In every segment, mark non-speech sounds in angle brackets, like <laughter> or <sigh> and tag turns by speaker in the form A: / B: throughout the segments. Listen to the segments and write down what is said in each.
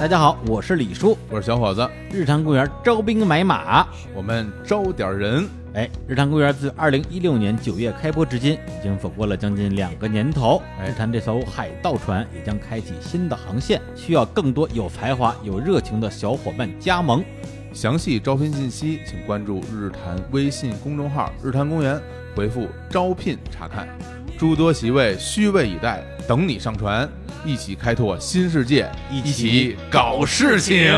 A: 大家好，我是李叔。
B: 我是小伙子，
A: 日坛公园招兵买马，
B: 我们招点人，
A: 哎，日坛公园自二零一六年九月开播至今，已经走过了将近两个年头。
B: 哎
A: 日坛这艘海盗船也将开启新的航线，需要更多有才华、有热情的小伙伴加盟。
B: 详细招聘信息请关注日坛微信公众号“日坛公园”，回复“招聘”查看。诸多席位虚位以待，等你上船，一起开拓新世界，
A: 一起
B: 一起搞事情。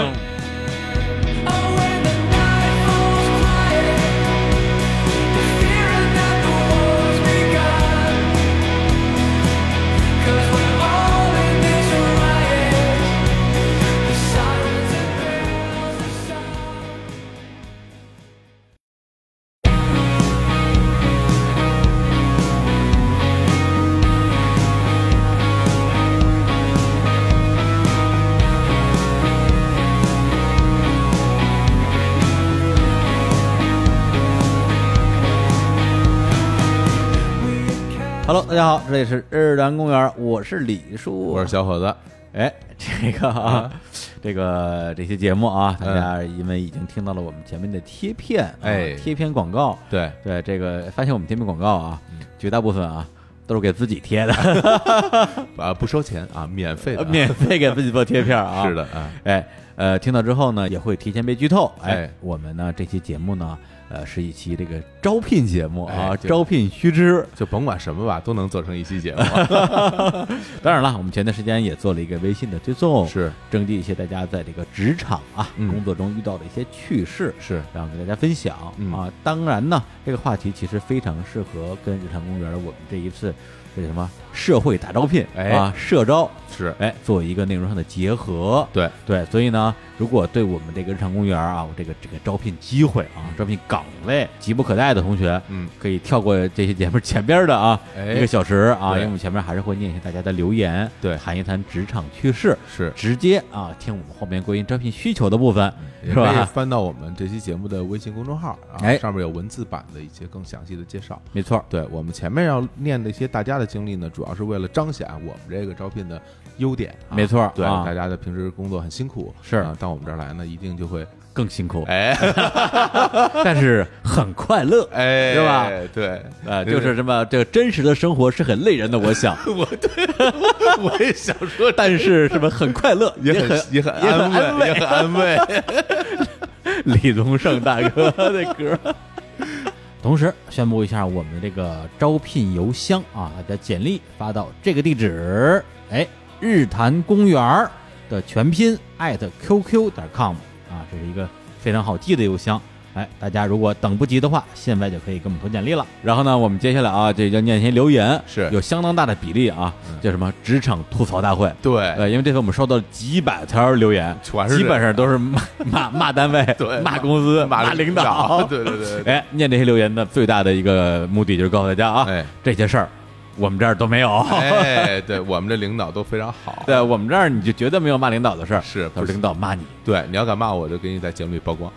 A: Hello，大家好，这里是日坛公园，我是李叔，
B: 我是小伙子，
A: 哎，这个啊，这个这期节目啊，大家因为已经听到了我们前面的贴片，啊
B: 嗯哎
A: 贴片广告，
B: 对，
A: 对这个发现我们贴片广告啊，
B: 嗯
A: 绝大部分啊都是给自己贴的，
B: <laughs> 啊，不收钱啊，免费的啊，
A: 呃免费给自己做贴片啊。
B: 是的，啊，
A: 哎，呃，听到之后呢，也会提前被剧透。哎
B: 哎，
A: 我们呢这期节目呢，呃，是一期这个招聘节目啊，
B: 哎对
A: 招聘须知。
B: 就甭管什么吧，都能做成一期节目啊，
A: 当然了，我们前段时间也做了一个微信的追踪，
B: 是
A: 征集一些大家在这个职场啊、
B: 嗯
A: 工作中遇到的一些趣事。
B: 是，
A: 然后给大家分享、
B: 嗯
A: 啊。当然呢，这个话题其实非常适合跟日常公园我们这一次这什么社会大招聘、
B: 哎
A: 啊社招，
B: 是，
A: 哎，作为一个内容上的结合。
B: 对，
A: 对，所以呢，如果对我们这个日常公园啊，我这个这个招聘机会啊，招聘岗位急不可待的同学，
B: 嗯，
A: 可以跳过这些节目前边的啊、
B: 哎
A: 一个小时啊，
B: 对
A: 因为我们前面还是会念一下大家的留言，
B: 对
A: 谈一谈职场趣事，
B: 是，
A: 直接啊听我们后面归因招聘需求的部分，
B: 也
A: 是
B: 可以
A: 吧？
B: 翻到我们这期节目的微信公众号啊
A: 哎，
B: 上面有文字版的一些更详细的介绍。
A: 没错，
B: 对我们前面要念的一些大家的经历呢，主要是为了彰显我们这个招聘的优点啊、
A: 没错
B: 对、
A: 啊
B: 大家的平时工作很辛苦，
A: 是
B: 啊，到我们这儿来呢，一定就会
A: 更辛苦，
B: 哎
A: 但是很快乐。
B: <laughs>
A: <laughs>
B: 哎，
A: 是吧？
B: 对，
A: 呃，就是这么，这个真实的生活是很累人的，我想，
B: <laughs> 我也想说，
A: 但是是吧，很快乐，也
B: 很
A: 很
B: 也很
A: 也很
B: 安慰，也很安慰，
A: <laughs> 李宗盛大哥的歌。 <laughs> 同时宣布一下我们的这个招聘邮箱啊，大家简历发到这个地址，哎，日坛公园儿的全拼 at qq 点 com 啊，这是一个非常好记的邮箱。哎，大家如果等不及的话，现在就可以给我们投简历了。然后呢，我们接下来啊，这就念一些留言，
B: 是
A: 有相当大的比例啊，叫什么职场吐槽大会。
B: 对，
A: 呃，因为这次我们收到了几百条留言，
B: 全是
A: 基本上都是
B: <laughs>
A: 骂骂骂单位、
B: 对
A: 骂公司、骂领
B: 领
A: 导。
B: <laughs> 对对对对，
A: 哎，念这些留言的最大的一个目的就是告诉大家啊，
B: 哎
A: 这些事儿我们这儿都没有。
B: 哎，对我们这领导都非常好，
A: <laughs> 对我们这儿你就绝对没有骂领导的事儿，
B: 是
A: 都
B: 不
A: 是
B: 是
A: 领导骂你。
B: 对，你要敢骂我，就给你在节目里
A: <laughs>
B: 曝光。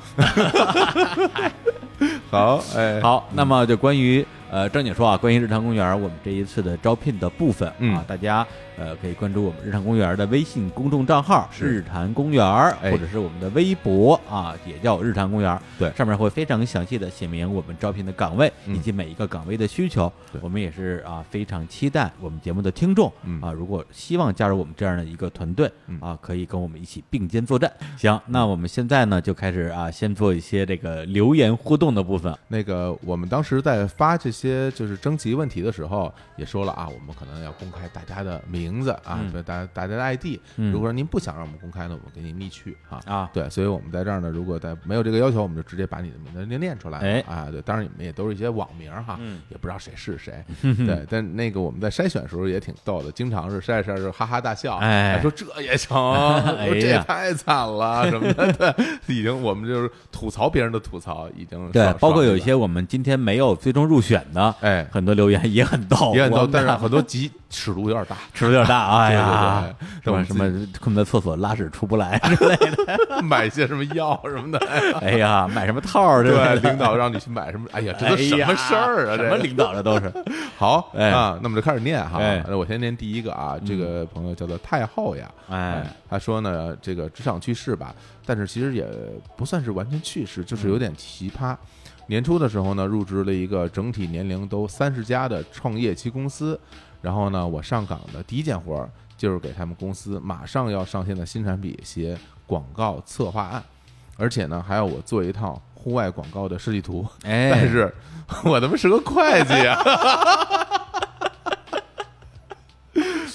B: 好，哎，，
A: 好，那么就关于呃正经说啊，关于日常公园儿我们这一次的招聘的部分啊，
B: 嗯
A: 大家呃可以关注我们日常公园儿的微信公众账号“
B: 是
A: 日坛公园儿”，
B: 哎
A: 或者是我们的微博啊，也叫“日坛公园儿”。
B: 对
A: 上面会非常详细的写明我们招聘的岗位、
B: 嗯
A: 以及每一个岗位的需求。
B: 对
A: 我们也是啊非常期待我们节目的听众、
B: 嗯
A: 啊，如果希望加入我们这样的一个团队、
B: 嗯
A: 啊，可以跟我们一起并肩作战。行，那我们现在呢就开始啊，先做一些这个留言互动的部分。
B: 那个我们当时在发这些就是征集问题的时候，也说了啊，我们可能要公开大家的名字啊，
A: 嗯
B: 对大家大家的 ID。
A: 嗯
B: 如果说您不想让我们公开呢，我们给你密去啊。
A: 啊，
B: 对，所以我们在这儿呢，如果在没有这个要求，我们就直接把你的名字念念出来。
A: 哎
B: 啊，对，当然你们也都是一些网名哈，
A: 嗯
B: 也不知道谁
A: <laughs>
B: 是谁。对，但那个我们在筛选的时候也挺逗的，经常是筛着筛着哈哈大笑，
A: 哎
B: 说这
A: <laughs>
B: 也成，
A: 哎
B: 说这也
A: 呀
B: 太惨
A: <laughs>
B: 了什么的。对，已经我们就是吐槽别人的吐槽，已经
A: 对
B: 爽，
A: 包括有一
B: 爽了
A: 些我们今天没有最终入选的，
B: 哎，
A: 很多留言也很逗，
B: 也很
A: 我
B: 多，
A: 们
B: 但是
A: 看
B: 很多集尺度有点大。
A: <laughs> 尺度有点
B: <laughs>
A: 大，哎呀，
B: 对对对对
A: 什么什么，恨不得厕所拉屎出不来 <laughs> 之类的，
B: 买些什么药什
A: <laughs>
B: 么的，哎
A: 哎呀，买什么套儿之类
B: 对，
A: 的，
B: 领导让你去买什么，哎呀，这都
A: 哎
B: 什
A: 呀
B: 么事儿
A: 什
B: 啊？这
A: 么
B: 个
A: 领导这都是，
B: 好
A: 哎
B: 啊，那么就开始念哈呃
A: 哎。嗯
B: 那我先念第一个啊，这个朋友叫做太后呀，
A: 哎，
B: 他说呢，这个职场趣事吧，但是其实也不算是完全趣事，
A: 嗯
B: 就是有点奇葩。年初的时候呢，入职了一个整体年龄都三十加的创业期公司，然后呢，我上岗的第一件活儿就是给他们公司马上要上线的新产品写广告策划案，而且呢，还要我做一套户外广告的设计图。
A: 哎
B: 但是我他妈是个会计啊！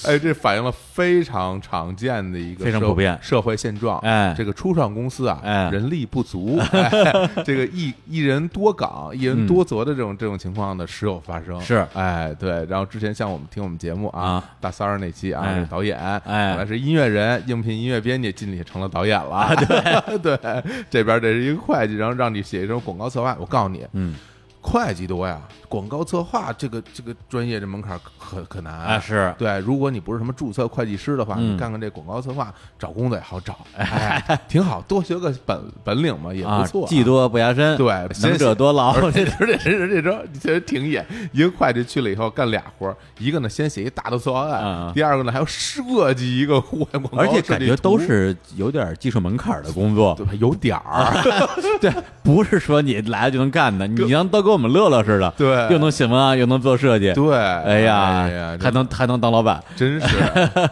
B: 哎，这反映了非常常见的一个
A: 非常
B: 社
A: 普遍
B: 社会现状。
A: 哎
B: 这个初创公司啊，
A: 哎
B: 人力
A: <laughs>
B: 不足，哎、这个一一人多岗、一人多责的这种、这种情况呢，时有发生。
A: 嗯是
B: 哎，对。然后之前像我们听我们节目啊，
A: 啊
B: 大三儿那期啊，
A: 哎
B: 这导演，
A: 哎
B: 本来是音乐人，应聘音乐编辑，进去成了导演了。
A: 啊
B: 对 <laughs> 对，这边这是一个会计，然后让你写一种广告策划，我告诉你，
A: 嗯
B: 会计多呀，广告策划这个这个专业这门槛儿可可难
A: 啊是
B: 对，如果你不是什么注册会计师的话，
A: 嗯
B: 你干干这广告策划，找工作也好找，哎，挺好，多学个本本领 <laughs> 嘛，也
A: 啊
B: 不错、，
A: 技。多不压身，
B: 对
A: 能
B: 先
A: 者多劳，
B: 而 <laughs> 且而且人这招其实挺野，一个会计去了以后干俩活儿，一个呢先写一大的策划
A: 啊
B: 案，第二个呢还要设计一个户外广告，
A: 而且感觉都是有点技术门槛的工作，
B: 对吧？有点儿，
A: <laughs> 对，不是说你来了就能干的，你能都跟我们乐乐似的，
B: 对
A: 又能写文案，又能做设计，
B: 对，
A: 哎
B: 哎
A: 呀
B: 呀，，
A: 还能还能当老板
B: 真是，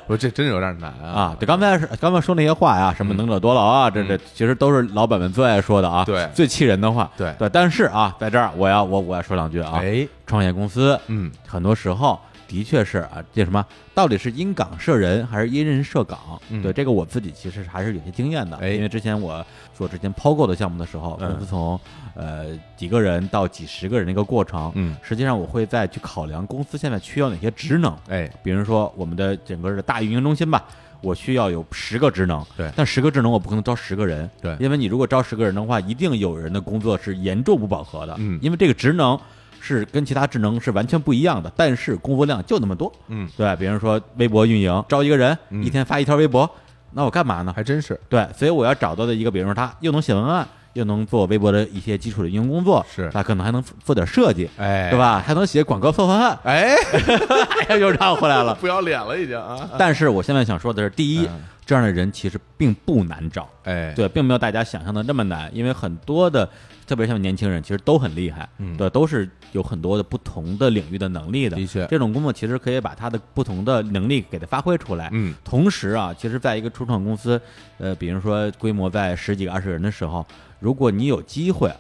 B: 我这真有点难啊
A: 啊！对，刚才是刚才说那些话呀，什
B: 嗯
A: 么能者多劳啊，这这其实都是老板们最爱说的啊，
B: 对
A: 最气人的话，
B: 对
A: 对。但是啊，在这儿我要我我要说两句啊，
B: 哎，
A: 创业公司，
B: 嗯，
A: 很多时候的确是啊，这什么到底是因岗设人还是因人设岗？
B: 嗯
A: 对这个我自己其实还是有些经验的，
B: 哎
A: 因为之前我做之前抛购的项目的时候，
B: 嗯
A: 公司从呃几个人到几十个人的一个过程，
B: 嗯
A: 实际上我会再去考量公司现在需要哪些职能，
B: 哎，
A: 比如说我们的整个的大运营中心吧。我需要有十个职能，
B: 对
A: 但十个职能我不可能招十个人，
B: 对
A: 因为你如果招十个人的话，一定有人的工作是严重不饱和的，
B: 嗯
A: 因为这个职能是跟其他职能是完全不一样的，但是工作量就那么多，
B: 嗯，
A: 对，比如说微博运营，招一个人，
B: 嗯
A: 一天发一条微博，那我干嘛呢？
B: 还真是，
A: 对，所以我要找到的一个，比如说他又能写文案，又能做微博的一些基础的运营工作，
B: 是
A: 他可能还能做点设计，
B: 哎，，
A: 对？吧？还能写广告策划案
B: 哎，
A: 哎呀，又绕回来了。
B: 不要脸了已经啊！
A: 但是我现在想说的是，第一
B: 嗯，
A: 这样的人其实并不难找，
B: 哎，
A: 对，并没有大家想象的那么难，因为很多的，特别像年轻人，其实都很厉害，
B: 嗯
A: 对，都是有很多的不同的领域的能力的。
B: 的确
A: 这种工作其实可以把他的不同的能力给他发挥出来。
B: 嗯，
A: 同时啊，其实在一个初创公司，呃，比如说规模在十几个、二十人的时候，如果你有机会。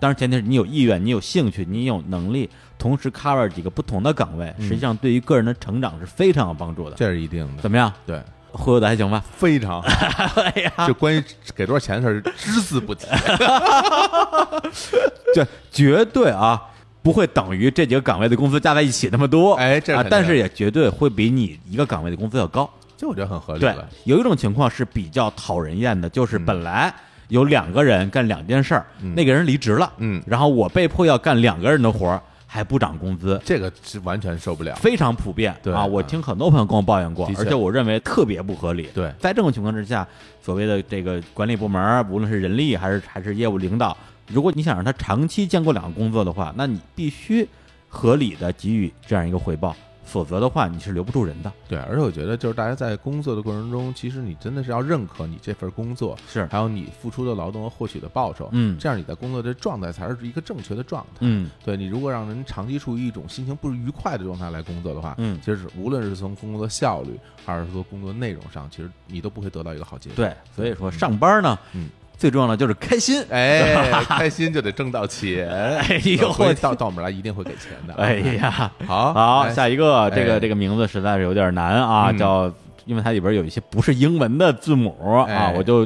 A: 当然，前提是你有意愿、你有兴趣、你有能力，同时 cover 几个不同的岗位，
B: 嗯
A: 实际上对于个人的成长是非常有帮助的。
B: 这是一定的，
A: 怎么样？
B: 对，
A: 忽悠的还行吧？
B: 非常好。 <laughs>
A: 哎呀，
B: 就关于给多少钱的事儿，只字不 <laughs> 提。
A: 对，绝对啊，不会等于这几个岗位的工资加在一起那么多，
B: 哎这
A: 啊
B: 肯定，
A: 但是也绝对会比你一个岗位的工资要高。
B: 这我觉得很合理
A: 对
B: 了。，
A: 有一种情况是比较讨人厌的，就是
B: 嗯
A: 本来有两个人干两件事儿，那个人离职了，
B: 嗯
A: 然后我被迫要干两个人的活儿，还不涨工资。
B: 这个是完全受不了。
A: 非常普遍，
B: 对
A: 啊，
B: 啊
A: 我听很多朋友跟我抱怨过
B: 的，确
A: 而且我认为特别不合理。
B: 对
A: 在这种情况之下，所谓的这个管理部门儿，无论是人力还是还是业务领导，如果你想让他长期兼顾两个工作的话，那你必须合理的给予这样一个回报，否则的话你是留不住人的。
B: 对，而且我觉得就是大家在工作的过程中，其实你真的是要认可你这份工作，
A: 是
B: 还有你付出的劳动和获取的报酬，
A: 嗯
B: 这样你在工作的状态才是一个正确的状态。
A: 嗯，
B: 对你如果让人长期处于一种心情不愉快的状态来工作的话，
A: 嗯
B: 其实是无论是从工作效率还是说工作内容上，其实你都不会得到一个好结果。，
A: 对，所以说上班呢，
B: 嗯
A: 最重要的就是开心。
B: 哎，开心就得挣到钱。
A: <laughs> 哎呦，
B: 回
A: 我
B: 到到我们来一定会给钱的。
A: 哎，呀，
B: 好，
A: 好，
B: 哎
A: 下一个这
B: 哎
A: 个这个名字实在是有点难啊，
B: 嗯
A: 叫因为它里边有一些不是英文的字母啊
B: 哎，
A: 我就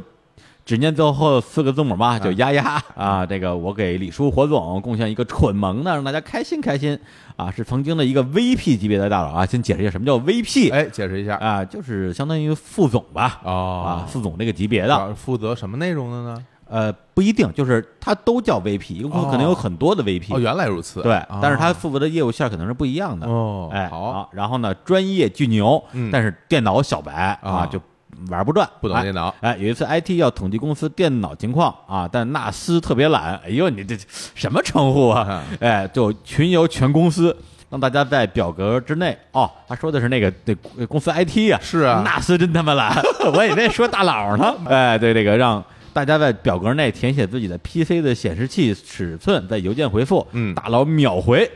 A: 只念最后四个字母吧，就
B: 啊
A: 丫丫啊。这个我给李叔火总贡献一个蠢萌呢，让大家开心开心啊，是曾经的一个 VP 级别的大佬啊。先解释一下什么叫 VP
B: 哎，解释一下
A: 啊，就是相当于副总吧。啊
B: 哦，
A: 副总这个级别的，
B: 啊，负责什么内容的呢？
A: 呃，不一定，就是它都叫 VP，有可
B: 哦
A: 可能有很多的 VP，、
B: 哦，原来如此。
A: 对，
B: 啊
A: 但是它负责的业务线儿可能是不一样的。
B: 哦，
A: 哎，
B: 好，
A: 啊，然后呢，专业巨牛，
B: 嗯
A: 但是电脑小白
B: 啊
A: 啊，就玩不转，
B: 不懂电脑
A: 哎。哎，有一次 IT 要统计公司电脑情况啊，但纳斯特别懒，哎呦，你这这什么称呼啊？
B: 嗯
A: 哎，就群游全公司。让大家在表格之内哦，他说的是那个那公司 IT 啊，
B: 是啊
A: 纳斯真他妈懒， <laughs> 我以为说大佬
B: <laughs>
A: 呢。哎，对这个让大家在表格内填写自己的 PC 的显示器尺寸，在邮件回复，
B: 嗯
A: 大佬秒回。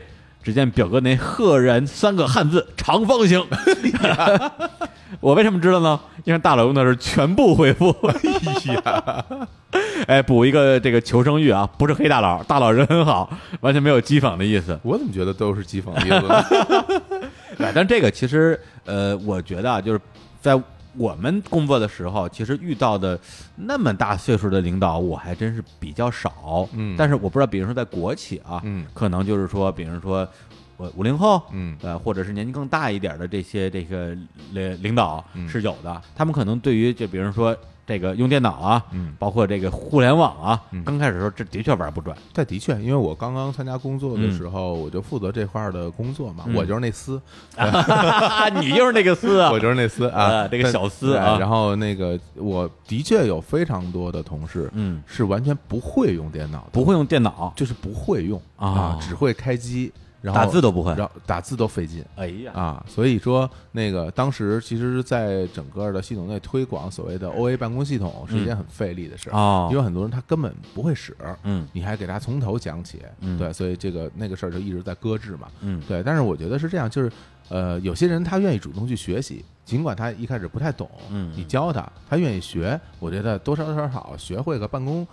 A: 只见表格内赫然三个汉字“长方形”， <laughs> 我为什么知道呢？因为大佬用的是全部回复。 <laughs> 哎，补一个这个求生欲啊，不是黑大佬，大佬人很好，完全没有讥讽的意思。
B: 我怎么觉得都是讥讽的意思呢？ <laughs>
A: 对，但这个其实呃，我觉得啊，就是在我们工作的时候，其实遇到的那么大岁数的领导，我还真是比较少。
B: 嗯
A: 但是我不知道，比如说在国企啊，
B: 嗯
A: 可能就是说，比如说我五零后，
B: 嗯
A: 呃，或者是年纪更大一点的这些这个领领导
B: 嗯
A: 是有的，他们可能对于就比如说。这个用电脑啊，
B: 嗯
A: 包括这个互联网啊，
B: 嗯
A: 刚开始的时候这的确玩不
B: <laughs>
A: 转， <laughs>
B: 但的确，因为我刚刚参加工作的时候，我就负责这块儿的工作嘛，
A: 嗯
B: 我就是那司，
A: 你又是那个司啊
B: 我，就是那司啊
A: 啊，这个
B: 但
A: 小司
B: 对
A: 啊
B: 然后那个，我的确有非常多的同事
A: 嗯，
B: 是完全不会用电脑的，
A: 不会用电脑，
B: 就是不会用
A: 哦
B: 啊，只会开机，然后
A: 打字都不会，
B: 然后打字都费劲。
A: 哎呀，
B: 啊，所以说那个当时其实，在整个的系统内推广所谓的 OA 办公系统是一件很费力的事儿，
A: 嗯哦
B: 因为很多人他根本不会使，
A: 嗯
B: 你还给他从头讲起，
A: 嗯
B: 对，所以这个那个事儿就一直在搁置嘛，
A: 嗯
B: 对。但是我觉得是这样，就是呃，有些人他愿意主动去学习，尽管他一开始不太懂，
A: 嗯
B: 你教他，他愿意学，我觉得多少少少学会个办公。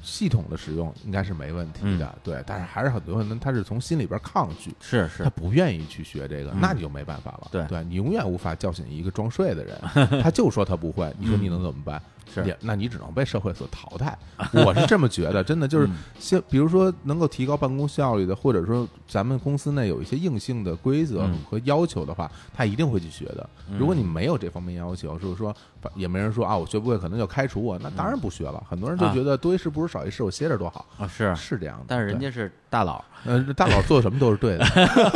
B: 系统的使用应该是没问题的，
A: 嗯
B: 对，但是还是很多人他是从心里边抗拒，
A: 是
B: 他
A: 是，嗯
B: 不愿意去学这个，那你就没办法了。
A: 对
B: 你永远无法叫醒一个装睡的人，
A: <laughs>
B: 他就说他不会，你说你能怎么办？
A: 嗯是
B: 也那你只能被社会所淘汰。我是这么觉得，真的
A: 嗯
B: 就是像比如说能够提高办公效率的，或者说咱们公司内有一些硬性的规则
A: 嗯
B: 和要求的话，他一定会去学的。如果你没有这方面要求，就是说也没人说啊，我学不会，可能就开除我，那当然不学了。很多人
A: 嗯
B: 就
A: 啊
B: 觉得多一事不如少一事，我歇着多好。
A: 啊是，
B: 是这样的，
A: 但是人家是大佬。
B: 对呃，大佬做什么都是对的，
A: <laughs>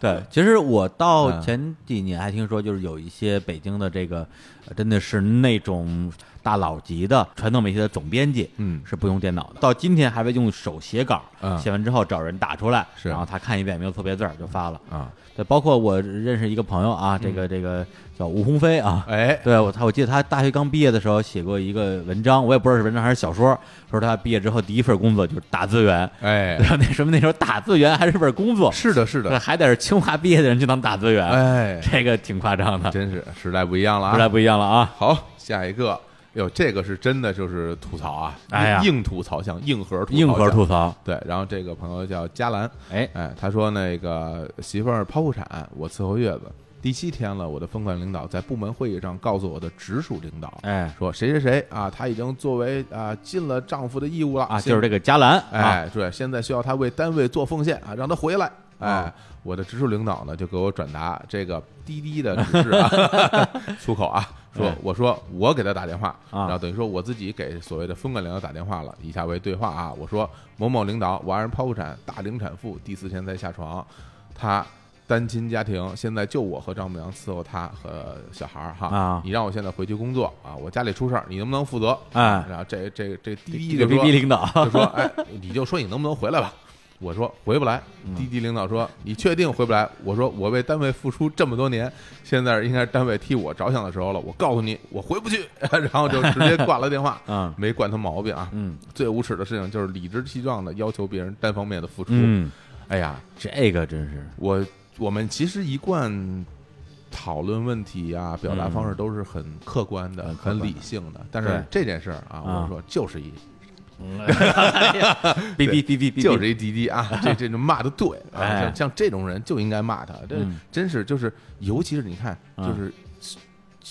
A: 对，其实我到
B: 嗯
A: 前几年还听说，就是有一些北京的这个，呃真的是那种大佬级的传统媒体的总编辑，
B: 嗯
A: 是不用电脑的，到今天还会用手写稿，
B: 嗯
A: 写完之后找人打出来，
B: 是
A: 然后他看一遍没有错别字儿就发了。
B: 啊，
A: 对，包括我认识一个朋友啊，
B: 嗯
A: 这个这个叫吴鸿飞啊，
B: 哎，
A: 对我他我记得他大学刚毕业的时候写过一个文章，我也不知道是文章还是小说，说他毕业之后第一份工作就是打字员，
B: 哎
A: <laughs> 然，后那什么那时候打字员还是份工作，
B: <laughs> 是的，是
A: 对 <laughs>
B: 的，
A: 还得是清华毕业的人去当打字员，
B: 哎，
A: 这个挺夸张的，
B: 真是时代不一样了
A: 时代
B: 啊！
A: 不一样了啊！
B: 好，下一个，哟，这个是真的就是吐槽啊，
A: 哎呀
B: 硬吐槽像硬核吐槽，
A: 硬核吐。槽，
B: 对，然后这个朋友叫嘉兰，
A: 哎，
B: 哎，他说那个媳妇儿剖腹产，我伺候月子，第七天了，我的分管领导在部门会议上告诉我的直属领导，
A: 哎
B: 说谁谁谁啊，她已经作为啊尽了丈夫的义务了
A: 啊，
B: 现
A: 就是这个嘉兰啊，
B: 哎，对，现在需要他为单位做奉献啊，让他回来。哎
A: 啊，
B: 我的直属领导呢就给我转达这个滴滴的指示啊， <laughs> 粗口啊，说
A: 哎
B: 我说我给他打电话，
A: 啊
B: 然后等于说我自己给所谓的分管领导打电话了，以下为对话啊，我说某某领导，我爱人剖腹产，大龄产妇，第四天才下床，她单亲家庭，现在就我和丈母娘伺候她和小孩儿哈，
A: 啊
B: 你让我现在回去工作啊，我家里出事儿，你能不能负责？
A: 哎
B: 然后这这啊这滴滴
A: 这
B: 就
A: 个
B: 说
A: BB 领导，，
B: <laughs> 就说：“哎，你就说你能不能回来吧。”我说回不来。滴滴领导说：“你确定回不来？”我说：“我为单位付出这么多年，现在应该是单位替我着想的时候了。我告诉你，我回不去。” <laughs> 然后就直接挂了电话
A: <laughs> 嗯
B: 没惯他毛病啊。
A: 嗯
B: 最无耻的事情就是理直气壮的要求别人单方面的付出。
A: 嗯，
B: 哎呀，
A: 这个真
B: <laughs>
A: 是
B: 我我们其实一贯讨论问题啊，表达方式都是很客观的、
A: 嗯很客观
B: 很
A: 的
B: 理性的。但
A: 对
B: 是这件事儿
A: 啊
B: 啊，我说就是一
A: 哔哔哔哔哔，
B: 就是一滴滴啊，这这种骂的对啊，
A: 哎
B: 像像这种人就应该骂他，这
A: 嗯
B: 真是就是，尤其是你看，
A: 嗯
B: 就是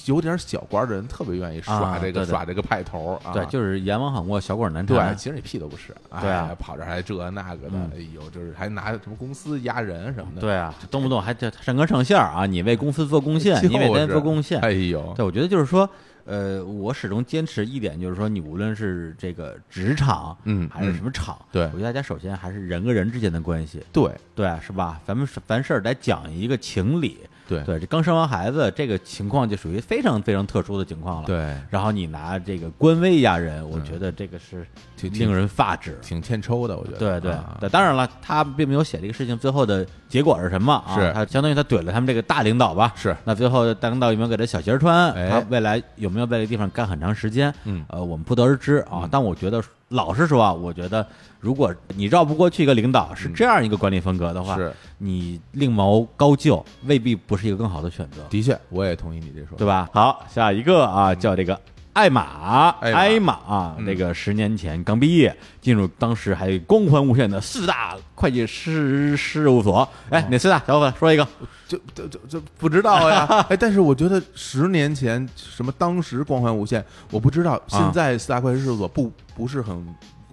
B: 有点小官的人特别愿意
A: 啊
B: 耍这
A: 对
B: 个
A: 对
B: 耍这个派头啊，
A: 对，就是阎王喊过小鬼难
B: 对，
A: 缠，
B: 其实你屁都不是，
A: 对啊
B: 哎跑这儿还这那个的
A: 嗯，
B: 哎呦，就是还拿什么公司压人什么的，
A: 对啊，动不动还这上纲上线儿啊，你为公司做贡献，
B: <laughs> 气
A: 你为
B: 候
A: 单
B: 是
A: 做贡献，
B: 哎呦，
A: 对，我觉得就是说，呃，我始终坚持一点，就是说，你无论是这个职场，
B: 嗯
A: 还是什么场，
B: 对
A: 我觉得大家首先还是人跟人之间的关系，
B: 对
A: 对啊，是吧？咱们是凡事儿得讲一个情理，
B: 对
A: 对，这刚生完孩子，这个情况就属于非常非常特殊的情况了，。
B: 对，嗯
A: 然后你拿这个官威压人，我觉得这个是
B: 挺
A: 令人发指。
B: 挺欠抽的，我觉得。
A: 对对
B: 啊
A: 对，当然了，他并没有写这个事情最后的结果是什么啊？
B: 是
A: 他相当于他怼了他们这个大领导吧？
B: 是
A: 那最后大领导有没有给他小鞋穿？
B: 哎
A: 他未来有没有在这个地方干很长时间？
B: 嗯
A: 呃，我们不得而知啊。但我觉得，老实说啊，我觉得如果你绕不过去一个领导是这样一个管理风格的话，
B: 嗯是
A: 你另谋高就未必不是一个更好的选择。
B: 的确，我也同意你这说法。
A: 对吧？好，下一个啊，叫这个艾玛，
B: 艾玛
A: 艾玛啊，
B: 嗯
A: 这个十年前刚毕业，进入当时还光环无限的四大会计师事务所。哎，
B: 嗯
A: 哪四大？小伙子说一个。
B: 就就就就不知
A: <laughs>
B: 道呀，哎，但是我觉得十年前什么当时光环无限，我不知
A: 啊
B: 道，现在四大会计事务所不不是很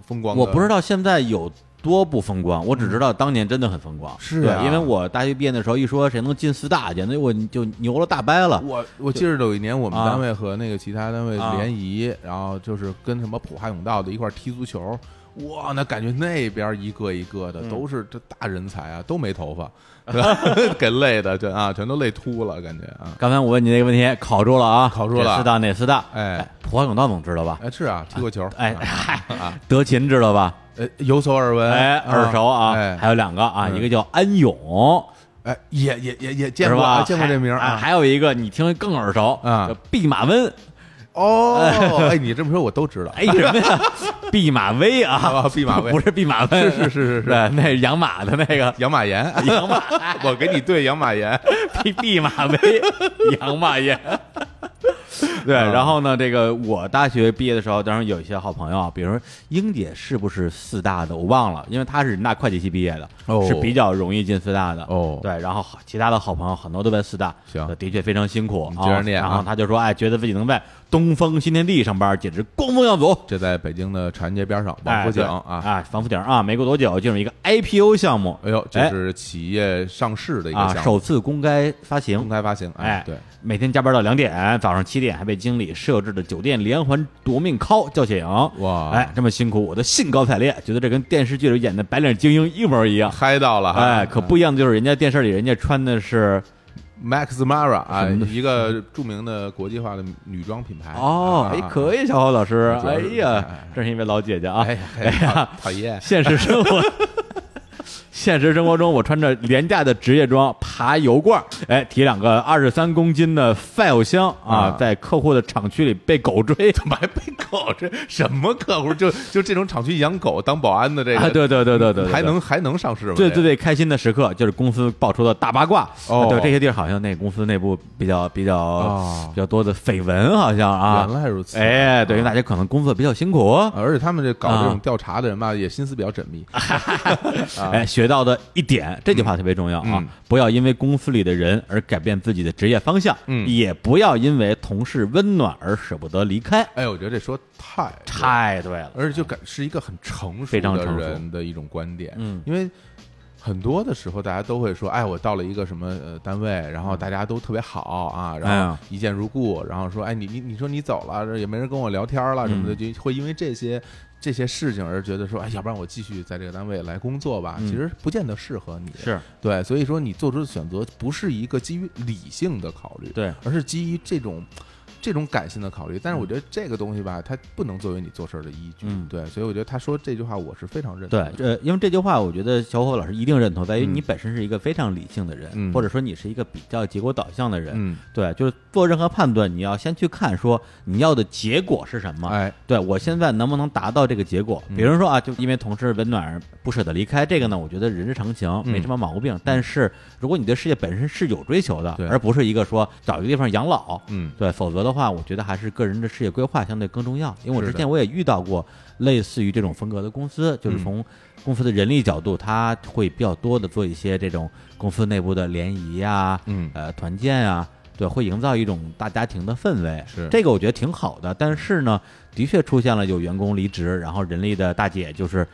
B: 风光的，
A: 我不知道现在有多不风光，我只知道当年真的很风光。
B: 是
A: 对
B: 啊，
A: 因为我大学毕业的时候一说谁能进四大，简直我就牛了大掰了。
B: 我我记得有一年我们
A: 啊
B: 单位和那个其他单位
A: 啊
B: 联谊，然后就是跟什么普哈永道的一块儿踢足球，哇，那感觉那边一个一个
A: 嗯
B: 的都是这大人才啊，都没头发，对吧 <laughs> 给累的，对啊，全都累秃了，感觉啊，
A: 刚才我问你那个问题，考住了啊？
B: 考住了
A: 哪四大哪四大？
B: 哎，
A: 普华永道总知道吧？
B: 哎是啊，踢过球，
A: 哎， <laughs>
B: 啊
A: 嗨，德勤知道吧？
B: 呃，有所耳闻，
A: 哎，耳熟啊，
B: 哎
A: 还有两个啊，
B: 嗯
A: 一个叫安永，
B: 哎，也也也也见
A: 是
B: 过
A: 吧？
B: 啊见过这名儿
A: 还
B: 啊
A: 啊，。还有一个你听更耳熟
B: 啊
A: 叫弼马温， <laughs>
B: 哦，哎，你这么说我都知道。
A: 哎，什么
B: <laughs>
A: 呀？弼马威啊
B: 啊，弼马
A: <laughs>
B: 威
A: 不是弼马温，
B: 是是是是是
A: 对，那是养马的那
B: <laughs>
A: 个
B: 养马岩，
A: 养马，
B: 我给你对养马岩。
A: 弼 <laughs> 弼马威，养马爷。对，
B: 啊
A: 然后呢，这个我大学毕业的时候，当然有一些好朋友啊，比如说英姐是不是四大的，我忘了，因为她是人大会计系毕业的，
B: 哦
A: 是比较容易进四大的。
B: 哦
A: 对，然后好其他的好朋友很多都在四大，
B: 行
A: 的确非常辛苦
B: 你
A: 啊。
B: 接着念啊
A: 然后他就说，哎，觉得自己能在东风新天地上班，简直光宗耀祖。
B: 这在北京的长安街边上，王
A: 哎
B: 府井
A: 对
B: 啊。
A: 哎，王府井啊，没过多久进入一个 IPO 项目，
B: 哎呦，这是企业上市的一个
A: 啊，
B: 项目，
A: 首次公开发行
B: 公，开发行。
A: 哎，
B: 啊对，，
A: 每天加班到两点，早上七点还被经理设置的酒店连环夺命 call 叫醒。
B: 哇
A: 哎，这么辛苦，我都兴高采烈，觉得这跟电视剧里演的白领精英一模一样。
B: 嗨到了哈。
A: 哎，可不一样的就是人家电视里人家穿的是
B: Max Mara 啊，
A: 什么的
B: 一个著名的国际化的女装品牌。啊
A: 哦，哎，可以，小侯老师，
B: 主
A: 哎
B: 要是
A: 呀
B: 哎，
A: 真是一位老姐姐啊
B: 哎！呀，哎呀，讨厌。
A: 现实生
B: <laughs>
A: 活，现实生活中，我穿着廉价的职业装爬油罐儿，哎，提两个二十三公斤的 file 箱啊
B: 啊，
A: 在客户的厂区里被狗追。
B: 怎么还被狗？这什么客户？就就这种厂区养狗当保安的这
A: 啊，
B: 个，
A: 对对对对对，对
B: 还能还能上市吗？
A: 最最最开心的时刻就是公司爆出的大八卦。
B: 哦
A: 啊对这些地儿好像那公司内部比较比较、
B: 哦
A: 比较多的绯闻，好像啊。
B: 原来如此
A: 哎，对于大家可能工作比较辛苦，
B: 啊而且他们这搞这种
A: 啊
B: 调查的人吧，也心思比较缜密。
A: 哎，学到的一点，这句话特别重要啊！
B: 啊嗯
A: 不要因为公司里的人而改变自己的职业方向，
B: 嗯
A: 也不要因为同事温暖而舍不得离开。
B: 哎，我觉得这说太对了，
A: 太对了，
B: 而且就感是一个很成熟
A: 非常
B: 的
A: 成熟
B: 人的一种观点。
A: 嗯
B: 因为很多的时候大家都会说，哎，我到了一个什么呃单位，然后大家都特别好
A: 嗯
B: 啊，
A: 哎
B: 然后
A: 呀
B: 一见如故，然后说，哎，你你你说你走了，也没人跟我聊天
A: 嗯
B: 了什么的，就会因为这些。这些事情而觉得说，哎，要不然我继续在这个单位来工作吧，
A: 嗯
B: 其实不见得适合你。
A: 是
B: 对，所以说你做出的选择不是一个基于理性的考虑，
A: 对，
B: 而是基于这种这种感性的考虑。但是我觉得这个东西吧，它不能作为你做事儿的依据，
A: 嗯
B: 对，所以我觉得他说这句话我是非常认同
A: 对
B: 的。，
A: 呃，因为这句话，我觉得小伙老师一定认同，在于
B: 嗯
A: 你本身是一个非常理性的人，
B: 嗯
A: 或者说你是一个比较结果导向的人。
B: 嗯，
A: 对，就是做任何判断，你要先去看说你要的结果是什么。
B: 哎，嗯
A: 对我现在能不能达到这个结果？比如说啊，就因为同事温暖而不舍得离开，这个呢，我觉得人之常情，
B: 嗯
A: 没什么毛病。但是如果你对事业本身是有追求的
B: 对，
A: 而不是一个说找一个地方养老，
B: 嗯
A: 对，否则的话，我觉得还是个人的事业规划相对更重要。因为我
B: 是
A: 之
B: 的
A: 前我也遇到过类似于这种风格的公司，就是
B: 嗯
A: 从公司的人力角度，它会比较多的做一些这种公司内部的联谊啊，
B: 嗯
A: 呃，团建啊，对，会营造一种大家庭的氛围。
B: 是
A: 这个我觉得挺好的，但是呢，的确出现了有员工离职，然后人力的大姐就是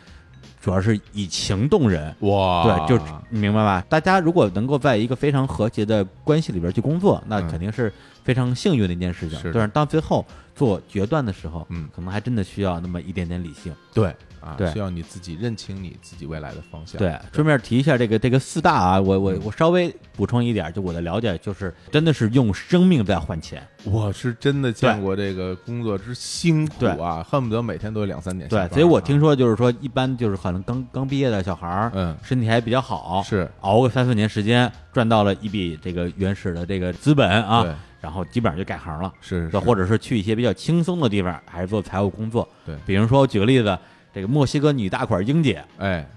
A: 主要是以情动人，
B: 哇，
A: 对，就你明白吧？大家如果能够在一个非常和谐的关系里边去工作，那
B: 嗯
A: 肯定是非常幸运的一件事情。
B: 是的
A: 但是当最后做决断的时候，
B: 嗯
A: 可能还真的需要那么一点点理性。
B: 对啊，
A: 对
B: 需要你自己认清你自己未来的方向。
A: 对，顺便提一下这个这个四大啊，我我
B: 嗯
A: 我稍微补充一点，就我的了解，就是真的是用生命在换钱。
B: 我是真的见过这个工作之辛苦啊，恨不得每天都有两三点下班
A: 对
B: 啊。，
A: 所以我听说就是说，一般就是可能刚刚毕业的小孩儿，
B: 嗯
A: 身体还比较好，
B: 是
A: 熬个三四年时间，赚到了一笔这个原始的这个资本
B: 对
A: 啊，然后基本上就改行了。
B: 是
A: 对，
B: 是
A: 或者是去一些比较轻松的地方，还是做财务工作。
B: 对
A: 比如说我举个例子，这个墨西哥女大款英姐，
B: 哎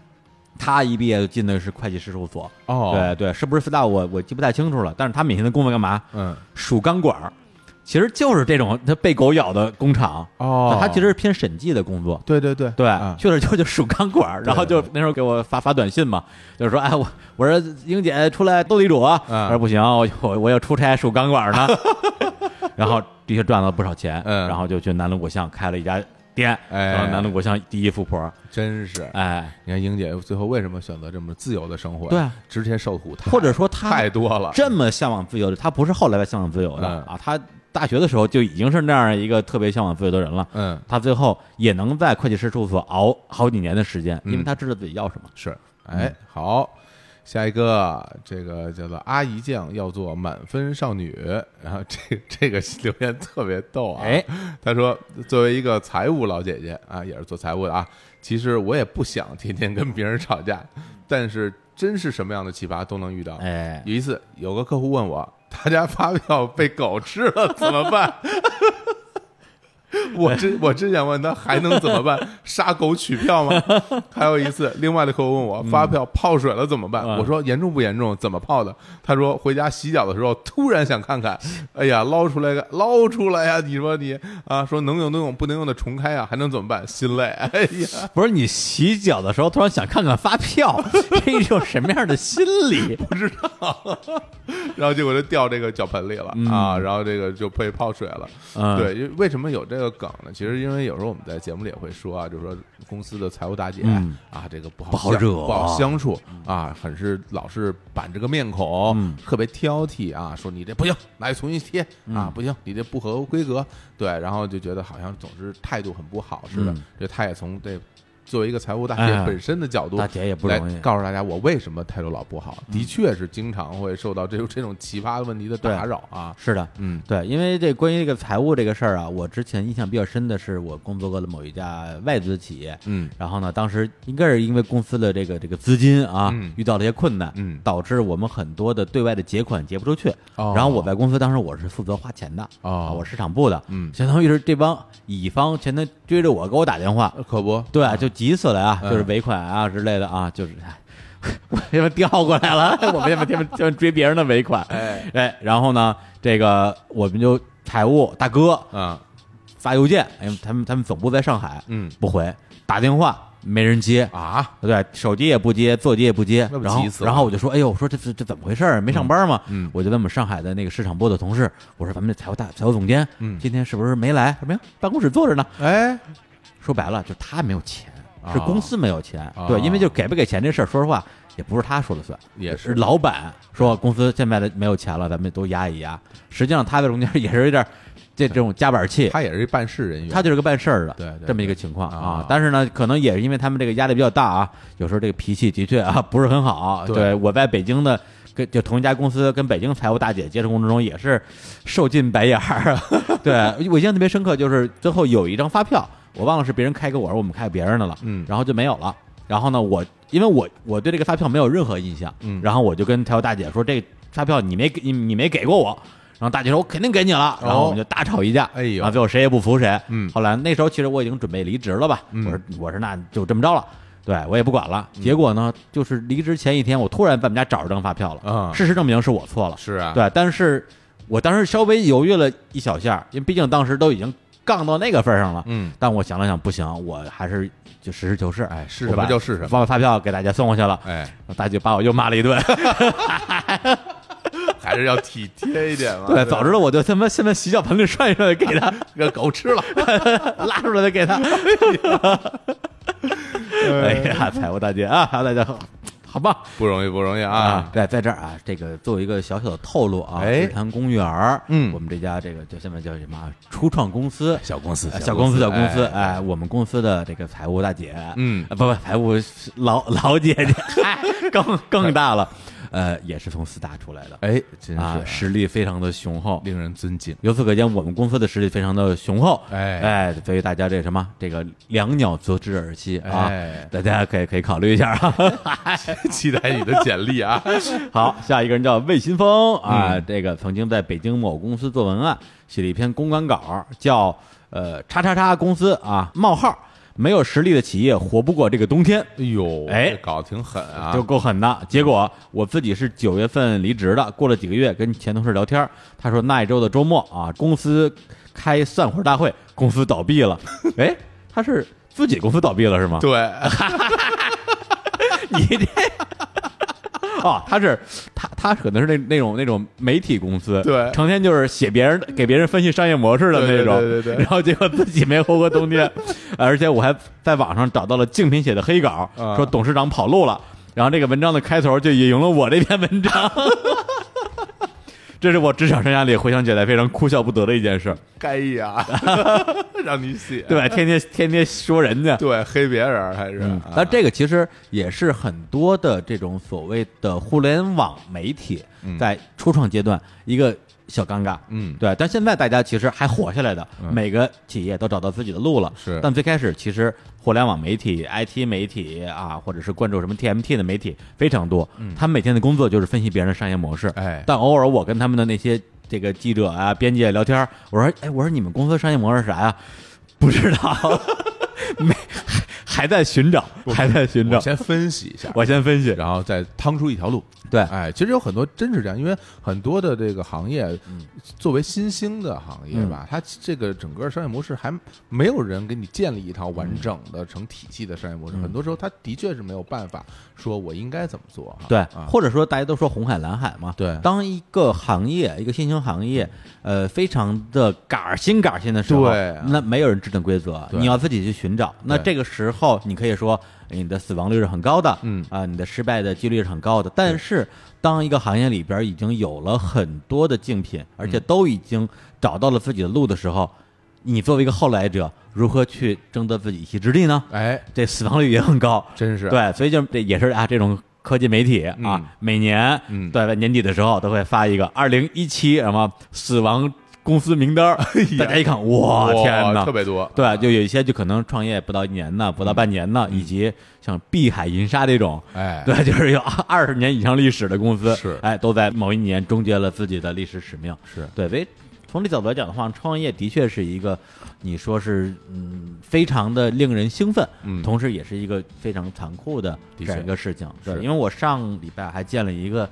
A: 她一毕业就进的是会计师事务所。
B: 哦
A: 对对，是不是四大我我记不太清楚了。但是她每天的工作干嘛？
B: 嗯
A: 数钢管儿，其实就是这种她被狗咬的工厂。
B: 哦，
A: 她其实是偏审计的工作。
B: 对对对
A: 对，
B: 啊
A: 去了之后就数钢管儿，
B: 对
A: 然后就那时候给我发发短信嘛，就是说，哎，我我说英姐出来斗地主啊，
B: 嗯
A: 我说不行，我我我要出差数钢管儿呢， <laughs> 然后的确赚了不少钱，
B: 嗯
A: 然后就去南锣鼓巷开了一家店，
B: 哎
A: 然后南锣鼓巷第一富婆，
B: 真是。
A: 哎，
B: 你看英姐最后为什么选择这么自由的生活？
A: 对啊，
B: 之前受苦太
A: 或者说她
B: 太多了，
A: 这么向往自由的，她不是后来才向往自由的、
B: 嗯
A: 啊，她大学的时候就已经是那样一个特别向往自由的人了。
B: 嗯
A: 她最后也能在会计师事务所熬好几年的时间，因为
B: 嗯
A: 她知道自己要什么。
B: 是哎
A: 嗯
B: 好。下一个，这个叫做阿姨酱，要做满分少女。然后这这个留言特别逗啊，
A: 哎，
B: 他说，作为一个财务老姐姐啊，也是做财务的啊，其实我也不想天天跟别人吵架，但是真是什么样的奇葩都能遇到。
A: 哎，
B: 有一次，有个客户问我， <laughs> 他家发票被狗吃了怎么办？ <laughs> 我真我真想问他还能怎么办？ <laughs> 杀狗取票吗？还有一次，另外的客户问我发票泡水了怎么办？
A: 嗯
B: 我说严重不严重？怎么泡的？他说回家洗脚的时候突然想看
A: <laughs>
B: 看，哎呀，捞出来个捞出来呀、你说你啊，说能用能用，不能用的重开啊，还能怎么办？心累， <laughs> 哎呀，
A: 不是你洗脚的时候突然想看看发
B: <laughs>
A: 票，这一种什么样的心理？
B: <laughs> 然后结果就掉这个脚盆里了、啊，然后这个就被泡水了。
A: 嗯
B: 对，因为为什么有这个梗呢？其实因为有时候我们在节目里也会说啊，就是说公司的财务大姐、
A: 嗯
B: 啊，这个不好
A: 不好
B: 相
A: 惹嗯
B: 不好相处啊，很是老是板着个面孔，特别挑剔啊，说你这不行，来重新贴、
A: 嗯
B: 啊，不行，你这不合规格，对，然后就觉得好像总是态度很不好似的
A: 嗯。
B: 这、他也从这作为一个财务大姐
A: 哎
B: 本身的角度，
A: 大姐也不
B: 来
A: 容易
B: 告诉大家我为什么态度老不好，
A: 嗯
B: 的确是经常会受到这种这种奇葩问题的打
A: 对
B: 扰啊。
A: 是的，
B: 嗯，
A: 对，因为这关于这个财务这个事儿啊，我之前印象比较深的是我工作过的某一家外资企业，
B: 嗯
A: 然后呢，当时应该是因为公司的这个这个资金啊，
B: 嗯
A: 遇到了一些困难，
B: 嗯
A: 导致我们很多的对外的结款结不出去。
B: 哦
A: 然后我在公司当时我是负责花钱的，
B: 哦
A: 啊我市场部的，
B: 嗯
A: 相当于是这帮乙方全都追着我给我打电话，
B: 呃可不，
A: 对，就急死了呀，
B: 嗯
A: 就是尾款啊之类的啊，就是。 <laughs> 哎我他妈调过来了， <laughs> 我们他妈他妈他妈追别人的尾款，
B: 哎
A: 哎，然后呢，这个我们就财务大哥
B: 啊，
A: 发邮件，哎，他们他们总部在上海，
B: 嗯
A: 不回，打电话没人接，
B: 啊，
A: 对，手机也不接，座机也不接
B: 那，不
A: 然后
B: 急死了
A: 然后我就说，哎呦，我说这这这怎么回事儿？没上班吗？
B: 嗯嗯
A: 我就问我们上海的那个市场部的同事，我说咱们这财务大财务总监，
B: 嗯
A: 今天是不是没来？什么呀？办公室坐着呢。
B: 哎，
A: 说白了，就是他没有钱，
B: 啊
A: 是公司没有钱。
B: 啊
A: 对，因为就给不给钱这事儿，说实话也不是他说了算，
B: 也
A: 是
B: 是
A: 老板说公司现在的没有钱了，咱们都压一压。实际上他在中间也是有点儿这这种夹板气。
B: 他也是一办事人员，
A: 他就是个办事儿的，
B: 对对对
A: 这么一个情况啊
B: 啊。
A: 但是呢，可能也是因为他们这个压力比较大啊，有时候这个脾气的确啊不是很好。
B: 对
A: 我在北京的跟就同一家公司跟北京财务大姐接触过程中，也是受尽白眼儿。啊 <laughs> 对我印象特别深刻，就是最后有一张发票，我忘了是别人开给我，还是我们开给别人的了，
B: 嗯
A: 然后就没有了。然后呢，我因为我我对这个发票没有任何印象，
B: 嗯
A: 然后我就跟财务大姐说，这个发票你没给你你没给过我。然后大姐说：“我肯定给你了。”然后我们就大吵一架。
B: 哎呦
A: 啊最后谁也不服谁。
B: 嗯
A: 后来那时候其实我已经准备离职了吧，
B: 嗯
A: 我说我说那就这么着了，对我也不管了。结果呢，就是离职前一天，我突然在我们家找着张发票了，
B: 啊
A: 事实证明是我错了，
B: 是啊，
A: 对，但是我当时稍微犹豫了一小下，因为毕竟当时都已经杠到那个份儿上了。
B: 嗯，
A: 但我想了想，不行，我还是就实事求是，
B: 哎是
A: 我
B: 什么
A: 把
B: 就是什么
A: 把我发票给大家送过去了，
B: 哎，
A: 大姐把我又骂了一
B: <laughs>
A: 顿。
B: 还是要体贴一点嘛，
A: 对，早知道我就他妈现在洗脚盆里涮一涮给他，
B: 让狗吃
A: <laughs>
B: 了，
A: 拉出来再给
B: <laughs>
A: 哎他。哎呀，财务大姐啊，财务大姐好好吧？
B: 不容易，不容易啊！
A: 在在这儿啊，这个作为一个小小的透露啊，
B: 哎
A: 日坛公园儿，
B: 嗯
A: 我们这家这个叫现在叫什么啊初创公司，
B: 小公司
A: 呃小公司，小公司，
B: 哎
A: 哎，我们公司的这个财务大姐，
B: 嗯
A: 呃，不不，财务是老老姐姐，
B: <laughs>
A: 哎更更大了，呃，也是从四大出来的，
B: 哎，真
A: 啊，
B: 是
A: 实力非常的雄厚。
B: 令人尊敬。
A: 由此可见，我们公司的实力非常的雄厚，
B: 哎
A: 哎，所以大家这什么，这个两鸟择之而栖啊
B: 哎，
A: 大家可以可以考虑一下啊。 <laughs>
B: 期待你的简历啊！
A: 好，下一个人叫魏新峰啊，
B: 嗯
A: 这个曾经在北京某公司做文案，写了一篇公关稿，叫呃叉叉叉公司啊冒号没有实力的企业活不过这个冬天。
B: 哎呦，
A: 哎
B: 这搞得挺狠啊！
A: 就够狠的。结果我自己是九月份离职的，过了几个月跟前同事聊天儿，他说那一周的周末啊，公司开散伙大会，公司倒闭了。哎，他是自己公司倒闭了是吗？
B: 对，
A: <laughs> 你
B: <laughs>
A: 这。哦，他是他他可能是那那种那种媒体公司，
B: 对
A: 成天就是写别人给别人分析商业模式的那种，
B: 对对对对对
A: 然后结果自己没活过冬天，而且我还在网上找到了竞品写的黑稿，
B: 啊
A: 说董事长跑路了，然后这个文章的开头就引用了我这篇文章， <laughs> 这是我职场生涯里回想起来非常哭笑不得的一件事，
B: 该呀，
A: <laughs>
B: 让你写，
A: 对吧？天天天天说人家，
B: 对，黑别人还是
A: 嗯
B: 啊，
A: 那这个其实也是很多的这种所谓的互联网媒体在初创阶段一个小尴尬，
B: 嗯
A: 对。但现在大家其实还活下来的，
B: 嗯
A: 每个企业都找到自己的路了。
B: 是
A: 但最开始其实互联网媒体、IT 媒体啊，或者是关注什么 TMT 的媒体非常多，他们每天的工作就是分析别人的商业模式，
B: 嗯哎
A: 但偶尔我跟他们的那些这个记者啊、编辑啊聊天儿，我说：“哎，我说你们公司商业模式是啥呀？”不知
B: <laughs>
A: 道，没还还在寻找，还在寻找
B: 我。先分析一下，
A: 我先分析，
B: 然后再趟出一条路。
A: 对
B: 哎，其实有很多真是这样，因为很多的这个行业，
A: 嗯
B: 作为新兴的行业吧，它这个整个商业模式还没有人给你建立一套完整的成体系的商业模
A: 嗯
B: 式，很多时候它的确是没有办法说我应该怎么做哈。
A: 对，
B: 啊，
A: 或者说大家都说红海蓝海嘛。
B: 对
A: 当一个行业，一个新兴行业，呃，非常的杆儿新杆儿新的时候，
B: 对啊
A: 那没有人制定规则，
B: 对
A: 你要自己去寻找。那
B: 对
A: 这个时候，你可以说哎你的死亡率是很高的，
B: 嗯
A: 啊、你的失败的几率是很高的。但是，当一个行业里边已经有了很多的竞
B: 嗯
A: 品，而且都已经找到了自己的路的时候，你作为一个后来者，如何去争得自己一席之地呢？
B: 哎，
A: 这死亡率也很高，
B: 真是
A: 对，所以就这也是啊，这种科技媒体啊，
B: 嗯
A: 每年
B: 嗯
A: 对年底的时候都会发一个二零一七什么死亡公司名单儿，大家一看，哇，天
B: 哎特
A: 哪！
B: 别嗯多。
A: 对，就有一些就可能创业不到一年呢，不到半年呢，以及像碧海银沙这种，
B: 哎
A: 对，就是有二十年以上历史的公司，
B: 是
A: 哎，都在某一年终结了自己的历史使命，
B: 是
A: 对，所以从这角度来讲的话，创业的确是一个，你说是嗯，非常的令人兴奋，
B: 嗯
A: 同时也是一个非常残酷的这样一个事情。
B: 确
A: 对，
B: 是
A: 因为我上礼拜还见了一个。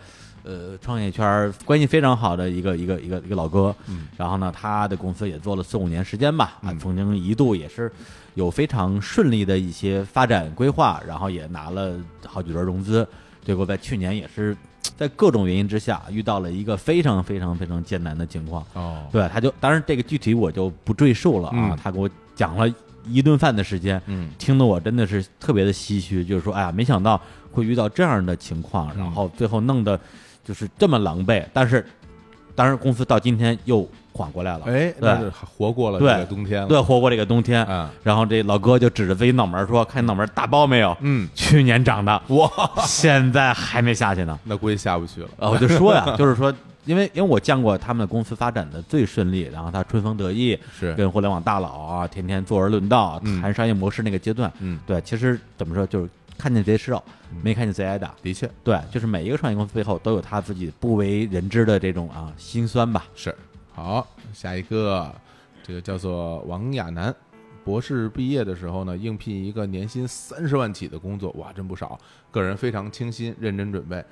A: 呃，创业圈儿关系非常好的一个一个一个一个老哥，
B: 嗯，
A: 然后呢，他的公司也做了四五年时间吧，啊，
B: 嗯
A: 曾经一度也是有非常顺利的一些发展规划，然后也拿了好几轮融资，结果在去年也是在各种原因之下遇到了一个非常非常非常艰难的情况，
B: 哦，
A: 对，他就当然这个具体我就不赘述了啊，
B: 嗯
A: 他给我讲了一顿饭的时间，
B: 嗯，
A: 听得我真的是特别的唏嘘，就是说，哎呀，没想到会遇到这样的情
B: 嗯
A: 况，然后最后弄得就是这么狼狈，但是，当然公司到今天又缓过来了，
B: 哎，那就活过了这
A: 对
B: 个冬天了。
A: 对，活过这个冬天。
B: 啊，
A: 然后这老哥就指着自己脑门儿说：“看脑门儿打包没有？
B: 嗯，
A: 去年长的，
B: 哇，
A: 现在还没下去呢。”
B: 那估计下不去了。
A: 啊，我就说呀，就是说，因为因为我见过他们的公司发展的最顺利，然后他春风得意，
B: 是
A: 跟互联网大佬啊，天天坐而论道，
B: 嗯
A: 谈商业模式那个阶段，
B: 嗯
A: 对，其实怎么说，就是看见贼吃肉，没看见贼挨打。
B: 的确
A: 对，就是每一个创业公司背后都有他自己不为人知的这种啊辛酸吧。
B: 是。好，下一个，这个叫做王亚楠，博士毕业的时候呢，应聘一个年薪三十万起的工作，哇，真不少。个人非常清新，认真准备。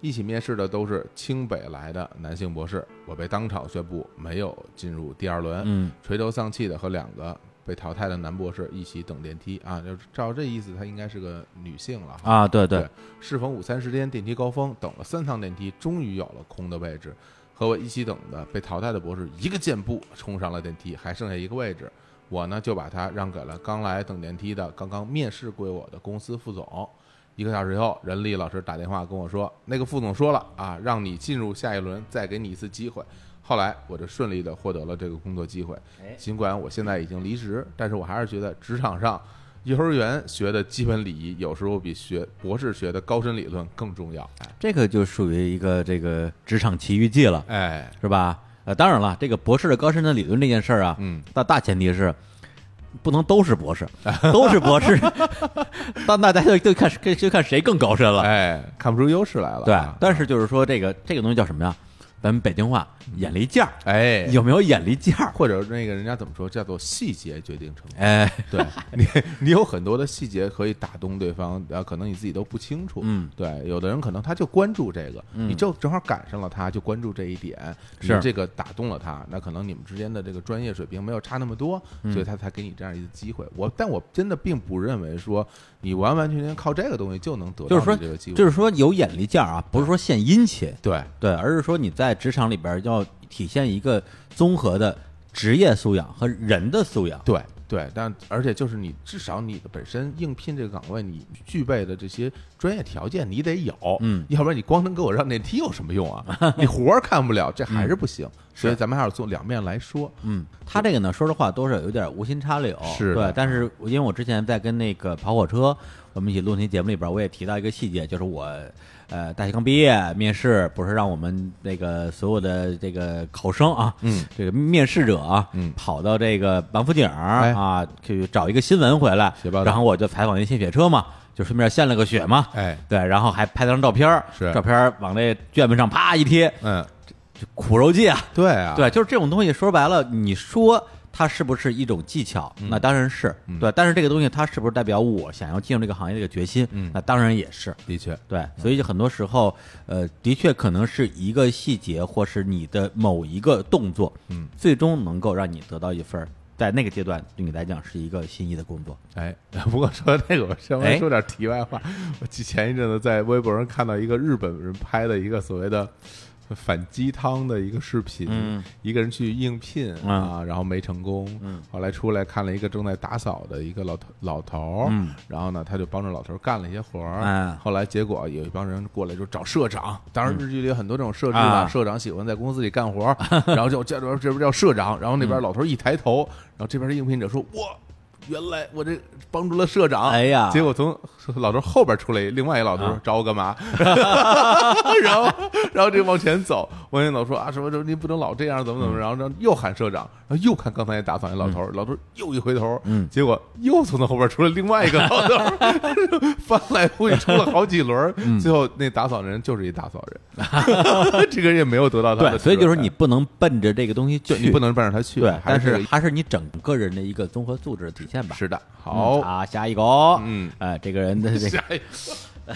B: 一起面试的都是清北来的男性博士，我被当场宣布没有进入第二轮。
A: 嗯，
B: 垂头丧气的和两个被淘汰的男博士一起等电梯啊，就是照这意思，她应该是个女性了哈。
A: 啊，对对
B: 对，适逢午餐时间，电梯高峰，等了三趟电梯，终于有了空的位置。和我一起等的被淘汰的博士一个箭步冲上了电梯，还剩下一个位置，我呢就把他让给了刚来等电梯的、刚刚面试归我的公司副总。一个小时以后，任丽老师打电话跟我说，那个副总说了啊，让你进入下一轮，再给你一次机会。后来我就顺利的获得了这个工作机会
A: 哎，
B: 尽管我现在已经离职，但是我还是觉得职场上幼儿园学的基本礼仪，有时候比学博士学的高深理论更重要。哎
A: 这个就属于一个这个职场奇遇记了，
B: 哎，
A: 是吧？呃，当然了，这个博士的高深的理论这件事儿啊，
B: 嗯，
A: 那大前提是不能都是博士， <laughs> 都是博士， <laughs> 那大家就就看就就看谁更高深了。
B: 哎，看不出优势来了。
A: 对
B: 啊，
A: 但是就是说这个这个东西叫什么呀？咱们北京话眼力劲儿，
B: 哎，
A: 有没有眼力劲儿？
B: 或者那个人家怎么说，叫做细节决定成败。
A: 哎， <laughs>
B: 对你，你有很多的细节可以打动对方，然后可能你自己都不清楚。
A: 嗯，
B: 对，有的人可能他就关注这个，你就正好赶上了他，就关注这一点，你
A: 是
B: 这个打动了他，那可能你们之间的这个专业水平没有差那么多，
A: 嗯
B: 所以他才给你这样一次机会。我，但我真的并不认为说你完完全全靠这个东西就能得到
A: 就是说
B: 你这个机会，嗯
A: 就是说有眼力劲儿啊，不是说献殷勤，
B: 对，
A: 对，而是说你在职场里边儿要体现一个综合的职业素养和人的素养。
B: 对对，但而且就是你至少你的本身应聘这个岗位，你具备的这些专业条件你得有，
A: 嗯，
B: 要不然你光能给我让电梯有什么用啊？你活儿干不了，这还是不行。所以咱们还是从两面来说，
A: 嗯，他这个呢，说实话多少有点无心插柳，
B: 是
A: 对。
B: 的
A: 但是我因为我之前在跟那个跑火车我们一起录那节目里边，我也提到一个细节，就是我呃大学刚毕业面试，不是让我们那个所有的这个考生啊，
B: 嗯，
A: 这个面试者啊，
B: 嗯哎
A: 跑到这个王府井儿啊去找一个新闻回来
B: 写报，道
A: 然后我就采访一献血车嘛，就顺便献了个血嘛。
B: 哎，
A: 对，然后还拍了张照片儿，
B: 是
A: 照片儿往那卷子上啪一贴，
B: 嗯，
A: 苦肉计啊，
B: 对啊，
A: 对，就是这种东西，说白了，你说它是不是一种技巧？
B: 嗯
A: 那当然是、对，但是这个东西它是不是代表我想要进入这个行业的一个决心？
B: 嗯
A: 那当然也是。
B: 的确，
A: 对，所以就很多时候，呃，的确可能是一个细节，或是你的某一个动作，
B: 嗯，
A: 最终能够让你得到一份儿，在那个阶段对你来讲是一个心意的工作。
B: 哎，不过说这个，我稍微
A: 哎
B: 说点题外话。我记前一阵子在微博上看到一个日本人拍的一个所谓的反鸡汤的一个视频，
A: 嗯
B: 一个人去应聘啊，然后没成功，
A: 嗯
B: 后来出来看了一个正在打扫的一个老头老头儿，
A: 嗯
B: 然后呢，他就帮着老头儿干了一些活儿，
A: 哎嗯
B: 后来结果有一帮人过来就找社长，当然日剧里有很多这种设置
A: 啊
B: 社长喜欢在公司里干活儿，然后就这边这边叫社长，然后那边
A: 嗯
B: 老头儿一抬头，然后这边的应聘者说：“哇，原来我这帮助了社长。”
A: 哎呀
B: 结果从老头儿后边出来另外一老头儿
A: 啊
B: 找我干嘛？ <laughs> 然后然后这往前走，王元老说啊什么什么，您不能老这样，怎么怎
A: 嗯
B: 么，然后然后又喊社长，然后又看刚才打扫那老头儿，老头儿又一回头，
A: 嗯
B: 结果又从他后边出来另外一个老头儿， <laughs> 翻来覆去出了好几轮儿，
A: 嗯
B: 最后那打扫的人就是一打扫 <laughs> 人，这个人也没有得到他的
A: 对，
B: 职责，
A: 所以就是你不能奔着这个东西去，
B: 就你不能让他去，
A: 对，
B: 还
A: 但
B: 是这
A: 是
B: 个
A: 它是你整个人的一个综合素质的体现吧。
B: 是的，
A: 嗯
B: <laughs> 好，
A: 啊，下一个哦，
B: 嗯
A: 呃，这个人
B: <laughs>
A: 的这个
B: 下一个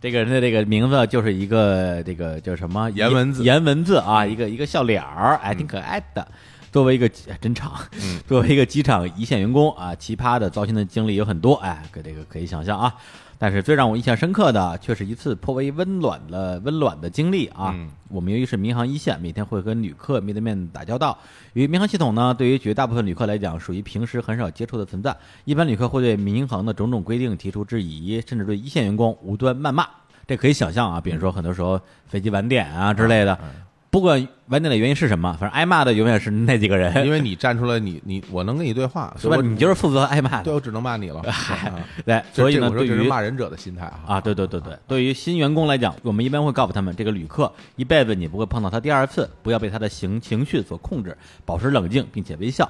A: 这个人的这个名字就是一个这个叫什么
B: 颜文字嗯
A: 颜文字啊，一个一个笑脸儿，哎，挺可爱的。作为一个哎真长，
B: 嗯
A: <laughs> 作为一个机场一线员工啊，奇葩的糟心的经历有很多，哎，可这个可以想象啊。但是最让我印象深刻的，却是一次颇为温暖的温暖的经历啊。
B: 嗯
A: 我们由于是民航一线，每天会跟旅客面对面打交道。由于民航系统呢，对于绝大部分旅客来讲，属于平时很少接触的存在。一般旅客会对民航的种种规定提出质疑，甚至对一线员工无端谩骂。这可以想象啊，比如说很多时候飞机晚点啊之类的，
B: 嗯
A: 不管晚点的原因是什么，反正挨骂的永远是那几个人，
B: 因为你站出来，你你我能跟你
A: <laughs>
B: 对话，
A: 对
B: 所
A: 吧？
B: 以我
A: 你就是负责挨骂
B: <laughs> 对
A: 的，
B: 我只能骂
A: <laughs>
B: 你了，啊
A: 对，
B: 这
A: 所以
B: 这
A: 呢，
B: 我说
A: 对
B: 这是
A: 于
B: 骂人者的心态啊
A: 啊，对对对对，对于新员工来讲，我们一般会告诉他们，这个旅客一辈子你不会碰到他第二次，不要被他的情情绪所控制，保持冷静并且微笑。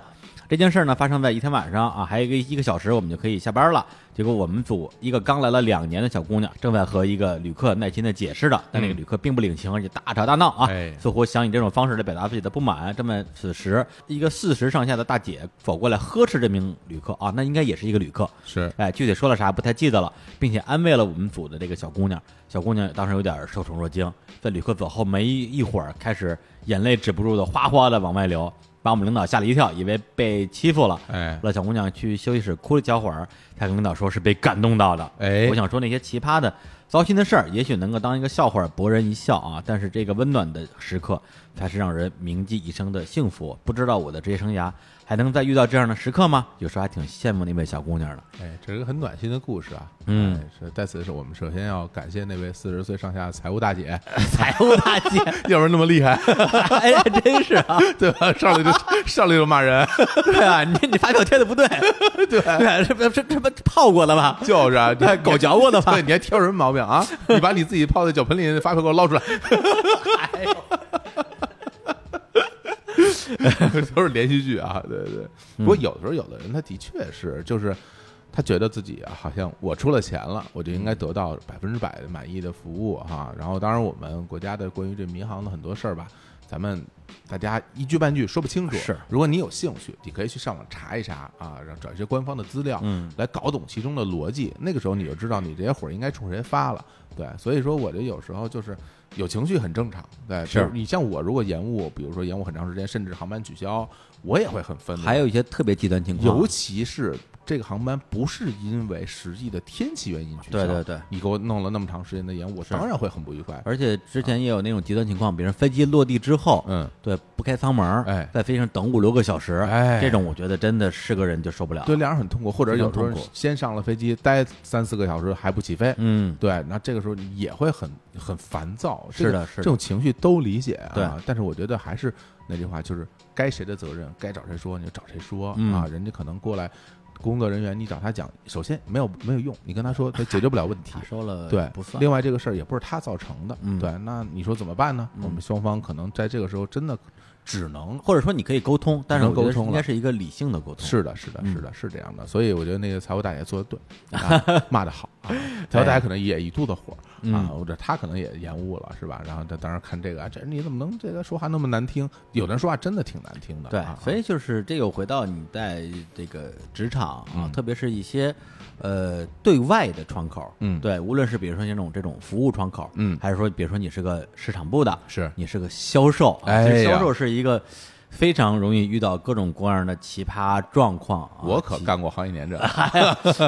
A: 这件事儿呢，发生在一天晚上啊，还有一个一个小时我们就可以下班了。结果我们组一个刚来了两年的小姑娘，正在和一个旅客耐心的解释着，但那个
B: 嗯
A: 旅客并不领情，而且大吵大闹啊，
B: 哎
A: 似乎想以这种方式来表达自己的不满。这么此时，一个四十上下的大姐走过来呵斥这名旅客啊，那应该也是一个旅客，
B: 是
A: 哎，具体说了啥不太记得了，并且安慰了我们组的这个小姑娘。小姑娘当时有点受宠若惊，在旅客走后没一会儿，开始眼泪止不住的哗哗的往外流，把我们领导吓了一跳，以为被欺负了。
B: 哎
A: 后来小姑娘去休息室哭了一小会儿，才跟领导说是被感动到的。
B: 哎
A: 我想说那些奇葩的、糟心的事儿，也许能够当一个笑话博人一笑啊，但是这个温暖的时刻，才是让人铭记一生的幸福。不知道我的职业生涯还能再遇到这样的时刻吗？有时候还挺羡慕那位小姑娘的。
B: 哎，这是个很暖心的故事啊。
A: 嗯
B: 哎，是在此是我们首先要感谢那位四十岁上下的财务大姐， <laughs>
A: 财务大 <laughs> 姐，
B: 要不然那么厉害，
A: 哎，还真是啊，
B: 对吧？上来
A: <laughs>
B: 就上来就骂人，
A: 对啊，你你发票贴的不对， <laughs> 对对，这不这这不泡过了吧？
B: 就是啊，你
A: 这
B: 还
A: 哎狗嚼过的吧
B: 对，？你还挑什么毛病啊？你把你自己泡在脚盆里的发票给我捞出来， <laughs> 都是连续剧啊，对对。不
A: 嗯
B: 过有的时候，有的人他的确是，就是他觉得自己啊，好像我出了钱了，我就应
A: 嗯
B: 该得到百分之百的满意的服务哈。然后，当然我们国家的关于这民航的很多事儿吧。咱们大家一句半句说不清楚。
A: 是
B: 如果你有兴趣，你可以去上网查一查啊，然后找一些官方的资料，
A: 嗯，
B: 来搞懂其中的逻辑。那个时候你就知道你这些火应该冲谁发了。对，所以说我这有时候就是有情绪很正常。对，
A: 是
B: 比如你像我，如果延误，比如说延误很长时间，甚至航班取消，我也会很愤怒。
A: 还有一些特别极端情况，
B: 尤其是这个航班不是因为实际的天气原因取消，
A: 对对对
B: 你给我弄了那么长时间的延误，我
A: 是
B: 当然会很不愉快。
A: 而且之前也有那种极端情况，比如飞机落地之后，
B: 嗯，
A: 对，不开舱门儿，
B: 哎
A: 在飞机上等五六个小时，
B: 哎
A: 这种我觉得真的是个人就受不了。
B: 对，两人很痛苦，或者
A: 非常
B: 有时候
A: 痛苦
B: 先上了飞机，待三四个小时还不起飞，
A: 嗯，
B: 对，那这个时候你也会很很烦躁，这
A: 是
B: 个
A: 的是的
B: 这种情绪都理解啊。
A: 对
B: 但是我觉得还是那句话，就是该谁的责任，该找谁说你就找谁说、
A: 嗯
B: 啊。人家可能过来，工作人员你找他讲，首先没有没有用，你跟他说他解决不了问题
A: 他。说了
B: 对，
A: 不算，
B: 另外，这个事儿也不是他造成的，
A: 嗯
B: 对。那你说怎么办呢？
A: 嗯
B: 我们双方可能在这个时候真的只能
A: 或者说你可以沟通，但是我觉
B: 沟
A: 得是
B: 通了
A: 应该是一个理性的沟通。
B: 是的，是的，
A: 嗯
B: 是的，是这样的。所以我觉得那个财务大姐做的
A: <laughs>
B: 对，啊骂的好啊，财务大姐可能也一肚子火啊，
A: 哎嗯
B: 或者她可能也延误了，是吧？然后她当时看这个，啊这你怎么能这个说话那么难听？有的人说话真的挺难听的，
A: 对
B: 啊，
A: 所以就是这又回到你在这个职场啊
B: 嗯，
A: 特别是一些呃对外的窗口，
B: 嗯
A: 对，无论是比如说像这种这种服务窗口，
B: 嗯
A: 还是说比如说你是个市场部的，
B: 啊是
A: 你是个销售，啊
B: 哎呀
A: 其实销售是一个非常容易遇到各种各样的奇葩状况啊，
B: 我可
A: 奇
B: 干过好几年这，
A: <laughs>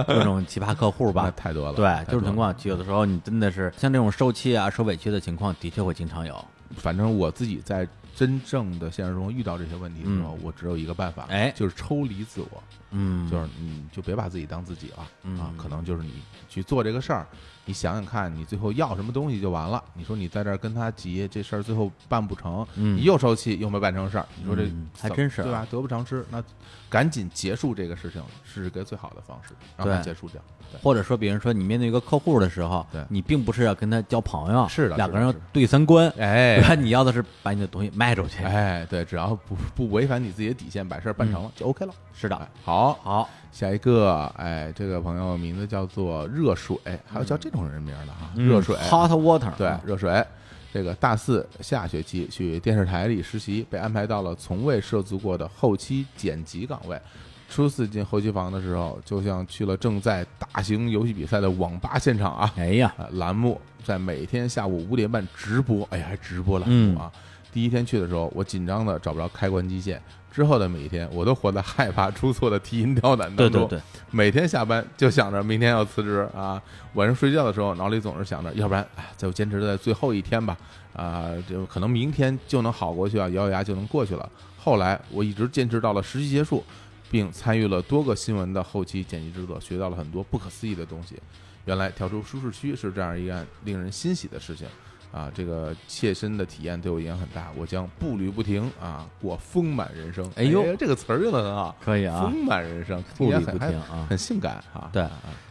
A: 各种奇葩客户
B: <laughs> 那
A: 吧。
B: 太多了，
A: 对
B: 太，
A: 这种
B: 多
A: 情
B: 了。
A: 况，有的时候你真的是像这种受气啊、受委屈的情况，的确会经常有。
B: 反正我自己在真正的现实中遇到这些问题的时候，我只有一个办法，
A: 嗯哎
B: 就是抽离自我，
A: 嗯，
B: 就是你就别把自己当自己了啊
A: 嗯，
B: 可能就是你去做这个事儿，你想想看你最后要什么东西就完了。你说你在这儿跟他急，这事儿最后办不成，
A: 嗯
B: 你又受气又没办成事儿，你说这
A: 嗯还
B: 怎么
A: 真是啊
B: 对吧？得不偿失，那赶紧结束这个事情是个最好的方式，让
A: 对
B: 它结束掉。对，
A: 或者说，比如说你面对一个客户的时候，
B: 对
A: 你并不是要跟他交朋友，
B: 是的
A: 两个
B: 是
A: 人
B: 的
A: 要
B: 是的
A: 对三观， <laughs> 对吧？
B: 哎。
A: 你要的是把你的东西卖出去，
B: 哎，对，只要不不违反你自己的底线，把事儿办成了、就 OK 了。
A: 是的
B: 哎。好，
A: 嗯好，
B: 下一个，哎，这个朋友名字叫做热水，还有叫这种人名的啊，
A: 嗯
B: 热水
A: hot water，
B: 对，热水。这个大四下学期去电视台里实习，被安排到了从未涉足过的后期剪辑岗位。初次进后期房的时候，就像去了正在大型游戏比赛的网吧现场啊！
A: 哎呀，
B: 呃，栏目在每天下午五点半直播，哎呀，还直播栏
A: 嗯
B: 目啊！第一天去的时候，我紧张的找不着开关机键，之后的每一天，我都活在害怕出错的提心吊胆当中。
A: 对对对，
B: 每天下班就想着明天要辞职啊，晚上睡觉的时候脑里总是想着，要不然哎，再坚持在最后一天吧，啊、就可能明天就能好过去啊，咬咬牙就能过去了。后来我一直坚持到了实习结束，并参与了多个新闻的后期剪辑制作，学到了很多不可思议的东西。原来跳出舒适区是这样一件令人欣喜的事情。啊，这个切身的体验对我影响很大，我将步履不停啊，过丰满人生。
A: 哎呦
B: 这个词儿用的很好，
A: 可以啊，
B: 丰满人生，
A: 步
B: 也
A: 履
B: 很
A: 不
B: 还
A: 停啊。
B: 很性感啊。
A: 对，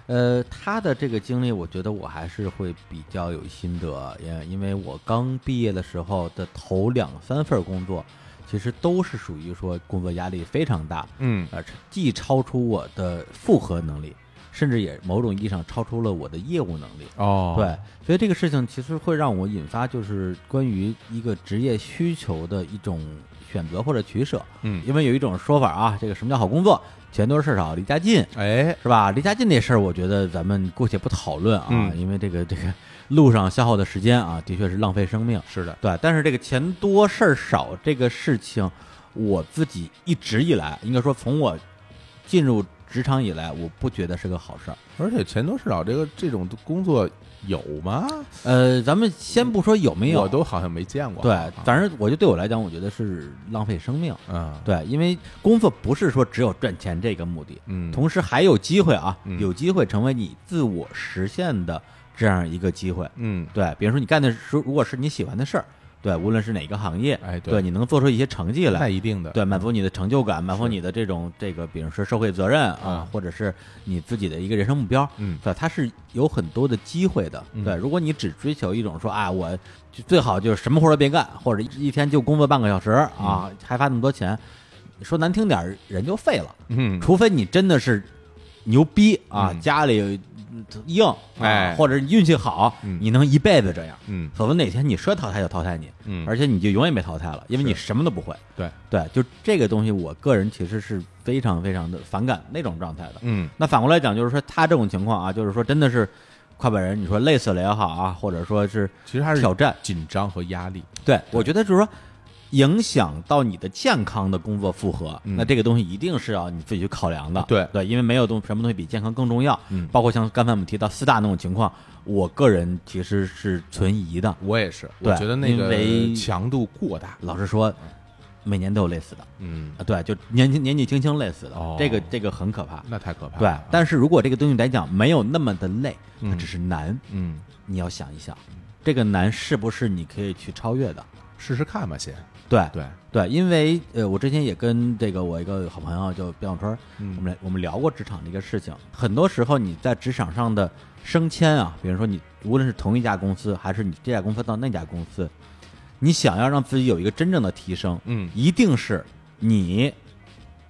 A: 呃，他的这个经历，我觉得我还是会比较有心得，因因为我刚毕业的时候的头两三份工作，其实都是属于说工作压力非常大，
B: 嗯，
A: 呃，既超出我的负荷能力，甚至也某种意义上超出了我的业务能力。
B: 哦，
A: 对，所以这个事情其实会让我引发，就是关于一个职业需求的一种选择或者取舍。
B: 嗯，
A: 因为有一种说法啊，这个什么叫好工作？钱多事儿啊少，离家近，
B: 哎，
A: 是吧？离家近这事儿，我觉得咱们姑且不讨论啊，
B: 嗯
A: 因为这个这个路上消耗的时间啊，的确是浪费生命。
B: 是的，
A: 对，但是这个钱多事儿少这个事情，我自己一直以来，应该说从我进入职场以来，我不觉得是个好事儿。
B: 而且钱多事少，这个这种工作有吗？
A: 呃，咱们先不说有没有，
B: 我都好像啊没见过。
A: 对，反正我就对我来讲，我觉得是浪费生命。
B: 嗯
A: 对，因为工作不是说只有赚钱这个目的，
B: 嗯，
A: 同时还有机会啊，
B: 嗯
A: 有机会成为你自我实现的这样一个机会。
B: 嗯
A: 对，比如说你干的是，如果是你喜欢的事儿，对，无论是哪个行业，
B: 哎对
A: 对，你能做出一些成绩来
B: 那，一定的
A: 对，满足你的成就感，满足你的这种这个，比如说社会责任啊
B: 啊，
A: 或者是你自己的一个人生目标，
B: 嗯
A: 对，它是有很多的机会的。
B: 嗯
A: 对，如果你只追求一种说啊，我就最好就是什么活儿都别干，或者一一天就工作半个小时
B: 嗯
A: 啊，还发那么多钱，说难听点儿，人就废了。
B: 嗯
A: 除非你真的是牛逼啊，
B: 嗯
A: 家里硬，啊
B: 哎
A: 或者你运气好，
B: 嗯
A: 你能一辈子这样。
B: 嗯
A: 否则哪天你说淘汰就淘汰你，
B: 嗯
A: 而且你就永远被淘汰了，因为你
B: 是
A: 什么都不会。
B: 对
A: 对，就这个东西，我个人其实是非常非常的反感那种状态的。
B: 嗯
A: 那反过来讲，就是说他这种情况啊，就是说真的是快把人，你说累死了也好啊，或者说是
B: 其实还是
A: 挑战，
B: 紧张和压力。
A: 对我觉得就是说影响到你的健康的工作负荷，
B: 嗯啊
A: 那这个东西一定是要你自己去考量的。
B: 对
A: 对，因为没有东什么东西比健康更重要。
B: 嗯
A: 包括像刚才我们提到四大那种情况，我个人其实是存疑的。
B: 我也是，
A: 对
B: 我觉得那
A: 因
B: 个
A: 为
B: 强度过大。
A: 老实说，每年都有类似的。
B: 嗯，
A: 啊，对，就年轻年纪轻轻累死的，
B: 哦嗯
A: 这个这个很可怕。
B: 那太可怕
A: 啊对
B: 了。，
A: 但是如果这个东西来讲没有那么的累，它
B: 嗯
A: 只是难，
B: 嗯，
A: 你要想一想，这个难是不是你可以去超越的？
B: 试试看吧，先。
A: 对
B: 对，
A: 对，因为呃，我之前也跟这个我一个好朋友叫边小川，
B: 嗯
A: 我们俩我们聊过职场的一个事情。很多时候你在职场上的升迁啊，比如说你无论是同一家公司，还是你这家公司到那家公司，你想要让自己有一个真正的提升，
B: 嗯
A: 一定是你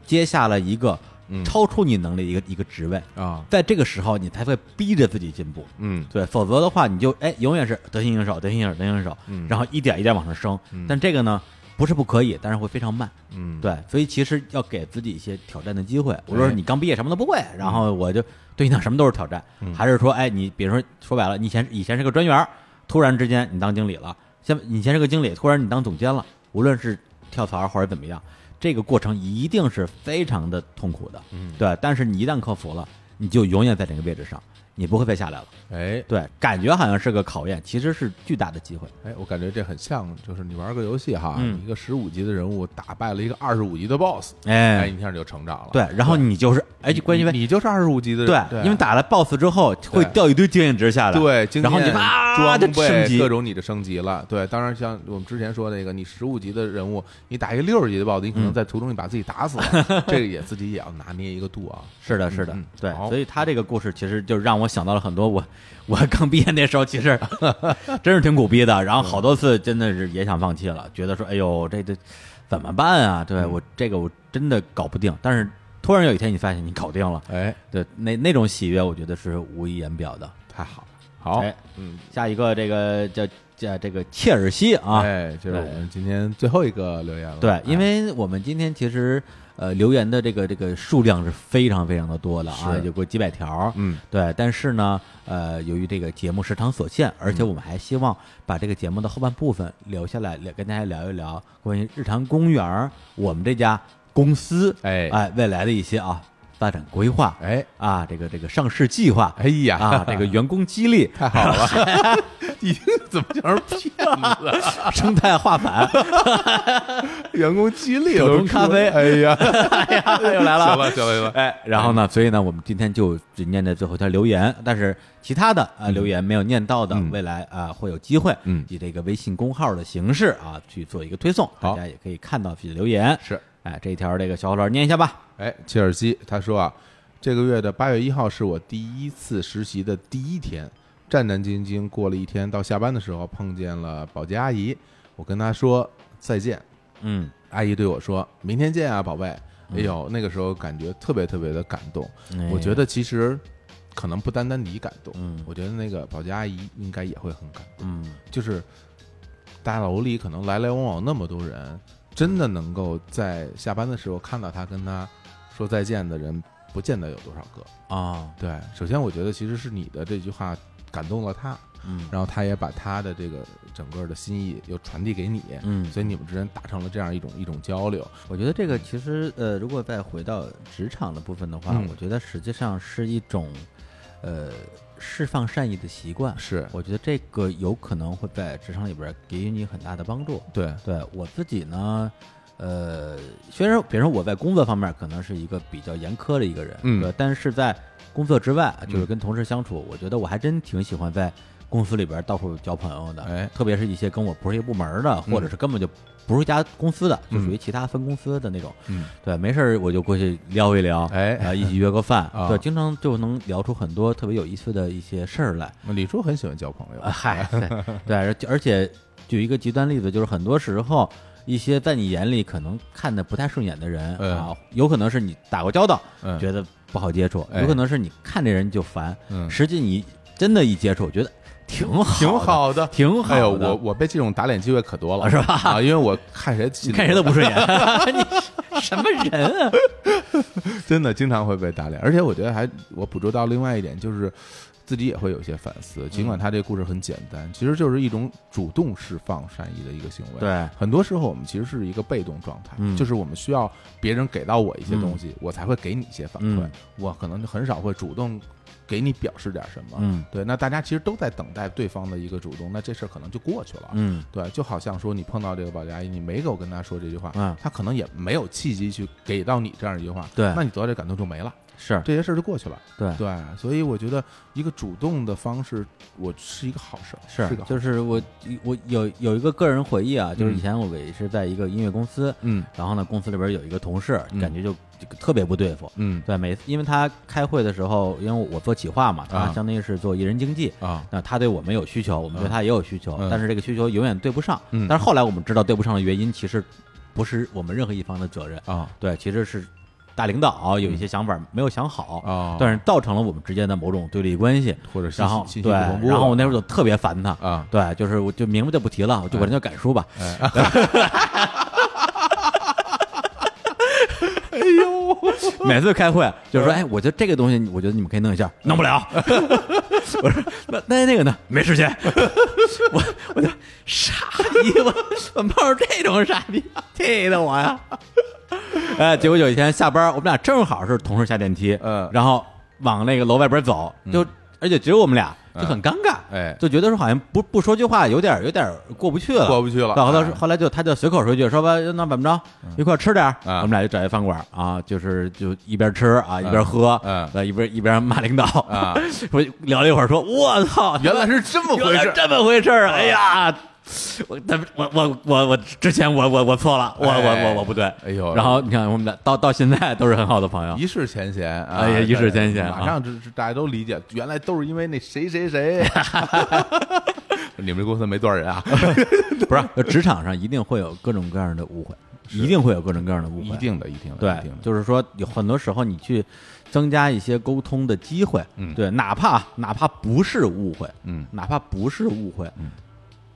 A: 接下了一个
B: 嗯
A: 超出你能力的一个、一个职位，
B: 啊，
A: 在这个时候你才会逼着自己进步。
B: 嗯
A: 对，否则的话，你就哎，永远是得心应手，得心应手，得心应手，
B: 嗯
A: 然后一点一点往上升。但这个呢，不是不可以，但是会非常慢。
B: 嗯，
A: 对，所以其实要给自己一些挑战的机会。无论
B: 哎嗯
A: 是你刚毕业什么都不会，然后我就对你讲什么都是挑战，还是说，哎，你比如说说白了，你以前以前是个专员儿，突然之间你当经理了，现在以前是个经理，突然你当总监了，无论是跳槽或者怎么样，这个过程一定是非常的痛苦的，
B: 嗯
A: 对。但是你一旦克服了，你就永远在这个位置上，你不会再下来了。
B: 哎
A: 对，感觉好像是个考验，其实是巨大的机会。
B: 哎，我感觉这很像，就是你玩个游戏哈，
A: 嗯
B: 一个十五级的人物打败了一个二十五级的 BOSS，哎，
A: 哎，
B: 一下就成长了。
A: 对，然后你就是，哎，就关键
B: 你你就是二十五级的人，
A: 对，因为打了 BOSS 之后会掉一堆经验值下来，
B: 对，经
A: 然后你
B: 验
A: 哇
B: 装
A: 就升
B: 备
A: 级
B: 各，种你的升级了。对，当然像我们之前说那个，你十五级的人物，你打一个六十级的 BOSS，你可能
A: 嗯
B: 在途中你把自己打死了，
A: <laughs>
B: 这个也自己也要拿捏一个度啊。
A: 是的，是的
B: 嗯，
A: 对，
B: 好
A: 所以他这个故事其实就让我想到了很多我 <laughs> 我刚毕业那时候，其
B: <laughs>
A: 实真是挺苦逼的，然后好多次真的是也想放弃
B: 嗯
A: 了，觉得说哎呦这这怎么办啊？对我这个我真的搞不定，但是突然有一天你发现你搞定了，
B: 哎，
A: 对，那那种喜悦我觉得是无以言表的。
B: 太好了，好，
A: 哎
B: 嗯，
A: 下一个这个叫叫这个切尔西啊，
B: 哎，这是我们今天最后一个留言了。哎
A: 对，因
B: 为
A: 为我们今天其实呃留言的这个这个数量是非常非常的多的啊，
B: 是
A: 有过几百条儿。
B: 嗯，
A: 对，但是呢，呃，由于这个节目时长所
B: 嗯
A: 限，而且我们还希望把这个节目的后半部分留下来，聊跟大家聊一聊关于日坛公园儿我们这家公司，
B: 哎
A: 哎，未来的一些啊发展规划，
B: 哎，
A: 啊，这个这个上市计划，
B: 哎呀，、
A: 啊，这个员工激励
B: <laughs> 太好了，
A: <laughs>
B: 已经怎么成骗子？
A: 生态化反，
B: <laughs> 员工激励
A: 手
B: 都
A: 冲
B: 出
A: 咖啡
B: 哎呀，
A: 哎呀， <laughs> 又来了，
B: 行吧，行吧，行吧，
A: <laughs> 哎，然后呢，所以呢，我们今天就只念的最后一条留言，但是其他的啊、呃留言没有念到的，
B: 嗯
A: 未来啊、会有机会
B: 嗯
A: 以这个微信公号的形式啊去做一个推送，
B: 好
A: 大家也可以看到自己的留言。
B: 是。
A: 哎，这一条这个小伙老师念一下吧。
B: 哎，切尔西，他说啊，这个月的八月一号是我第一次实习的第一天，战战兢兢过了一天，到下班的时候碰见了保洁阿姨，我跟她说再见，
A: 嗯，
B: 阿姨对我说明天见啊，宝贝。哎呦，那个时候感觉特别特别的感动，我觉得其实可能不单单你感动，
A: 哎嗯
B: 我觉得那个保洁阿姨应该也会很感动，
A: 嗯
B: 就是大楼里可能来来往往那么多人，真的能够在下班的时候看到他跟他说再见的人，不见得有多少个。
A: 啊、
B: 对，首先我觉得其实是你的这句话感动了他，
C: 嗯
B: 然后他也把他的这个整个的心意又传递给你，
C: 嗯，
B: 所以你们之间达成了这样一种一种交流。
A: 我觉得这个其实呃，如果再回到职场的部分的话，
B: 嗯
A: 我觉得实际上是一种呃释放善意的习惯。
B: 是
A: 我觉得这个有可能会在职场里边给予你很大的帮助。
B: 对，
A: 对我自己呢，呃，虽然比如说我在工作方面可能是一个比较严苛的一个人，
B: 嗯
A: 对，但是在工作之外，就是
B: 嗯
A: 跟同事相处，我觉得我还真挺喜欢在公司里边到处交朋友的，
B: 哎，嗯
A: 特别是一些跟我不是一部门的，或者是根本就不是一家公司的，就属于其他分公司的那种，
B: 嗯，
A: 对，没事儿我就过去撩一撩，
B: 哎
A: 啊，一起约个饭，
B: <laughs> 啊
A: 对，经常就能聊出很多特别有意思的一些事儿来。
B: 李叔很喜欢交朋友
A: 啊，， <laughs> 嗨，对对，而且而且举一个极端例子，就是很多时候一些在你眼里可能看的不太顺眼的人
B: 嗯
A: 啊，有可能是你打过交道，
B: 嗯，
A: 觉得不好接触；
B: 哎
A: 有可能是你看这人就烦，
B: 嗯
A: 实际你真的一接触，觉得挺好，
B: 挺，好的。
A: 挺
B: 哎呦，
A: 好
B: 我
A: 的，
B: 我被这种打脸机会可多了，
A: 是吧
B: 啊，因为我看谁
A: 你看谁都不顺眼， <laughs> 你什么人
B: <laughs>
A: 啊？
B: 真的经常会被打脸，而且我觉得还我捕捉到另外一点就是。自己也会有一些反思，尽管他这个故事很简单，其实就是一种主动释放善意的一个行
A: 嗯
B: 为。，
A: 对，
B: 很多时候我们其实是一个被动状态，
A: 嗯
B: 就是我们需要别人给到我一些东西，我才会给你一些反馈。
A: 嗯
B: 我可能很少会主动给你表示点什么。
A: 嗯
B: 对，那大家其实都在等待对方的一个主动，那这事儿可能就过去了。
A: 嗯
B: 对，就好像说你碰到这个保洁阿姨，你没给我跟她说这句话，
A: 嗯
B: 她可能也没有契机去给到你这样一句话，
A: 对
B: 那你得到这感动就没了，
A: 是
B: 这些事儿就过去了。
A: 对
B: 对，所以我觉得一个主动的方式，我是一个好事儿，
A: 是
B: 是个，好事儿
A: 就是我我有有一个个人回忆啊，就是
B: 嗯
A: 以前我也是在一个音乐公司，
B: 嗯
A: 然后呢，公司里边有一个同事，
B: 嗯
A: 感觉就就特别不对付。
B: 嗯
A: 对，每次因为他开会的时候，因为我做企划嘛，他
B: 啊
A: 相当于是做艺人经济。
B: 啊
A: 那他对我们有需求，我们对他也有需求，
B: 嗯
A: 但是这个需求永远对不上。
B: 嗯
A: 但是后来我们知道对不上的原因，其实不是我们任何一方的责任，
B: 啊
A: 对，其实是大领导有一
B: 嗯
A: 些想法没有想好，
B: 啊，
A: 但是造成了我们之间的某种对立关系。
B: 或者信
A: 然
B: 息
A: 后
B: 信息
A: 对，
B: 不同步
A: 然后我那时候就特别烦他，
B: 啊，
A: 对，就是我就名字就不提了，我就管他叫赶叔吧。
B: 哎呦，
A: <laughs> 每次开会就说，哎，我觉得这个东西，我觉得你们可以弄一下，弄不了。 <laughs> 我说那那那个呢？没时间。 <laughs> 我我就傻逼，我我冒着这种傻逼，气得我呀！哎，结果有一天下班，我们俩正好是同时下电梯，
B: 嗯
A: 然后往那个楼外边走，就、而且只有我们俩，就很尴尬，
B: 哎
A: 就觉得说好像不不说句话，有点有点过不去了，嗯
B: 过不去了
A: 然后到
B: 哎
A: 后来就他就随口说一句，说吧，那怎么着，一块儿吃点儿。我
B: 啊
A: 们俩就找一饭馆啊，就是就一边吃啊，一边喝，
B: 嗯
A: 呃，一边一边骂领导
B: 啊。
A: <laughs> 我聊了一会儿，说，我操，
B: 原来是这么
A: 原
B: 回
A: 来
B: 事，
A: 这么回事儿啊！哎呀，我咱们我我我我之前我我我错了，我我我我不对。
B: 哎呦
A: 然后你看我们俩到到现在都是很好的朋友，
B: 一世前嫌啊！
A: 哎呀一世前嫌
B: 马上这这大家都理解，原来都是因为那谁
A: <laughs>
B: 谁谁。你们这公司没多少人啊？
A: 不是职场上一定会有各种各样的误会，一定会有各种各样的误会，
B: 一定的，一定的，
A: 对
B: 一定，的。
A: 就是说有很多时候你去增加一些沟通的机会，
B: 嗯
A: 对，哪怕哪怕不是误会，
B: 嗯
A: 哪怕不是误会，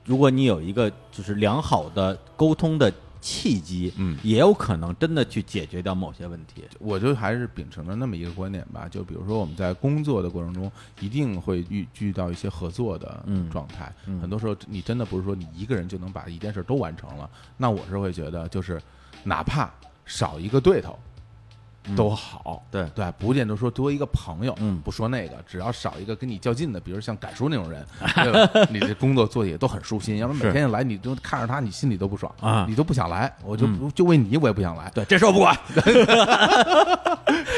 A: 如果你有一个就是良好的沟通的契机，
B: 嗯
A: 也有可能真的去解决掉某些问题。
B: 我就还是秉承着那么一个观点吧，就比如说我们在工作的过程中，一定会遇遇到一些合作的
A: 嗯
B: 状态。
A: 嗯
B: 很多时候，你真的不是说你一个人就能把一件事都完成了。那我是会觉得，就是哪怕少一个对头，都好。
A: 嗯对
B: 对，不见得说多一个朋友，
A: 嗯
B: 不说那个，只要少一个跟你较劲的，比如像赶叔那
A: <laughs>
B: 种人，对吧？你这工作做的也都很舒心，要不然每
A: 是
B: 天来你就看着他，你心里都不爽
A: 啊嗯
B: 你都不想来，我就不、就为你我也不想来，
A: 对，这事我不 <laughs> 管，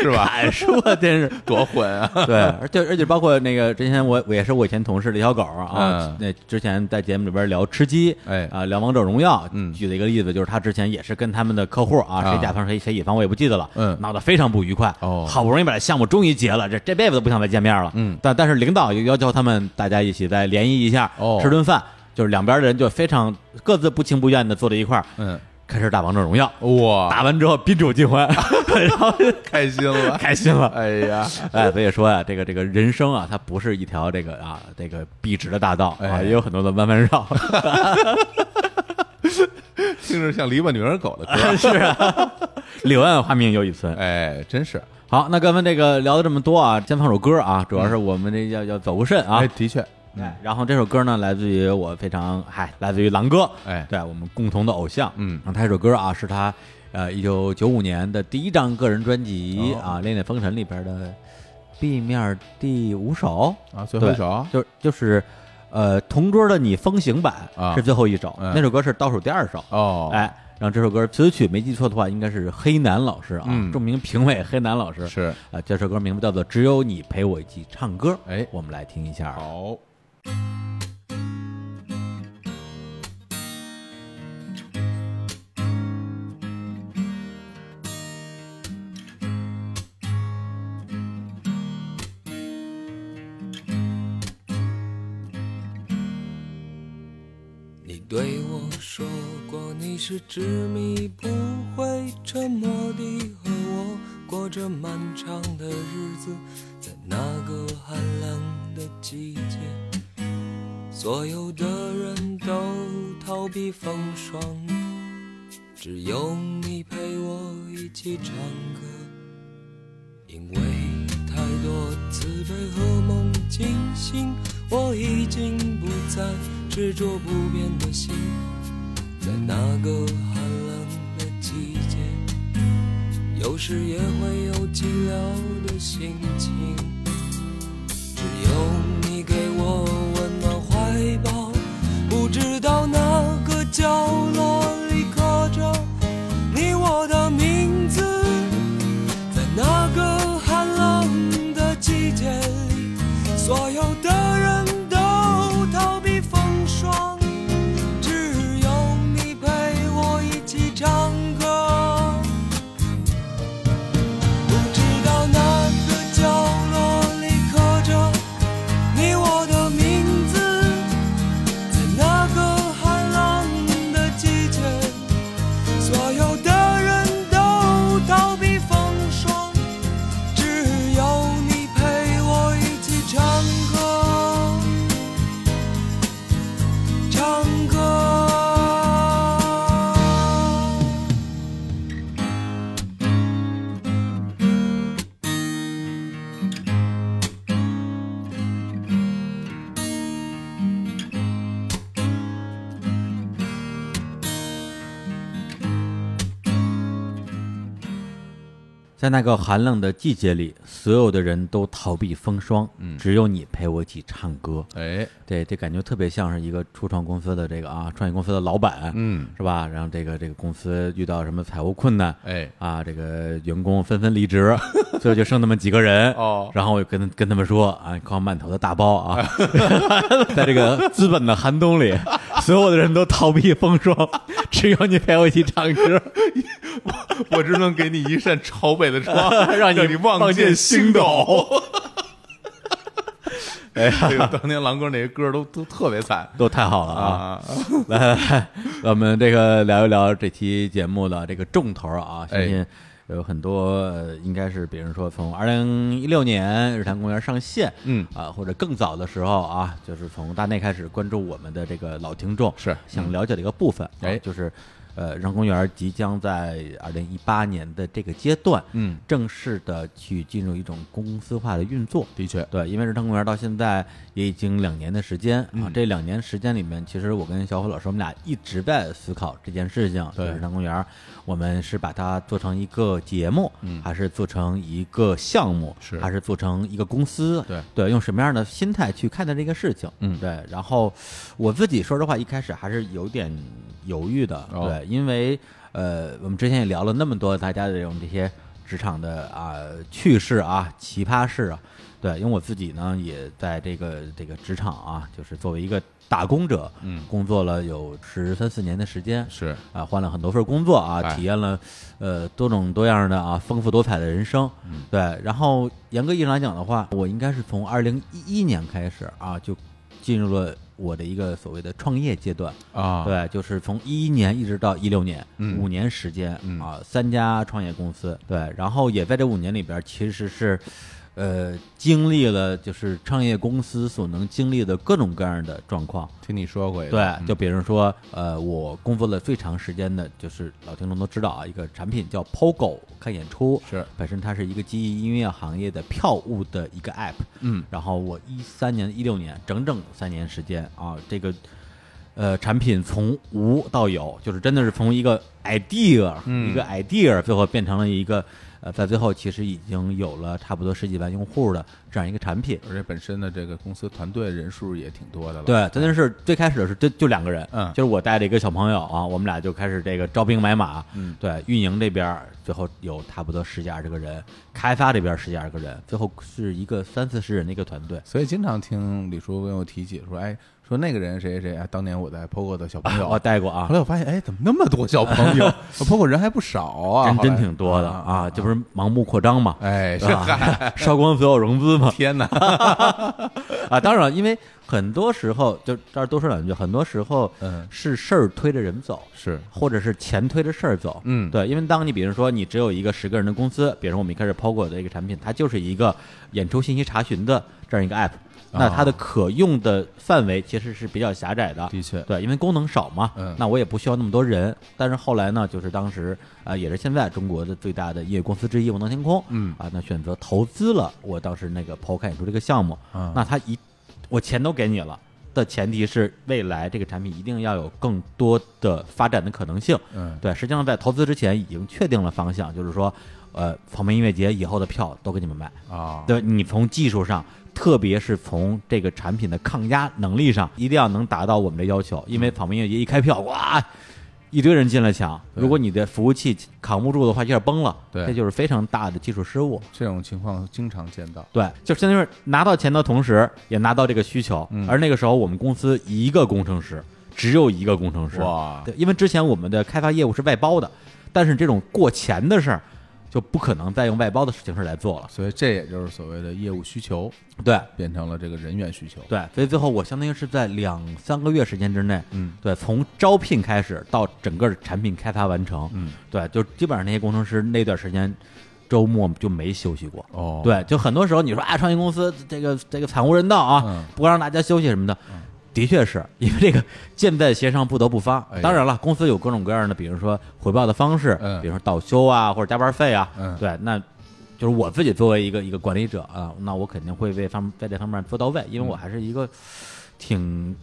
B: 是吧？
A: 敢说真是。
B: 多混啊！ <laughs>
A: 对，而且而且包括那个之前我我也是我以前同事的小狗啊
B: 嗯，
A: 那、之前在节目里边聊吃鸡，
B: 哎
A: 啊、聊王者荣耀，
B: 嗯
A: 举了一个例子，就是他之前也是跟他们的客户啊，
B: 啊
A: 谁甲方谁谁乙方我也不记得了，
B: 嗯
A: 闹得非常不愉快，
B: 哦
A: 好不容易把这项目终于结了，这这辈子都不想再见面了，
B: 嗯
A: 但但是领导又要求他们大家一起再联谊一下，
B: 哦
A: 吃顿饭，就是两边的人就非常各自不情不愿的坐在一块儿，
B: 嗯，
A: 开始打王者荣耀，
B: 哇，
A: 打完之后宾主尽欢， <laughs> 然后就
B: 开心了！
A: 开心
B: <laughs>
A: 了，
B: 哎呀，
A: 哎，所以说啊，这个这个人生啊，它不是一条这个啊这个笔直的大道啊，
B: 哎
A: 也有很多的弯弯绕。 <laughs>
B: 听着像篱笆女人狗的歌，
A: 是啊，柳暗花明又一村。
B: 哎，真是。
A: 好，那咱们这个聊了这么多啊，先放首歌啊，主要是我们这要要走个肾啊
B: 哎，。的确，
A: 哎然后这首歌呢，来自于我非常嗨，来自于狼哥，
B: 哎
A: 对我们共同的偶像，
B: 嗯
A: 然后他这首歌啊，是他呃一九九五年的第一张个人专辑、
B: 哦
A: 啊，《恋恋风尘》里边的 B 面第五首，
B: 啊，最后一
A: 对
B: 首啊
A: 就就是呃同桌的你风行版
B: 啊
A: 是最后一首，
B: 嗯
A: 那首歌是倒数第二首，
B: 哦，
A: 哎，然后这首歌词曲没记错的话，应该是黑楠老师啊，
B: 嗯
A: 著名评委黑楠老师
B: 是
A: 啊，这首歌名字叫做《只有你陪我一起唱歌》，
B: 哎
A: 我们来听一下啊。
B: 好，
D: 你对我说过你是执迷不悔，沉默地和我过着漫长的日子，在那个寒冷的季节，所有的人都逃避风霜，只有你陪我一起唱歌。因为太多慈悲和梦惊醒，我已经不再执着不变的心，在那个寒冷的季节，有时也会有寂寥的心情。只有你给我温暖怀抱，不知道哪个角落里刻着你我的名字。在那个寒冷的季节里，所有的人都逃避风霜，只有你陪我一起唱歌。不知道哪个角落里刻着你我的名字，在那个寒冷的季节里。所有的人都逃避风霜，只有你陪我一起唱歌，唱歌。
A: 在那个寒冷的季节里，所有的人都逃避风霜，
B: 嗯
A: 只有你陪我一起唱歌。
B: 哎，
A: 对，这感觉特别像是一个初创公司的这个啊，创业公司的老板，
B: 嗯，
A: 是吧？然后这个这个公司遇到什么财务困难，
B: 哎，
A: 啊，这个员工纷纷离职， <laughs> 最后就剩那么几个人。
B: 哦
A: 然后我就跟跟他们说啊，你靠满头的大包啊， <laughs> 在这个资本的寒冬里，所有的人都逃避风霜，只有你陪我一起唱歌，
B: <laughs> 我只能给你一扇朝北的窗， <laughs> 让
A: 你
B: 望
A: 望见
B: 星斗。 <laughs> 哎呀，当年狼哥那些歌都都特别惨
A: 都太好了啊！
B: 啊！
A: <laughs> 来来来，我们这个聊一聊这期节目的这个重头啊，相
B: 哎
A: 信有很多、呃应该是，比如说从二零一六年日坛公园上线，
B: 嗯
A: 啊，或者更早的时候啊，就是从大内开始关注我们的这个老听众，
B: 是
A: 想了解的一个部分，啊
B: 哎
A: 就是。呃，日坛公园即将在二零一八年的这个阶段，
B: 嗯，
A: 正式的去进入一种公司化的运作，
B: 的确，
A: 对，因为日坛公园到现在也已经两年的时间啊，
B: 嗯
A: 这两年时间里面，其实我跟小虎老师，我们俩一直在思考这件事情。
B: 对
A: 就是日坛公园，我们是把它做成一个节目，还是做成一个项目，
B: 嗯是
A: 还是做成一个公司？
B: 对
A: 对，用什么样的心态去看待这个事情？
B: 嗯
A: 对。然后我自己说实话，一开始还是有点犹豫的，
B: 哦
A: 对，因为呃，我们之前也聊了那么多大家的这种这些职场的啊、趣事啊、奇葩事啊，对，因为我自己呢也在这个这个职场啊，就是作为一个打工者，
B: 嗯
A: 工作了有十三四年的时间，
B: 是
A: 啊，换了很多份工作啊，
B: 哎
A: 体验了呃多种多样的啊丰富多彩的人生。
B: 嗯
A: 对，然后严格意义上来讲的话，我应该是从二零一一年开始啊，就进入了我的一个所谓的创业阶段。
B: 啊，
A: 对，就是从一一年一直到一六年，
B: 嗯
A: 五年时间
B: 嗯
A: 啊，三家创业公司。对，然后也在这五年里边，其实是。呃，经历了就是创业公司所能经历的各种各样的状况。
B: 听你说过嗯一个，
A: 对，就比如说，呃，我工作了最长时间的，就是老听众都知道啊，一个产品叫 POGO 看演出，
B: 是
A: 本身它是一个基于音乐行业的票务的一个 app，
B: 嗯，
A: 然后我一三年、一六年整整三年时间啊，这个呃产品从无到有，就是真的是从一个 idea、一
B: 嗯
A: 个 idea，最后变成了一个呃，在最后其实已经有了差不多十几万用户的这样一个产品。
B: 而且本身的这个公司团队人数也挺多的了，，
A: 对，真的是最开始的是就就两个人，
B: 嗯
A: 就是我带着一个小朋友啊，我们俩就开始这个招兵买马，
B: 嗯，
A: 对，运营这边儿最后有差不多十几二十个人，开发这边儿十几二十个人，最后是一个三四十人的一个团队。
B: 所以经常听李叔跟我提起说，哎，说那个人谁谁谁，哎，当年我在 POGO 的小朋友，
A: 我带过啊
B: 后，来我发现，哎，怎么那么多
A: <laughs>
B: 小朋友？POGO 人还不少啊，
A: 真
B: 后来
A: 真挺多啊的啊，这不是盲目扩张嘛，
B: 哎，是
A: 是
B: <laughs>
A: 吧？烧光所有融资嘛，
B: 天哪，
A: 啊，当然了，因为很多时候就这儿多说两句，很多时候
B: 嗯
A: 是事儿推着人走，
B: 是，
A: 或 <laughs> 者是钱推着事儿走，
B: 嗯
A: 对，因为当你比如说你只有一个十个人的公司，比如说我们一开始抛过的一个产品，它就是一个演出信息查询的这样
B: 啊
A: 一个 app，那它的可用的范围其实是比较狭窄的，
B: 的确，
A: 对，因为功能少嘛，
B: 嗯
A: 那我也不需要那么多人。但是后来呢，就是当时啊、呃也是现在中国的最大的音乐公司之一文能天空，
B: 嗯
A: 啊，那选择投资了我当时那个抛开演出这个项目，
B: 嗯
A: 那他一我钱都给你了。的前提是未来这个产品一定要有更多的发展的可能性。
B: <laughs> 嗯
A: 对，实际上在投资之前已经确定了方向，就是说，呃，草莓音乐节以后的票都给你们买，
B: 啊，
A: 对你从技术上，特别是从这个产品的抗压能力上，一定要能达到我们的要求。因为草莓音乐节一开票，哇，一堆人进来抢，
B: 对
A: 如果你的服务器扛不住的话，有点崩了。
B: 对
A: 这就是非常大的技术失误。
B: 这种情况经常见到，
A: 对，就相当于是拿到钱的同时，也拿到这个需求。
B: 嗯
A: 而那个时候，我们公司一个工程师，只有一个工程师。
B: 哇
A: 对，因为之前我们的开发业务是外包的，但是这种过钱的事儿，就不可能再用外包的形式来做了。
B: 所以这也就是所谓的业务需求
A: 对，
B: 变成了这个人员需求，
A: 对，所以最后我相当于是在两三个月时间之内，
B: 嗯，
A: 对，从招聘开始到整个产品开发完成，
B: 嗯，
A: 对，就基本上那些工程师那段时间周末就没休息过。
B: 哦，，
A: 对，就很多时候你说啊，创业公司这个这个惨无人道啊，
B: 嗯
A: 不让大家休息什么的，的确是因为这个箭在弦上不得不发。
B: 哎呀
A: 当然了，公司有各种各样的，比如说回报的方式，
B: 嗯
A: 比如说倒休啊或者加班费啊，
B: 嗯
A: 对，那就是我自己作为一个一个管理者啊，那我肯定会为方在这方面做到位，因为
B: 嗯
A: 我还是一个挺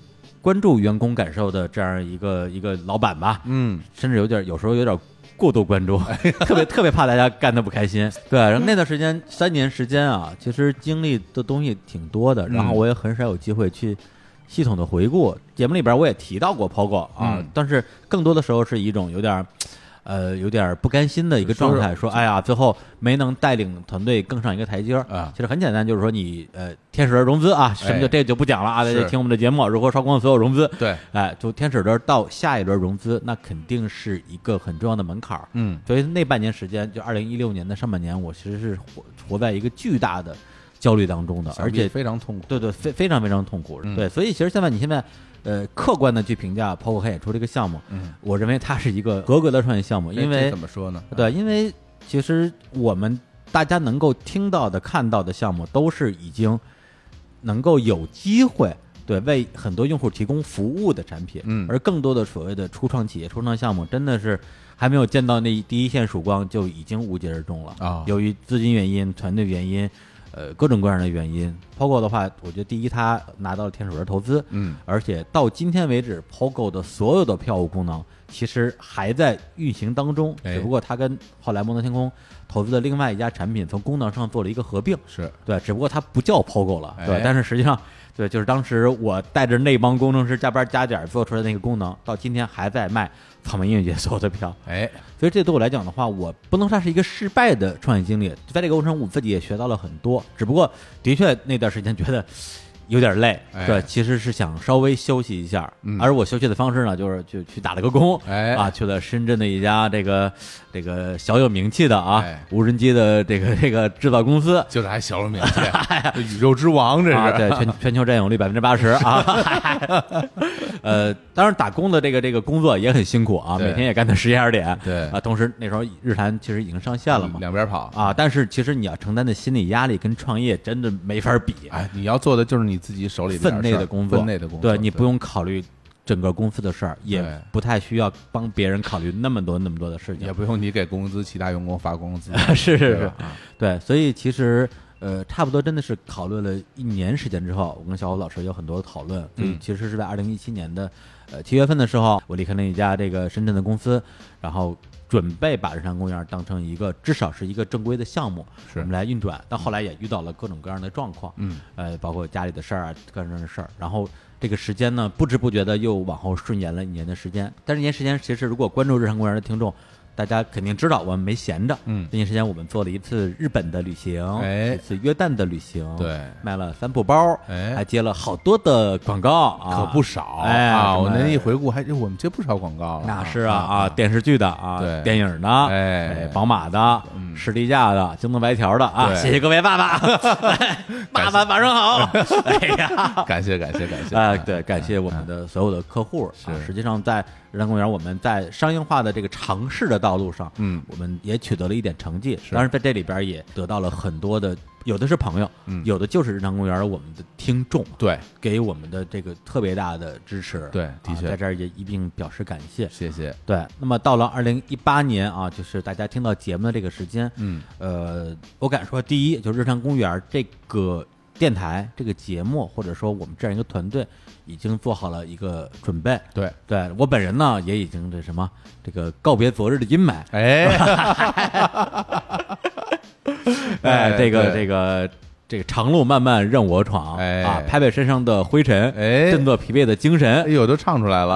A: 关注员工感受的这样一个一个老板吧，
B: 嗯，
A: 甚至有点有时候有点过度关注，
B: 哎
A: <laughs> 特别特别怕大家干的不开
B: <laughs>
A: 心。对，然后那段时间三年时间啊，其实经历的东西挺多
B: 嗯
A: 的，然后我也很少有机会去系统的回顾。节目里边我也提到过 POGO 啊，
B: 嗯
A: 但是更多的时候是一种有点。呃，有点不甘心的一个状态，说
B: 说
A: 哎呀，最后没能带领团队更上一个台阶儿
B: 啊
A: 其实很简单，就是说你呃，天使轮融资啊，什么就
B: 哎
A: 这就不讲了啊，大家
B: 是
A: 听我们的节目，如何烧光所有融资，
B: 对，
A: 哎，就天使轮到下一轮融资，那肯定是一个很重要的门槛儿。
B: 嗯，
A: 所以那半年时间，就二零一六年的上半年，我其实是活活在一个巨大的焦虑当中的，而且
B: 非常痛苦，
A: 对对非非常非常痛苦。
B: 嗯
A: 对，所以其实现在你现在呃客观的去评价包括看演出这个项目，
B: 嗯，
A: 我认为它是一个合格的创业项目，因
B: 这这
A: 为
B: 怎么说呢？
A: 对，因为其实我们大家能够听到的、看到的项目，都是已经能够有机会对为很多用户提供服务的产品。
B: 嗯
A: 而更多的所谓的初创企业、初创项目，真的是还没有见到那第一线曙光，就已经无疾而终了。
B: 啊
A: 由于资金原因、团队原因，呃，各种各样的原因，包括的话，我觉得第一，他拿到了天使轮投资，
B: 嗯，
A: 而且到今天为止，POGO 的所有的票务功能其实还在运行当中，
B: 哎
A: 只不过它跟后来摩登天空投资的另外一家产品从功能上做了一个合并，
B: 是
A: 对，只不过它不叫 POGO 了，对，
B: 哎
A: 但是实际上，对，就是当时我带着那帮工程师加班加点做出来的那个功能，到今天还在卖草莓音乐节所有的票，
B: 哎，
A: 所以这对我来讲的话，我不能算是一个失败的创业经历，在这个过程中我自己也学到了很多，只不过的确那段时间觉得。有点累，
B: 哎
A: 对，其实是想稍微休息一下，
B: 嗯
A: 而我休息的方式呢，就是就去打了个工，
B: 哎
A: 啊，去了深圳的一家这个这个小有名气的啊、
B: 哎
A: 无人机的这个这个制造公司，
B: 就是还小了名
A: <laughs>
B: 气，宇宙之王这
A: 啊，
B: <laughs> 是， <laughs>
A: 对，全全球占有率百分之八十啊， <laughs> 呃，当然打工的这个这个工作也很辛苦啊，
B: 对
A: 每天也干到十一二点。
B: 对嗯
A: 啊，同时那时候日坛其实已经上线了嘛，
B: 两边跑。
A: 啊，但是其实你要承担的心理压力跟创业真的没法比，
B: 哎，你要做的就是你自己手里这点
A: 分内
B: 事
A: 的
B: 儿
A: 工作，
B: 分内的工作，
A: 对你不用考虑整个公司的事儿，也
B: 对
A: 不太需要帮别人考虑那么多那么多的事情
B: 也。不用你给工资，其他员工发工资，
A: <laughs> 是是
B: 对
A: 是
B: 吧，啊
A: 对，所以其实呃，差不多真的是讨论了一年时间之后，我跟小虎老师有很多讨论。所以
B: 嗯
A: 其实是在二零一七年的呃七月份的时候，我离开了一家这个深圳的公司，然后准备把日坛公园当成一个至少是一个正规的项目，
B: 是
A: 我们来运转。但后来也遇到了各种各样的状况，
B: 嗯，
A: 呃，包括家里的事儿啊，各种各样的事儿，然后。这个时间呢，不知不觉的又往后顺延了一年的时间。但是一年时间，其实如果关注日坛公园的听众，大家肯定知道我们没闲着，
B: 嗯
A: 这段时间我们做了一次日本的旅行，
B: 哎
A: 一次约旦的旅行，
B: 对
A: 卖了三布包，
B: 哎
A: 还接了好多的广告啊，
B: 可不少
A: 哎
B: 啊！我
A: 什么
B: 那一回顾，还我们接不少广告了，
A: 那是啊啊，电视剧的啊，
B: 对
A: 电影的，
B: 哎嗯
A: 宝马的，士力架的，京东白条的啊，
B: 对
A: 谢谢各位爸
B: <laughs>
A: 爸，哎爸爸晚上好，哎呀。
B: <laughs> 感谢感谢感谢 <laughs> 啊
A: 哎，对，感谢我们的所有的客户。啊
B: 是
A: 实际上在日坛公园，我们在商业化的这个尝试的道路上，
B: 嗯
A: 我们也取得了一点成绩。当然，在这里边也得到了很多的，有的是朋友，
B: 嗯
A: 有的就是日坛公园我们的听众，
B: 对，
A: 给我们的这个特别大的支持。
B: 对
A: 啊
B: 的确
A: 在这儿也一并表示感谢。
B: 谢谢，
A: 对，那么到了二零一八年啊，就是大家听到节目的这个时间，
B: 嗯，
A: 呃，我敢说，第一，就是日常公园这个电台、这个节目，或者说我们这样一个团队，已经做好了一个准备。
B: 对，
A: 对我本人呢，也已经这什么，这个告别昨日的阴
B: <laughs>
A: 霾，
B: 哎，
A: 哎，
B: 哎
A: 这个
B: 对
A: 这个这个长路漫漫任我闯，
B: 哎
A: 啊，拍拍身上的灰尘，
B: 哎
A: 振作疲惫的精
B: 哎
A: 神，
B: 呦，都唱出来了，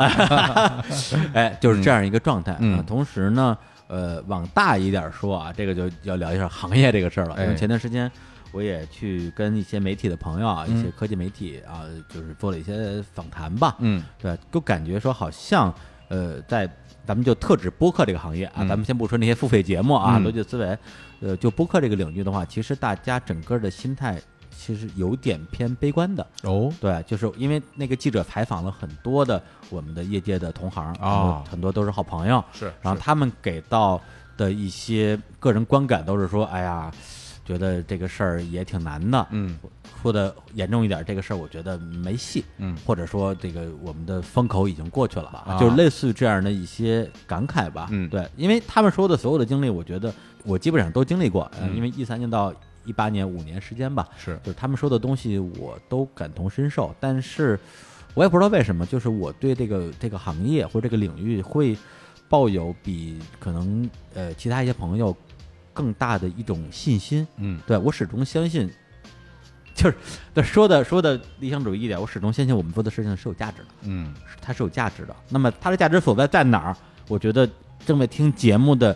A: <laughs> 哎，就是这样一个状态。
B: 嗯
A: 啊同时呢，呃，往大一点说啊，这个就要聊一下行业这个事儿了，因为
B: 哎
A: 前段时间。我也去跟一些媒体的朋友啊，一些科技媒体啊，就是做了一些访谈吧，
B: 嗯，
A: 对，就感觉说好像呃，在咱们就特指播客这个行业啊，咱们先不说那些付费节目啊，
B: 嗯
A: 逻辑思维，呃，就播客这个领域的话，其实大家整个的心态其实有点偏悲观的。
B: 哦，
A: 对，就是因为那个记者采访了很多的我们的业界的同行
B: 啊
A: 很多都是好朋友，
B: 是
A: 然后他们给到的一些个人观感都是说，哎呀，觉得这个事儿也挺难的，
B: 嗯，
A: 说的严重一点，这个事儿我觉得没戏，
B: 嗯
A: 或者说这个我们的风口已经过去了吧，
B: 啊
A: 就是类似于这样的一些感慨吧，
B: 嗯
A: 对，因为他们说的所有的经历，我觉得我基本上都经历过，
B: 嗯
A: 呃因为一三年到一八年五年时间吧，
B: 是
A: 就是他们说的东西我都感同身受，但是我也不知道为什么，就是我对这个这个行业或者这个领域会抱有比可能呃其他一些朋友更大的一种信心。
B: 嗯，
A: 对我始终相信，就是对说的说的理想主义一点，我始终相信我们做的事情是有价值的，
B: 嗯，
A: 是它是有价值的。那么它的价值所在在哪儿？我觉得正在听节目的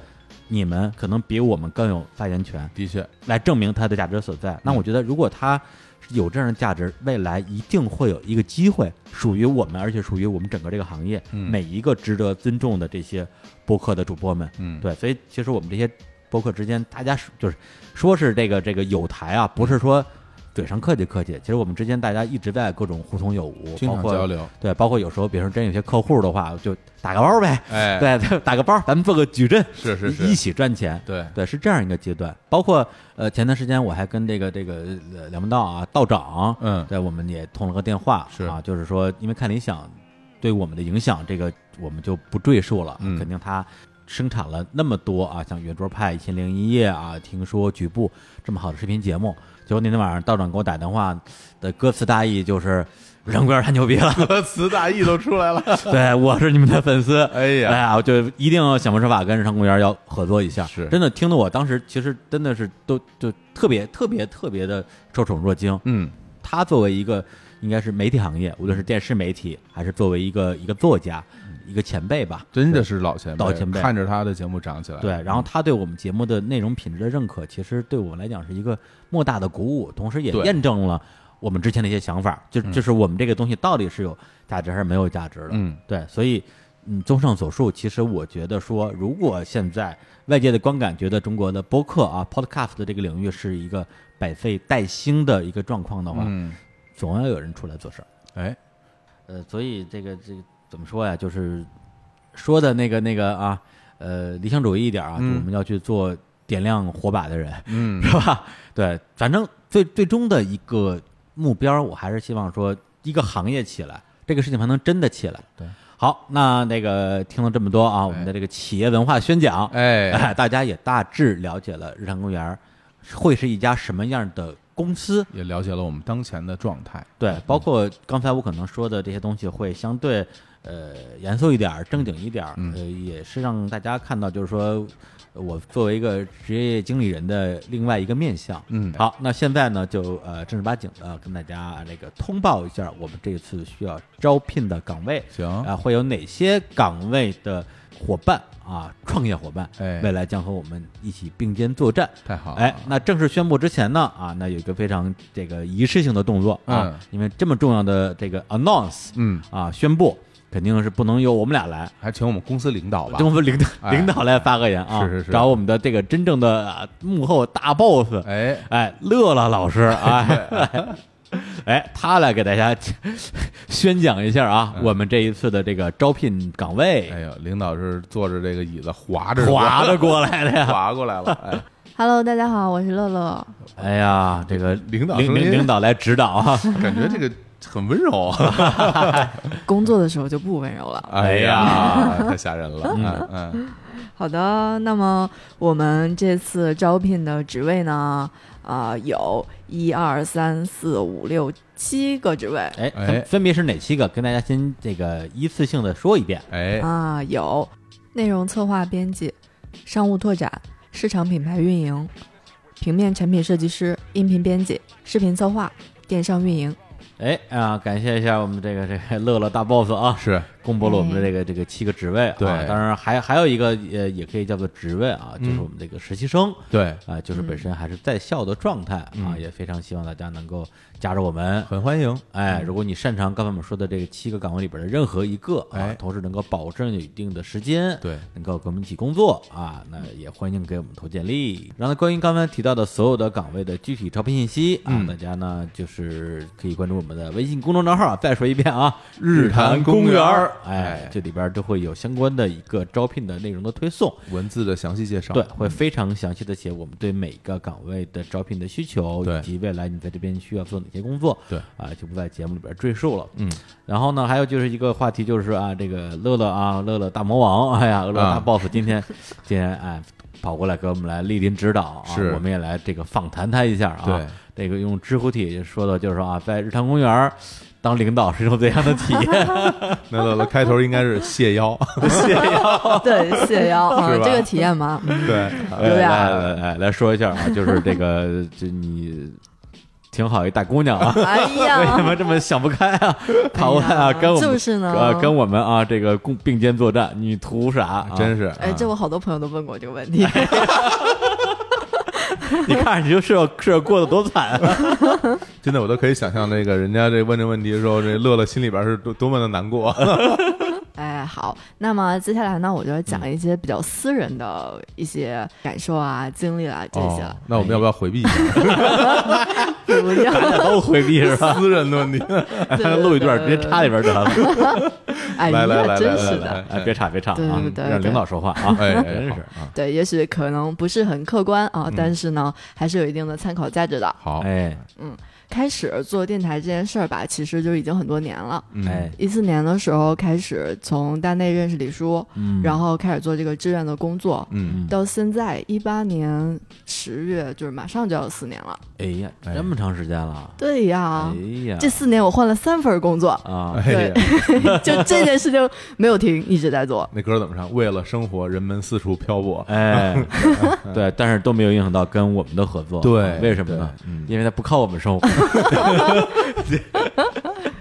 A: 你们可能比我们更有发言权。
B: 的确，
A: 来证明它的价值所在。
B: 嗯
A: 那我觉得，如果它有这样的价值，未来一定会有一个机会属于我们，而且属于我们整个这个行业、
B: 嗯
A: 每一个值得尊重的这些播客的主播们。
B: 嗯
A: 对，所以其实我们这些播客之间，大家是就是说是这个这个有台啊，不是说。嘴上客气客气，其实我们之间大家一直在各种互通有无，
B: 嗯经
A: 包
B: 常
A: 括
B: 交流，
A: 对，包括有时候，比如说真有些客户的话，就打个包呗，
B: 哎，，
A: 对，对打个包，咱们做个矩阵，
B: 是是
A: 一
B: 是，
A: 起赚钱。
B: 对，
A: 对，是这样一个阶段。包括呃，前段时间我还跟这个这个呃梁文道啊道长，
B: 嗯
A: 对，我们也通了个电话，
B: 是
A: 啊，就是说，因为看理想对我们的影响，这个我们就不赘述了，
B: 嗯
A: 肯定他。生产了那么多啊，像圆桌派、一千零一夜啊，听说局部这么好的视频节目，结果那天晚上道长给我打电话的歌词大意就是“人哥太牛逼
B: <laughs>
A: 了，
B: 歌词大意都出来了，
A: 对我是你们的粉丝，
B: 哎呀
A: <laughs> 哎呀，我就一定要想方设法跟日常公园要合作一下。
B: 是
A: 真的听得我当时其实真的是都就特别特别特别的受宠若惊。
B: 嗯，
A: 他作为一个应该是媒体行业，无论是电视媒体还是作为一个一个作家、一个前辈吧，
B: 真的是老前辈，
A: 老前辈
B: 看着他的节目长起来，
A: 对，然后他对我们节目的内容品质的认可，其实对我们来讲是一个莫大的鼓舞，同时也
B: 对
A: 验证了我们之前的一些想法，就就是我们这个东西到底是有价值还是没有价值的。
B: 嗯，
A: 对，所以。嗯，综上所述，其实我觉得说，如果现在外界的观感觉得中国的播客啊、podcast 的这个领域是一个百废待兴的一个状况的话，
B: 嗯，
A: 总要有人出来做事儿。
B: 哎，
A: 呃，所以这个这个怎么说呀？就是说的那个那个啊，呃，理想主义一点啊，就
B: 嗯
A: 我们要去做点亮火把的人， <laughs>
B: 嗯
A: 是吧？对，反正最最终的一个目标，我还是希望说一个行业起来，这个事情才能真的起来。
B: 对，
A: 好，那那个听了这么多啊，我们的这个企业文化宣讲，
B: 哎，
A: 大家也大致了解了日坛公园会是一家什么样的公司。
B: 也了解了我们当前的状态。
A: 对，包括刚才我可能说的这些东西会相对呃严肃一点儿、正经一点儿，
B: 嗯
A: 呃，也是让大家看到，就是说呃我作为一个职业经理人的另外一个面相。
B: 嗯
A: 好，那现在呢，就呃正儿八经的跟大家呃这个通报一下，我们这次需要招聘的岗位。
B: 行
A: 啊、，会有哪些岗位的伙伴啊，创业伙伴，
B: 哎
A: 未来将和我们一起并肩作战。
B: 太好了。
A: 哎，那正式宣布之前呢，啊，那有一个非常这个仪式性的动作啊，
B: 嗯
A: 因为这么重要的这个 announce，
B: 嗯，
A: 啊，宣布肯定是不能由我们俩来，
B: 还请我们公司领导吧
A: 等。我们领导、
B: 哎
A: 领导来发个言啊，
B: 是是是
A: 找我们的这个真正的、啊幕后大 boss，
B: 哎，
A: 哎，乐乐老
B: <laughs>
A: 师，哎，哎，他来给大家 <laughs> 宣讲一下啊，我们这一次的这个招聘岗
B: 嗯哎
A: 位，
B: 呦，领导是坐着这个椅子滑着
A: 划着过来的呀。
B: 滑过来了。哎，
E: Hello，大家好，我是乐乐。
A: <laughs> 哎呀，这个
B: 领导
A: 领
B: 声音
A: 领领导来指导啊，
B: 感觉这个很温
A: <laughs>
B: 柔啊。
E: 工作的时候就不温柔了。
B: 哎呀，太吓人了。嗯嗯，
E: 好的，那么我们这次招聘的职位呢，啊、有一二三四五六七个职位
A: 哎，
B: <laughs> 哎
A: 分分别是哪七个？跟大家先这个一次性的说一遍。
B: 哎，
E: 啊，有内容策划、编辑、商务拓展、市场品牌运营、平面产品设计师、音频编辑、视频策划、电商运营。
A: 哎啊，感谢一下我们这个这个乐乐大 boss 啊，
B: 是
A: 公布了我们的这个这个七个职位啊。
B: 哎对
A: 当然还还有一个呃，也可以叫做职位啊，就是我们这个实习生。
B: 对，
A: 啊、就是本身还是在校的状态、啊，
B: 嗯
A: 也非常希望大家能够加入我们。
B: 很欢迎。嗯
A: 哎，如果你擅长刚才我们说的这个七个岗位里边的任何一个啊，
B: 哎
A: 同时能够保证有一定的时间，
B: 对
A: 能够跟我们一起工作啊，那也欢迎给我们投简历。然后呢，关于刚才提到的所有的岗位的具体招聘信息啊，
B: 嗯
A: 大家呢就是可以关注我们的微信公众账号啊，再说一遍啊，
B: 日坛公园儿
A: 哎
B: 哎，
A: 这里边就会有相关的一个招聘的内容的推送。
B: 文字的详细介绍。
A: 对，会非常详细的写我们对每个岗位的招聘的需求，
B: 对
A: 以及未来你在这边需要做哪些工作，
B: 对
A: 啊，就不在节目里边赘述了。嗯，然后呢，还有就是一个话题，就是啊，这个乐乐啊，乐乐大魔王， <laughs> 哎呀，乐乐大
B: 啊
A: boss 今天 <laughs> 今天哎跑过来给我们来莅临指导啊，
B: 是
A: 我们也来这个访谈他一下啊。
B: 对，
A: 这个用知乎体说的就是说啊，在日坛公园儿当领导是一种怎样的体
B: <laughs>
A: 验？哎
B: 那乐乐开头应该是谢
A: <laughs>
B: 邀，
E: 对，谢邀啊
B: 是，吧
E: 这个体验嘛，嗯
B: 对，啊
E: 有点
A: 来
E: 儿，
A: 来来哎来说一下啊，就是这个，就你挺好一大姑娘啊 <laughs>
E: 哎
A: 为什
E: 呀，
A: 么这么想不开啊？跑过来啊，
E: 哎呀
A: 跟我们
E: 就是呢
A: 呃，跟我们啊，这个共并肩作战，你图啥啊？
B: 真是。
E: 哎，这我好多朋友都问过我这个问题。
A: 你看你就是要是要过得多惨啊！ <laughs>
B: 真的，我都可以想象这个人家这问这问题的时候，这乐乐心里边是多多么的难过。
E: 哎，好，那么接下来呢，我就来讲一些比较私人的一些感受啊、经历啊这些
B: 哦
E: 了，
B: 那我们要不要回避一下
E: 对不对？
A: 都回避是吧？
B: 私人的问题？ <laughs>
E: 对对
A: 录一段直接插里边得了，
E: 哎
B: 来来来
E: 呀，真
B: 来
E: 是
B: 来
E: 的，
B: 来，
A: <laughs> 哎，别插别插啊
E: 对对对，对
A: 让领导说话啊！
B: 哎，
A: 真是
B: 啊，
E: 对，也许可能不是很客观
B: 嗯
E: 啊，但是呢，还是有一定的参考价值的。
B: 好，
A: 哎
E: 开始做电台这件事儿吧，其实就已经很多年了。
B: 嗯
A: 哎，
E: 一四年的时候开始从大内认识李叔，
A: 嗯，
E: 然后开始做这个志愿的工作，
B: 嗯，
E: 到现在一八年十月，就是马上就要四年了。
A: 哎呀，这么长时间了，
E: 对呀，
A: 哎呀，
E: 啊这四年我换了三份工作，
A: 啊，
B: 哎呀，
E: 就这件事情没有停，一直在做。
B: 那歌怎么唱？为了生活，人们四处漂泊。
A: 哎，对，但是都没有影响到跟我们的合作，啊
B: 对
A: 为什么呢？
B: 对嗯
A: 因为它不靠我们生活，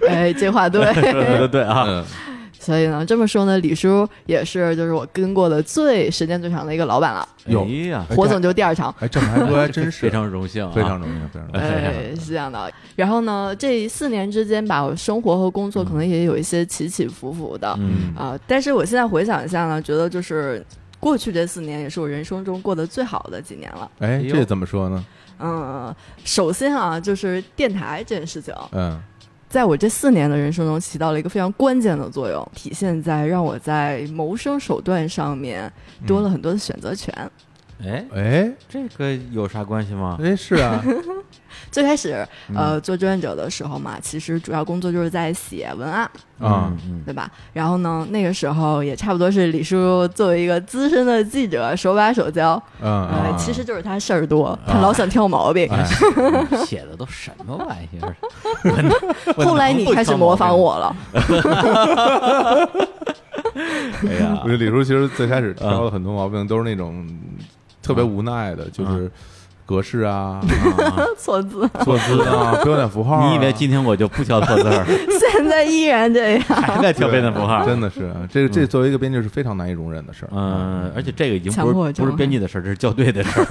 E: 哎，这话对。
A: <laughs> 对对对啊，
B: 嗯，
E: 所以呢，这么说呢，李叔也是就是我跟过的最时间最长的一个老板了，
B: 有
A: 哎呀，
B: 哎
E: 火
B: 这
E: 总就第二长。
B: 哎，这么还说，还真是
A: <laughs> 非常荣幸啊，
B: 非常荣幸，非常荣幸。
E: 哎，是这样的。然后呢，这四年之间吧，我生活和工作可能也有一些起起伏伏的啊、
A: 嗯，
E: 但是我现在回想一下呢，觉得就是过去这四年也是我人生中过得最好的几年了。
B: 哎，
A: 呦
B: 这怎么说呢？
E: 嗯，首先啊，就是电台这件事情，
B: 嗯，
E: 在我这四年的人生中起到了一个非常关键的作用，体现在让我在谋生手段上面多了很多的选择权。
A: 哎，
B: 哎
A: 这个有啥关系吗？
B: 哎，是啊，
E: 最开始呃做志愿者的时候嘛，其实主要工作就是在写文案，
B: 啊
A: 嗯，嗯
E: 对吧？然后呢，那个时候也差不多是李叔作为一个资深的记者，手把手教，
B: 嗯，
E: 呃其实就是他事儿多，他老想挑毛病。
B: 哎
A: <laughs> 写的都什么玩意 <laughs> 儿？
E: 后来你开始模仿我了，
A: 哎呀
B: 我，觉得李叔其实最开始挑的很多毛病都是那种特别无奈的，就是格式啊、
E: 错字，
B: 措辞啊、标点符号啊。
A: 你以为今天我就不挑错字 <laughs> 儿，
E: 现在依然这样。
A: 还在挑标
B: 对
A: 点符 <laughs> 号？
B: <laughs> 真的是，这这作为一个编剧是非常难以容忍的事儿。
A: 嗯，而且这个已经
E: 强
A: 不
E: 迫
A: 是不是
E: 症
A: 编辑的事儿，这是校对的事儿。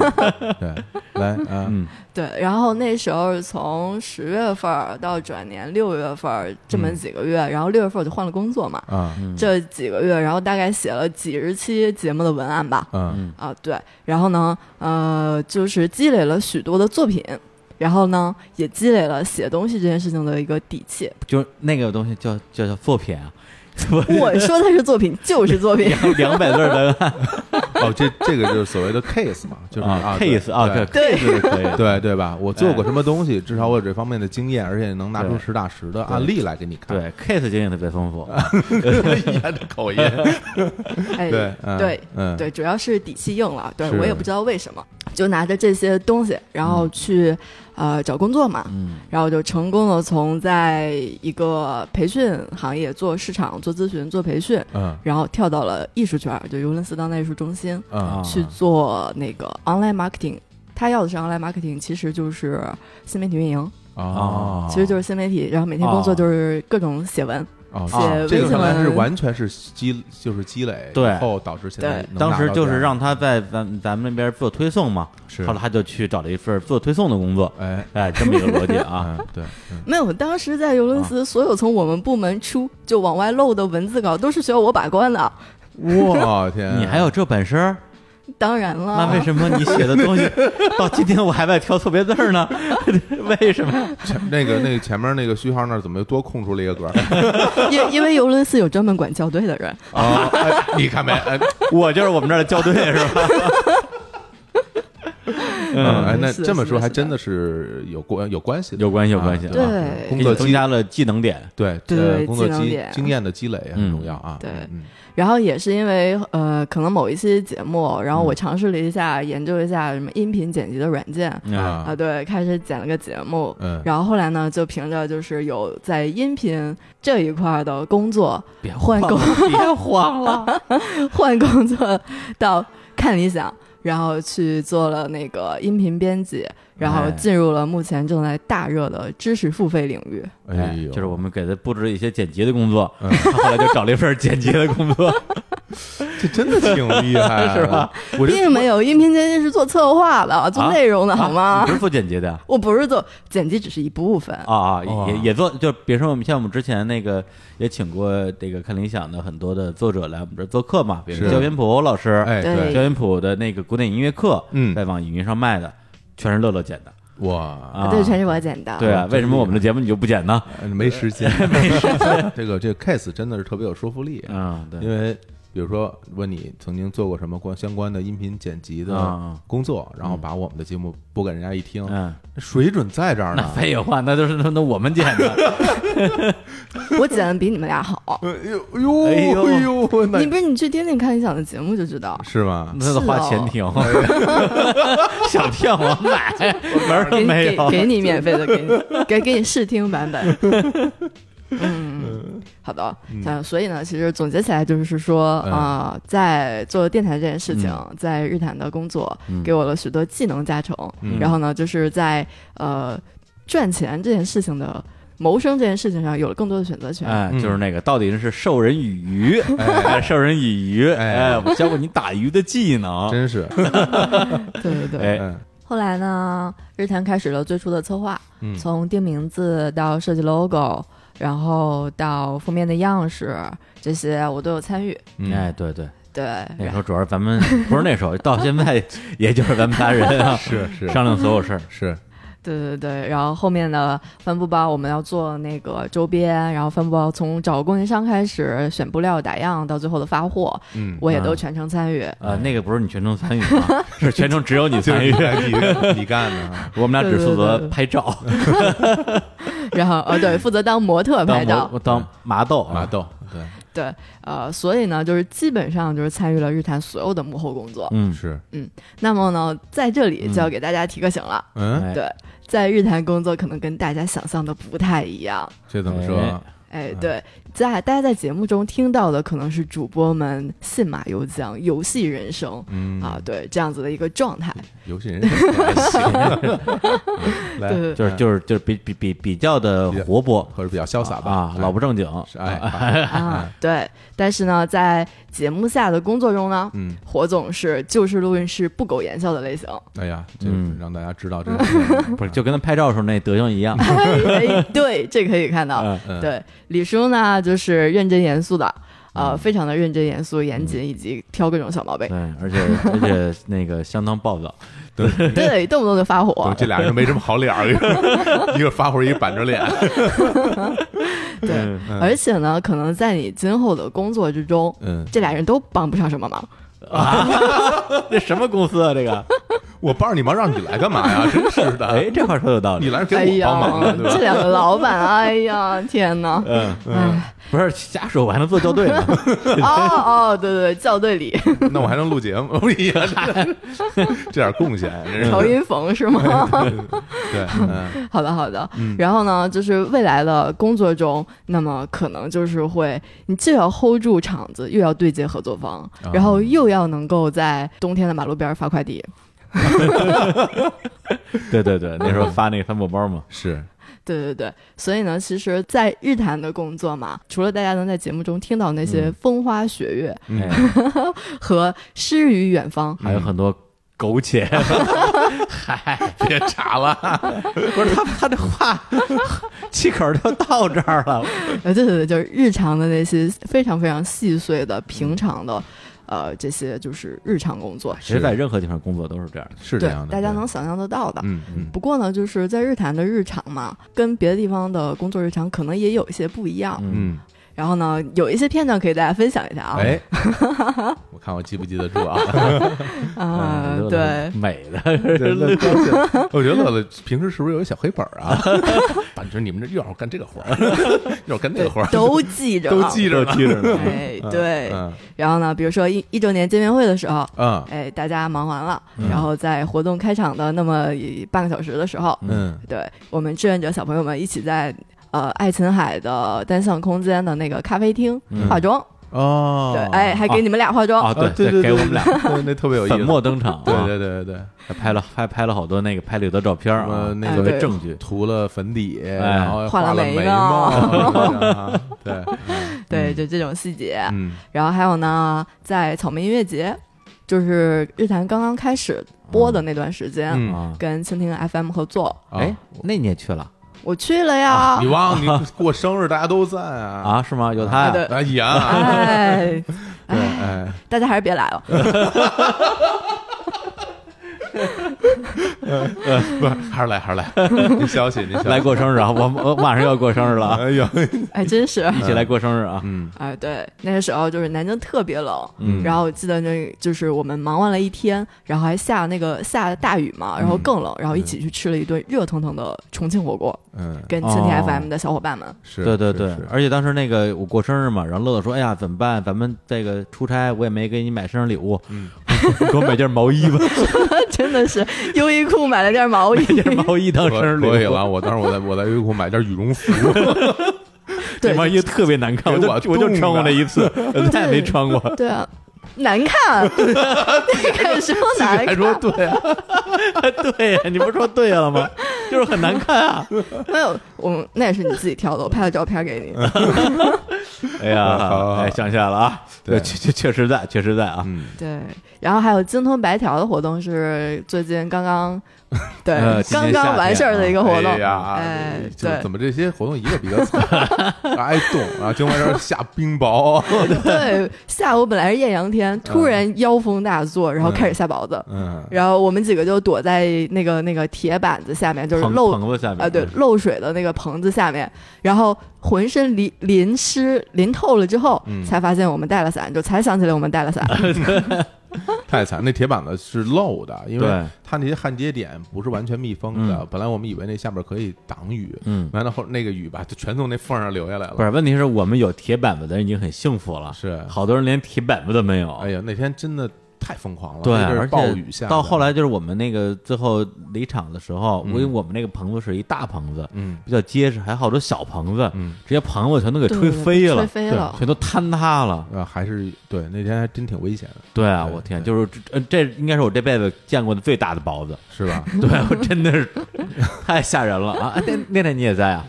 B: 对，来啊，
A: 嗯
E: 对，然后那时候从十月份儿到转年六月份儿这
B: 嗯
E: 么几个月，然后六月份儿我就换了工作嘛，
B: 啊，
A: 嗯
E: 这几个月，然后大概写了几十期节目的文案吧，
B: 嗯
E: 啊，对，然后呢，呃，就是积累了许多的作品，然后呢，也积累了写东西这件事情的一个底
B: <laughs>
E: 气。
A: 就是那个东西叫叫叫作品啊， <laughs>
E: 我说它是作品，就是作
B: <laughs>
E: 品。
A: 两
E: <laughs>
A: 两百字儿文案
B: 哦，这这个就是所谓的 case 嘛，就是
A: 啊
B: 对
A: ，case 啊，
B: 对
A: 对 case 是 <laughs> 可以的。
B: 对对吧？我做
A: 哎
B: 过什么东西，至少我有这方面的经验，而且能拿出
A: 对
B: 实打实的案例来给你看。
A: 对 case 经验特别丰富，
B: 对，演的口音，
E: 哎，
B: 对嗯
E: 对
B: 嗯
E: 对，主要是底气硬了。对
B: 是嗯
E: 我也不知道为什么，就拿着这些东西，然后去、呃找工作嘛，
A: 嗯
E: 然后就成功的从在一个培训行业做市场、做咨询、做培训，
B: 嗯
E: 然后跳到了艺术圈儿，就尤伦斯当代艺术中心。
B: 嗯
A: 啊
E: 去做那个 online marketing。他要的是 online marketing，其实就是新媒体运营，
A: 啊
B: 哦
E: 其实就是新媒体，然后每天工作就是各种写文。
B: 哦
E: 写
B: 是这个
E: 微信
B: 看来是
E: 文
B: 完全是积，就是积累，
A: 对
B: 后导致现在
E: 对
B: 能拿
A: 当时
B: 到
A: 就
B: 这
A: 是
B: 样
A: 让他在咱咱们那边做推送嘛，
B: 是
A: 后来他就去找了一份做推送的工作，
B: 哎
A: 哎，这么一个逻辑
B: <laughs>
A: 啊，
B: 嗯对嗯
E: 没有，当时在尤伦斯，所有从我们部门出就往外漏的文字稿都是需要我把关的。
B: 哇天啊，
A: 你还有这本事儿？
E: 当然了，
A: 那为什么你写的东
E: <laughs>
A: 西到今天我还在挑错别字儿呢？ <laughs> 为什么？
B: 前那个那个前面那个序号那儿怎么又多空出了一个格儿？
E: 因因为尤伦斯有专门管校对的人，
B: 啊，哎你看没？哎
A: 我就是我们这儿的校对是
E: <laughs>
A: 吧？啊
B: 嗯，哎，那
E: 是的
B: 这么
E: 是的
B: 说
E: 是
B: 还
E: 的
B: 真的是有关有关系的，
A: 有关系有关系
B: 啊
A: 对
B: 啊
E: 对
B: 工
A: 给
B: 作
A: 你增
B: 积
A: 加了技能点，
B: 对
E: 对
B: 呃工作
E: 技能
B: 积
E: 点
B: 经验的积累也很重要啊。
E: 嗯对
B: 嗯，
E: 然后也是因为呃，可能某一期节目，然后
A: 嗯
E: 我尝试了一下，研究一下什么音频剪辑的软件，
B: 嗯
A: 啊，
E: 啊，对，开始剪了个节目，
B: 嗯
E: 然后后来呢，就凭着就是有在音频这一块儿的工作，
A: 别 <laughs>
E: 换工
A: 别慌了，
E: <laughs> 换工作到看理想，然后去做了那个音频编辑，然后
A: 哎
E: 进入了目前正在大热的知识付费领域。
B: 哎
A: 哎
B: 呦，
A: 就是我们给他布置了一些剪辑的工作，
B: 嗯
A: 他后来就找了一份剪辑的工作，
B: 这真的挺厉害，啊
A: 是吧？
B: 我这
E: 并没有音频编辑是做策划的，做
A: 啊
E: 内容的、 <laughs> 好
A: 啊
E: 吗
A: 你不？是做剪辑的
E: 我不是做剪辑，只是一部分。
A: 啊啊，
B: 哦
A: 也也做，就比如说我们像我们之前那个也请过这个看理想的很多的作者来我们这儿做客嘛，比如
B: 是
A: 焦元溥老师，
B: 哎
E: 对
A: 焦元溥的那个古典音乐课，
B: 嗯
A: 在网易云上卖的，全是乐乐剪的
B: 哇，
A: 啊，
E: 对，全是我剪的。
A: 对啊，
B: 真
A: 为什么
B: 哦厉哎
A: 我们的节目你就不剪呢？
B: 没时间，没时间， <laughs> 这个这个 case 真的是特别有说服力，啊
A: 嗯，对
B: 因，为比如说问你曾经做过什么关相关的音频剪辑的
A: 啊
B: 工作，然后把我们的节目播给人家一听，
A: 嗯，
B: 水准在这儿
A: 那
B: 呢。
A: 废话，那就是那那我们剪
B: <laughs>
A: 的，
E: 我剪的比你们
A: <laughs>
E: 俩好。
B: 哎呦哎呦
A: 哎呦
B: 哎呦，那
E: 你不是你去听听看理想的节目就知道，
B: 是吗？
A: 那得花钱听，
B: 哦
A: <laughs> 想骗我买门儿都
E: 给
A: <laughs> 没
E: 给
A: 有。
E: 给你免费的，
A: <laughs>
E: 给你给给你试听版本。嗯，好的。嗯，所以呢，其实总结起来就是说
B: 嗯
E: 啊、在做电台这件事情，
A: 嗯
E: 在日坛的工作、给我了许多技能加成。
B: 嗯
E: 然后呢，就是在呃赚钱这件事情的谋生这件事情上有了更多的选择权。
A: 哎，
B: 嗯
A: 就是那个，到底是授人以鱼，还是授人以渔？
B: 哎
A: 哎，我教过你打鱼的技能。
B: 真是，
E: 对对对。
A: 哦哎，
B: 嗯
E: 后来呢，日坛开始了最初的策划，
B: 嗯
E: 从定名字到设计 logo，然后到封面的样式，这些我都有参与。
B: 嗯
A: 哎，对对，
E: 对，
A: 那时候主要是咱们不是那时候，到现在也就是咱们仨人啊，
B: <laughs> 是是
A: 商量所有事儿。
B: 是，
E: 对对对，然后后面的帆布包我们要做那个周边，然后帆布包从找供应商开始选布料打样到最后的发货，
B: 嗯，
E: 我也
A: 啊
E: 都全程参与。
B: 哎
A: 呃，那个不是你全程参与
B: <laughs>
A: 啊，是全程只有你
B: 就
A: 参
B: 是
A: 与
B: 你，干你你
A: <laughs>
B: 干的啊，
A: 我们俩只负
E: 对对对
A: 责
E: 对
A: 拍照，
E: <laughs> 然后呃，对，负责当模特
A: <laughs>
E: 拍
A: 当
E: 照
A: 模，当麻豆啊
B: 麻豆，对，
E: 对，呃，所以呢，就是基本上就是参与了日坛所有的幕后工作。
A: 嗯，
B: 是，
E: 那么呢，在这里就要
A: 嗯
E: 给大家提个醒了，
B: 嗯，
A: 哎
E: 对在日坛工作可能跟大家想象的不太一样。
B: 这怎么说？
E: 哎
B: 嗯，
E: 对，在大家在节目中听到的可能是主播们信马由缰、游戏人生、
B: 嗯
E: 啊，，对这样子的一个状
B: <laughs>
E: 态。
B: 游戏人生
A: <laughs>
B: 还行，来
E: 对，对对，
A: 就是就是就是比比比比较的活泼
B: 或者比较哎潇洒吧，
A: 啊，
B: 哎
A: 老不正经，
B: 是哎，哎
A: <laughs>
E: <laughs> 啊，对。但是呢，在节目下的工作中呢，
B: 嗯，
E: 火总是就事论事、不苟言笑的
B: <laughs>
E: 类型。
B: 哎呀，这
A: 嗯
B: 让大家知道这
A: <laughs>
B: 是
A: 不是就跟他拍照的时候那德行一样，
E: 哎，对，这可以看到。
A: 嗯
B: 嗯
E: 对，李叔呢，就是认真严肃的，
B: 嗯
E: 呃，非常的认真严肃、严谨，以及挑各种小毛病
A: 对，，
B: 嗯
A: 而且而且那个相当暴躁，
E: 对，动不动就发火
B: 等，这俩人没什么好脸儿，一 <laughs> 个一个发火，一个板着脸，
E: 对。而且呢，可能在你今后的工作之中，
B: 嗯，
E: 这俩人都帮不上什么忙。
A: <laughs> 这什么公司啊？这个，
B: 我帮着你忙，让你来干嘛 <laughs> 呀？真是的，
A: 哎，这话说有道
B: 呃你
A: 理，
B: 来是给
E: 哎
B: 我
E: 呀
B: 帮忙的，，对
E: 这
B: 吧？
E: 两个老板，哎呀，
B: <laughs>
E: 天哪！
A: 嗯，
E: 哎，
A: 不是瞎说，我还能做校对呢，
E: 哦哦，对对对，校对里
B: 那我还能录节 <laughs> 目？哎呀，这点贡献，真是
E: 调音缝是吗？
B: 对，嗯
E: <laughs> 好的，好的。然后呢，就是未来的工作中，那么可能就是会，你既要 hold 住场子，又要对接合作方，
B: 啊
E: 然后又要能够在冬天的马路边儿发快递。
A: 对对对，那时候发那个帆布包嘛，
B: 是，
E: 对对对，所以呢，其实，在日坛的工作嘛，除了大家能在节目中听到那
B: 嗯
E: 些风花雪月
A: 哎，
E: 和诗与远方，
A: 还有很多苟且，
B: <laughs> 别查了，
A: 不是他他这话气口就到这儿了，
E: 呃，对对对，就是日常的那些非常非常细碎的、平常的，呃，这些就是日常工作，
A: 其实在任何地方工作都是这样的，
B: <laughs> 是这
E: 对
B: 样，的，
E: 大家
B: 对
E: 能，想象得到的。
B: 嗯嗯，
E: 不过呢，就是在日坛的日常嘛，跟别的地方的工作日常可能也有一些不一样。
B: 嗯，
E: 然后呢，有一些片段可以大家分享一下啊。
B: <laughs> 哎，我看我记不记得住啊？
E: 啊、
A: 乐得
E: 对，
A: 美
B: <laughs>
A: 的，
B: 对乐乐 <laughs> 我觉得乐乐平时是不是有一小黑本儿啊？ <laughs> 反正你们这一会儿干这个活儿， <laughs> 一会儿干那个活
E: 对
B: 儿，
E: 都记
B: <laughs>
E: 着，
B: 都。记着呢，
A: 记着呢
E: 哎，对。
B: 嗯
E: 然后呢，比如说一一周年见面会的时候，
B: 嗯
E: 哎，大家忙完了，然后在活动开场的那么一半个小时的时候，
B: 嗯
E: 对我们志愿者小朋友们一起在呃爱琴海的单向空间的那个咖啡厅化妆，
B: 嗯哦，
E: 对，哎，还给你们俩化妆，
A: 啊，
B: <laughs> 啊对
A: 对，
B: 对，
A: 给我们俩
B: 对那特别有意思，
A: 粉墨登场，啊
B: 对对对对对，
A: 还拍了还拍了好多那个拍立得照片
B: 什么
A: 啊，
B: 呃那
A: 作
B: 个
E: 哎
A: 为
E: 对
A: 证据。
B: 涂了粉底，然后画
E: 画了
B: 了
E: 眉
B: 眉
E: 毛 <laughs>
B: 毛，对，
E: 对，就这种细节。
B: 嗯
E: 然后还有呢，在草莓音乐节，就是日坛刚刚开始播的那段时间，
B: 嗯啊
A: 啊，
E: 跟蜻蜓 FM 合作，
A: 哎，那你也去了
E: 我去了呀。
B: 你忘 <laughs> 了你过生日大家都在啊
A: 啊？是吗？有他
E: 啊对
A: 呀，
B: 啊演啊，
E: 哎，
B: 对，哎，
E: 大家还是别来了。
B: 不是，还是来还是 <laughs> 来，您消息您消息
A: 来，过生日啊！我我马上要过生日
B: <laughs>
A: 了啊，
B: 哎呀，
E: 哎，真是，
A: 一起来过生日啊！
B: 嗯
E: 哎，对，那个时候就是南京特别冷，
B: 嗯
E: 然后我记得那就是我们忙完了一天，然后还下那个下大雨嘛，然后
A: 嗯
E: 更冷，然后一起去吃了一顿热腾腾的重庆火锅，
B: 嗯，
E: 跟蜻蜓
A: 哦
E: FM 的小伙伴们。 <laughs>
B: 是，
A: 对对
B: 是
A: 对，而且当时那个我过生日嘛，然后乐乐说：“哎呀，怎么办？咱们这个出差，我也没给你买生日礼物，
B: 嗯
A: <laughs> 给我买件毛
B: <laughs>
A: 衣吧，
E: 真的是优衣库买了件毛衣，
A: 买件毛衣当
B: 是
A: 生日
B: 可可以
A: 礼物。
B: 了，我当时我在我在优衣库买件羽绒服，
A: 这
E: 对
A: 毛衣特别难看，我就
B: 给我
A: 我就穿过那一
B: <laughs>
A: 次，再也没穿过。
E: 对啊，难看，啊 <laughs> 你敢说难
B: 还说
E: 看？
B: 对啊，
A: 对呀，你不是说对了吗？
B: <laughs>
A: 就是很难看啊！嗯
E: 没有，我那也是你自己挑的，我拍了照片给你。
A: 哎
B: 我靠
A: 呀，哎，想起来了啊，
B: 对
A: 确确确实在，确实在啊，
B: 嗯，
E: 对，然后还有金通白条的活动是最近刚
A: <laughs>
E: 刚，对，
A: 呃今
E: 刚
A: 年夏
E: 刚完
A: 天
E: 事儿的一个活动
B: 哎。呀，
E: 哎
B: 这
E: 对
B: 怎么这些活动一个比一个惨， <laughs> 挨冻，然后经完这下冰雹，
E: 对，下午本来是艳阳天，突
A: 嗯
E: 然妖风大作，然后开始下雹子，
B: 嗯，
E: 然后我们几个就躲在那个那个铁板子下面，就是
A: 棚
E: 漏
A: 棚子下面嗯
E: 啊，对，漏水的那个棚子下面，然后浑身淋淋湿、淋透了之后，
A: 嗯
E: 才发现我们带了伞，就才想起来我们
A: <laughs>
E: 带了伞。
B: 太惨，那铁板子是漏的，因为
A: 对
B: 它那些焊接点不是完全密封的，本来我们以为那下边可以挡雨，
A: 嗯，
B: 完了后那个雨吧，就全从那缝上流下来了，
A: 不是，问题是我们有铁板子的人已经很幸福了，
B: 是
A: 好多人连铁板子都没有。
B: 哎呀，那天真的太疯狂了，
A: 对，
B: 那阵儿
A: 而
B: 暴雨下
A: 且
B: 的，
A: 到后来就是我们那个最后离场的时候，因为我们那个棚子是一大棚子，
B: 嗯，
A: 比较结实，还有好多小棚子，
B: 嗯，
A: 这些棚子全都给
E: 对
A: 吹飞了
E: 吹，飞
B: 对
E: 了。
A: 全都坍塌了。
B: 啊，还是对那天还真挺危险的，
A: 对啊，
B: 对
A: 我天，
B: 对
A: 就是这呃这应该是我这辈子见过的最大的雹子，<laughs>
B: 是吧？
A: 对我真
B: <laughs>
A: 的是太吓人了啊！那那天你也在啊？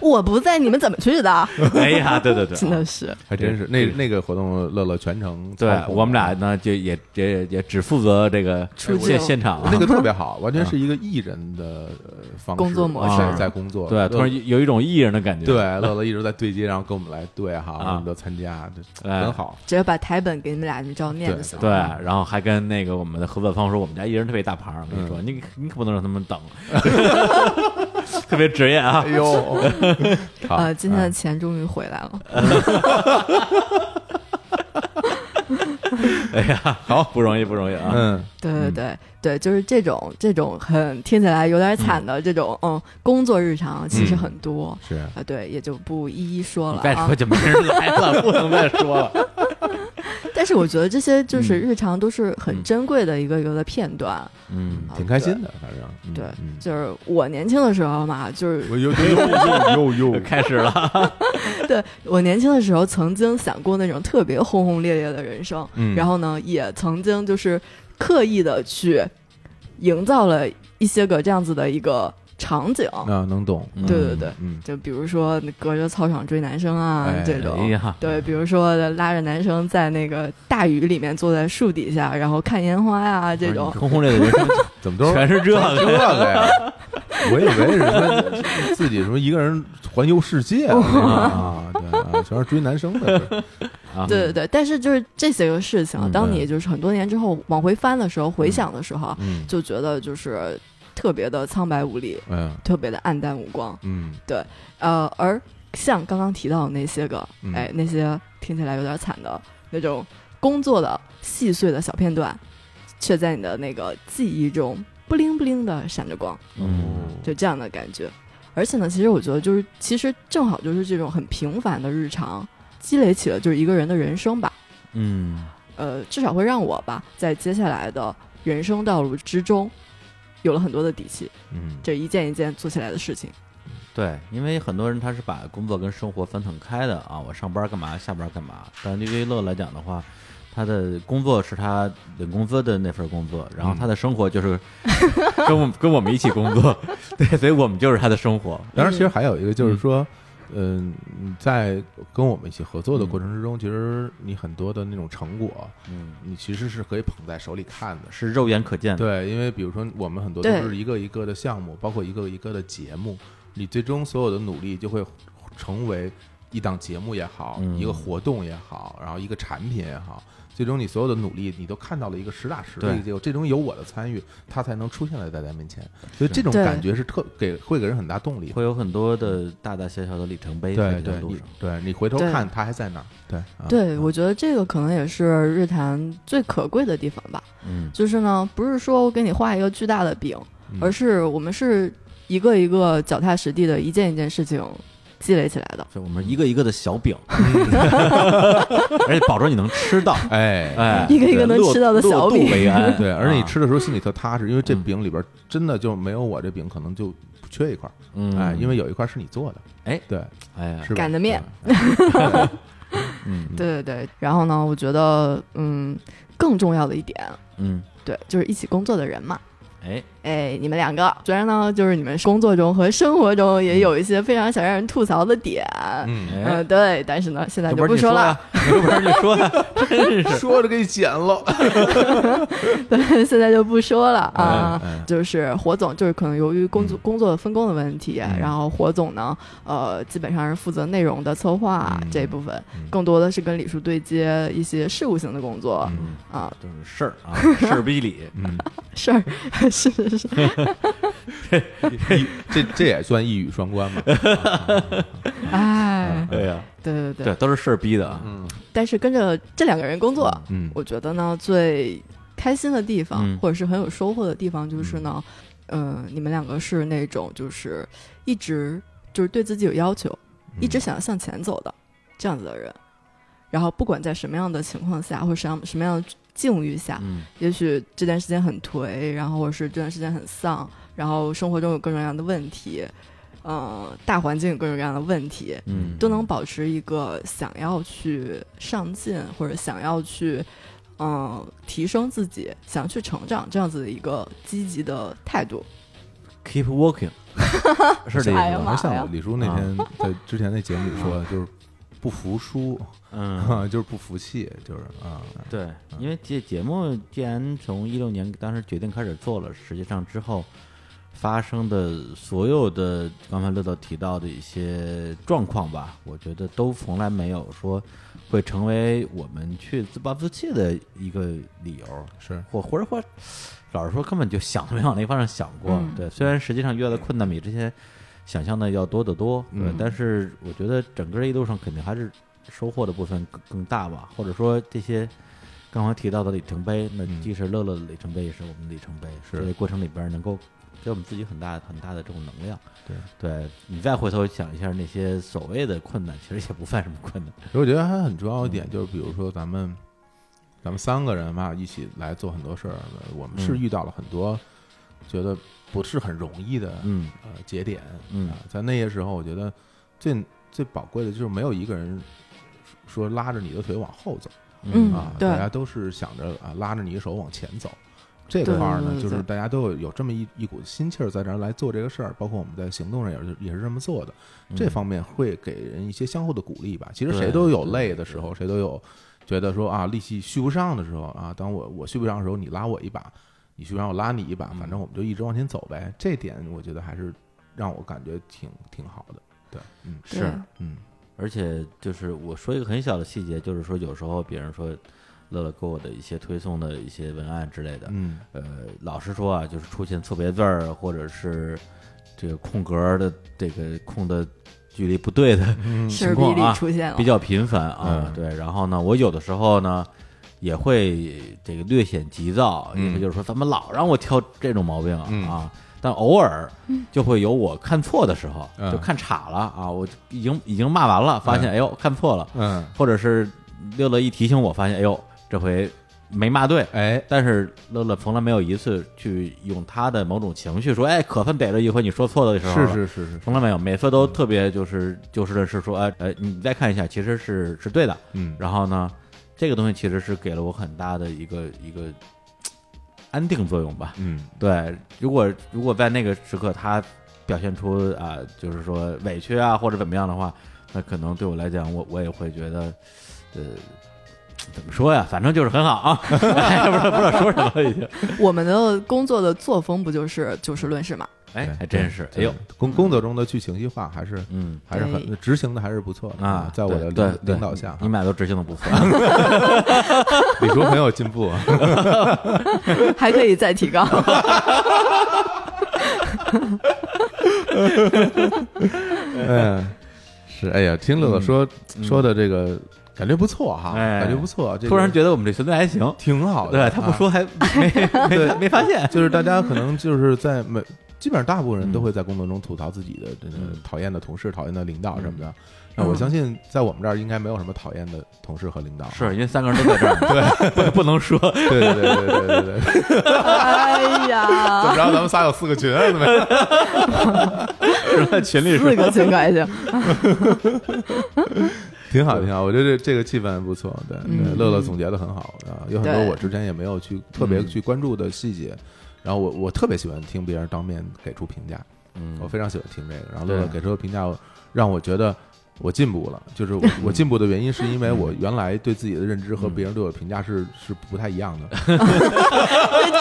E: 我不在，你们怎么去的？ <laughs>
A: 哎呀，对
B: <laughs>
A: 对对，
E: 真的是，
B: 还真是那那个活动，乐乐全程
A: 对
B: 操控
A: 我们俩呢，就也也也只负责这个
E: 出
A: 现
E: 镜
A: 现场啊
B: 那。个
A: <laughs>
B: 特别好，完全是一个艺人的呃方式
E: 工作模
A: 式
B: 在在工作，
A: 对，
B: 乐
A: 突然有有一种艺人的感觉。
B: 对，乐乐一直在对接，然后跟我们来对哈，
A: 啊
B: 我们都参加，这
A: 哎
B: 很好。
E: 只要把台本给你们俩，你们照念就行。
A: 对，然后还跟那个我们的合作方说，我们家艺人特别大牌儿，我跟你说，你你可不能让他们 <laughs> 等，特别职业啊
B: 哎。呦，好
E: 呃，今天的钱终于回来了。
A: 哎呀，好不容易，不容易啊。
B: 嗯，
E: 对对对对，就是这种这种很听起来有点惨的这种嗯工作日常，其实很多。
B: 是
E: 啊，对，也就不一一说
A: 你
E: 了
A: 再
E: 啊
A: 说。就没人来 <laughs> 了，不能再说了。
E: 但是我觉得这些就是日常都是很
A: 嗯
E: 珍贵的一个一个的片段。
A: 嗯，
E: 啊
B: 挺开心的，反正嗯
E: 对
B: 嗯
E: 就是我年轻的时候嘛，就是
B: 我又又又又
A: 开始了。
E: 对我年轻的时候曾经想过那种特别轰轰烈烈的人生，
B: 嗯
E: 然后呢，也曾经就是刻意的去营造了一些个这样子的一个场景，
B: 啊，能懂，
A: 嗯
E: 对对对。
B: 嗯，
E: 就比如说隔着操场追男生啊、
B: 哎
E: 这
A: 哎
E: 种，
A: 呀，
E: 对，比如说拉着男生在那个大雨里面坐在树底下，然后看烟花呀、这
B: 哎
E: 种，
A: 轰轰烈烈的人生
B: 怎么都是
A: 全是这个。
B: 这个呀？我以为是说自己什么一个人环游世界啊，啊对啊，全是追男生的事儿，
A: 啊
E: 对对对，但是就是这些个事情啊，
B: 嗯
E: 当
B: 对
E: 你就是很多年之后往回翻的时候，回想的时候，啊
B: 嗯
E: 就觉得就是特别的苍白无力，
B: 嗯
E: 特别的暗淡无光。
B: 嗯
E: 呃，而像刚刚提到的那些个，
B: 嗯
E: 哎，那些听起来有点惨的那种工作的细碎的小片段，却在你的那个记忆中不灵不灵的闪着光，
A: 嗯
E: 就这样的感觉。而且呢，其实我觉得就是，其实正好就是这种很平凡的日常，积累起了就是一个人的人生吧。
A: 嗯，
E: 呃，至少会让我吧，在接下来的人生道路之中，有了很多的底气。
B: 嗯，
E: 这一件一件做起来的事情，
A: 对，因为很多人他是把工作跟生活分很开的啊，我上班干嘛，下班干嘛。但对于乐来讲的话，他的工作是他领工资的那份工作，然后他的生活
B: <laughs>
A: 就是跟我们跟我们一起工作，对，所以我们就是他的生
B: <laughs>
A: 活。
B: 当然，其实还有一个
A: 嗯
B: 就是说，嗯，在跟我们一起合作的过程之中，其实你很多的那种成果，
A: 嗯，
B: 你其实是可以捧在手里看的。
A: 是肉眼可见的。
B: 对，因为比如说我们很多都
E: 对
B: 是一个一个的项目，包括一个一个的节目，你最终所有的努力就会成为一档节目也好，
A: 嗯
B: 一个活动也好，然后一个产品也好，最终你所有的努力你都看到了一个实打实的
A: 对
B: 一个结果，这种有我的参与，它才能出现在大家面前，所
A: 是
B: 以这种
E: 对
B: 感觉是特给会给人很大动力。
A: 会有很多的大大小小的里程碑在
B: 对
A: 这条
B: 对，
A: 路
B: 你
A: 上。
B: 对你回头
E: 对
B: 看他还在那儿，对啊
E: 对我觉得这个可能也是日坛最可贵的地方吧。
A: 嗯，
E: 就是呢，不是说我给你画一个巨大的饼，
B: 嗯
E: 而是我们是一个一个脚踏实地的一件一件事情积累起来的。
A: 就我们一个一个的小
B: <laughs>
A: 饼，而且保证你能吃到。
B: 哎
A: <laughs> 哎，
E: 一个一个能
A: 落
E: 吃到的小饼
A: 落肚为安。
B: <laughs> 对，而且你
A: 啊，
B: 吃的时候心里特踏实，因为这
A: 嗯
B: 饼里边真的就没有我这饼，可能就缺一块儿。
A: 嗯，
B: 哎，因为有一块是你做的，
A: 哎
B: 对，
A: 哎呀，
B: 是吧
E: 擀的面，
A: <laughs>
B: 对对
A: 嗯
E: 对对对。然后呢，我觉得嗯，更重要的一点，
A: 嗯，
E: 对，就是一起工作的人嘛。
A: 哎，
E: 哎，你们两个虽然呢，就是你们工作中和生活中也有一些非常想让人吐槽的点，
B: 嗯，
E: 嗯、
A: 哎
E: 对，但是呢，现在就不
A: 说
E: 了。
A: 呀， <laughs> 要不然你说呀，真是
B: 说着给
A: <laughs>
B: 剪了。
E: <laughs> 对，现在就不说了啊。
B: 嗯嗯
E: 就是火总，就是可能由于工作、
B: 嗯
E: 工作分工的问题，
B: 嗯
E: 然后火总呢，呃，基本上是负责内容的策划、
B: 嗯
E: 这一部分，
B: 嗯
E: 更多的是跟李叔对接一些事务性的工作、
B: 嗯
E: 啊。
A: 都是事儿啊，事儿逼理，
B: 嗯，
E: 事儿 <laughs> 是
B: <laughs>
E: 是是，
B: 一这这也算一语双
A: <laughs>
B: 关嘛？
E: 哎，
B: 啊
A: 对呀，
E: 对对对。
A: 对，都是事儿逼的啊，
B: 嗯
E: 但是跟着这两个人工作，
B: 嗯
E: 我觉得呢，最开心的地方，
A: 嗯
E: 或者是很有收获的地方，就是呢，嗯、你们两个是那种就是一直就是对自己有要求，一直想要向前走的这样子的人。然后不管在什么样的情况下，或者什么样什么样的境遇下，
A: 嗯
E: 也许这段时间很颓，然后或者是这段时间很丧，然后生活中有各种各样的问题，呃，大环境有各种各样的问题，
A: 嗯，
E: 都能保持一个想要去上进或者想要去嗯、呃提升自己、想去成长这样子的一个积极的态度。
A: keep
E: <laughs>
A: working，是这意
E: 哎
A: 思吧？
E: 呀
A: 啊
B: 还
E: 妈
B: 像我李叔那天
A: <laughs>
B: 在之前那节目里说的，就是不服输，
A: 嗯，
B: <laughs> 就是不服气，就是啊，
A: 对，因为这节目既然从一六年当时决定开始做了，实际上之后发生的所有的刚才乐乐提到的一些状况吧，我觉得都从来没有说会成为我们去自暴自弃的一个理由，
B: 是
A: 或或者或老实说根本就想都没往那个方向想过。
E: 嗯
A: 对，虽然实际上遇到的困难比之前想象的要多得多，对，
B: 嗯
A: 但是我觉得整个一路上肯定还是收获的部分更更大吧，或者说这些。刚刚提到的里程碑，那
B: 嗯
A: 既是乐乐的里程碑，也是我们的里程碑。
B: 是
A: 这个过程里边能够给我们自己很大很大的这种能量。
B: 对，
A: 对你再回头想一下那些所谓的困难，其实也不算什么困难。
B: 我觉得还很重要一点，
E: 嗯
B: 就是比如说咱们咱们三个人嘛，一起来做很多事儿，我们是
A: 嗯
B: 遇到了很多觉得不是很容易的
A: 嗯
B: 呃节点，
A: 嗯
B: 啊，在那些时候，我觉得最最宝贵的就是没有一个人说拉着你的腿往后走
E: 嗯
B: 啊，
E: 对
B: 大家都是想着啊拉着你的手往前走。这个块儿呢，
E: 对对对
B: 就是
E: 对
B: 大家都有有这么一一股心气儿在这儿来做这个事儿，包括我们在行动上也是也是这么做的。这方面会给人一些相互的鼓励吧。其实
A: 嗯
B: 谁
A: 对
B: 都有
A: 对
B: 累的时候，谁都有觉得说啊力气续不上的时候啊，当我我续不上的时候，你拉我一把，你续不上我拉你一把，
A: 嗯
B: 反正我们就一直往前走呗。这点我觉得还是让我感觉挺挺好的。对，嗯
E: 对
A: 是
B: 嗯
A: 而且就是我说一个很小的细节，就是说有时候别人说乐乐给我的一些推送的一些文案之类的，
B: 嗯
A: 呃，老实说啊，就是出现错别字儿或者是这个空格儿的这个空的距离不对的，
E: 事
A: 情
E: 儿
A: 况
E: 逼里
A: 啊
E: 出现了
A: 比，较频繁啊。
B: 嗯
A: 对，然后呢，我有的时候呢也会这个略显急躁，
B: 嗯
A: 意思就是说，怎么老让我挑这种毛病啊？
B: 嗯
A: 啊但偶尔就会有我看错的时候，
B: 嗯
A: 就看岔了啊！我已经已经骂完了，发现、
B: 嗯
A: 哎呦看错了，
B: 嗯，
A: 或者是乐乐一提醒我，发现哎呦这回没骂对。
B: 哎，
A: 但是乐乐从来没有一次去用他的某种情绪说，哎，可算逮着一回你说错的时候
B: 是
A: 了
B: 是是是，
A: 从来没有，每次都特别就是就事论事说，哎呃，你再看一下，其实是是对的。
B: 嗯
A: 然后呢，这个东西其实是给了我很大的一个一个嘖安定作用吧。
B: 嗯
A: 对，如果如果在那个时刻他表现出啊、就是说委屈啊或者怎么样的话，那可能对我来讲，我我也会觉得，呃。怎么说呀？反正就是很好
B: <laughs>
A: 啊，哎、不知道不知道说什么了已经。
E: 我们的工作的作风不就是就事论事嘛？
A: 哎
B: 对，
A: 还真是。哎
B: 对
A: 呦，
B: 工工作中的去情绪化还是
A: 嗯，
B: 还是很
E: 对
B: 执行的还是不错的
A: 啊，
B: 嗯在我的
A: 对
B: 领
A: 对
B: 领导下啊
A: 你，们俩都执行的不啊错。
B: <laughs> 李叔很有进步啊。
E: 还可以再提高。 <laughs>
B: 嗯，是，哎呀，听乐乐说、说的这个感觉不错哈，
A: 哎
B: 感觉不错。这个
A: 突然觉得我们这团队还行，
B: 挺好的，
A: 对他不说还没没没发现
B: 啊，，就是大家可能就是在每基本上大部分人都会在工作中吐槽自己的这个
A: 嗯
B: 讨厌的同事、讨厌的领导什么的。那
E: 嗯
B: 我相信在我们这儿应该没有什么讨厌的同事和领导。
A: 是因为三个人都在这儿， <laughs> 对，不不能说，
B: 对对对对对对 <laughs> 对。
E: 哎
B: 怎么
E: 呀，
B: 着？咱们仨有四个群啊，怎么 <laughs> 样？
A: 只在群里说
E: 四。个情感性，
B: 挺好，挺好。我觉得这这个气氛不错。对，对
E: 嗯
B: 乐乐总结的很好啊，有很多
E: 对
B: 我之前也没有去特别
A: 嗯
B: 去关注的细节。然后我我特别喜欢听别人当面给出评价，
A: 嗯
B: 我非常喜欢听这个。然后
A: 对
B: 乐乐给出的评价，让我觉得我进步了。就是
E: <laughs>
B: 我我进步的原因，是因为我原来对自己的认知
E: 嗯
B: 和别人对我的评价是是不太一样
E: <laughs>
B: 的。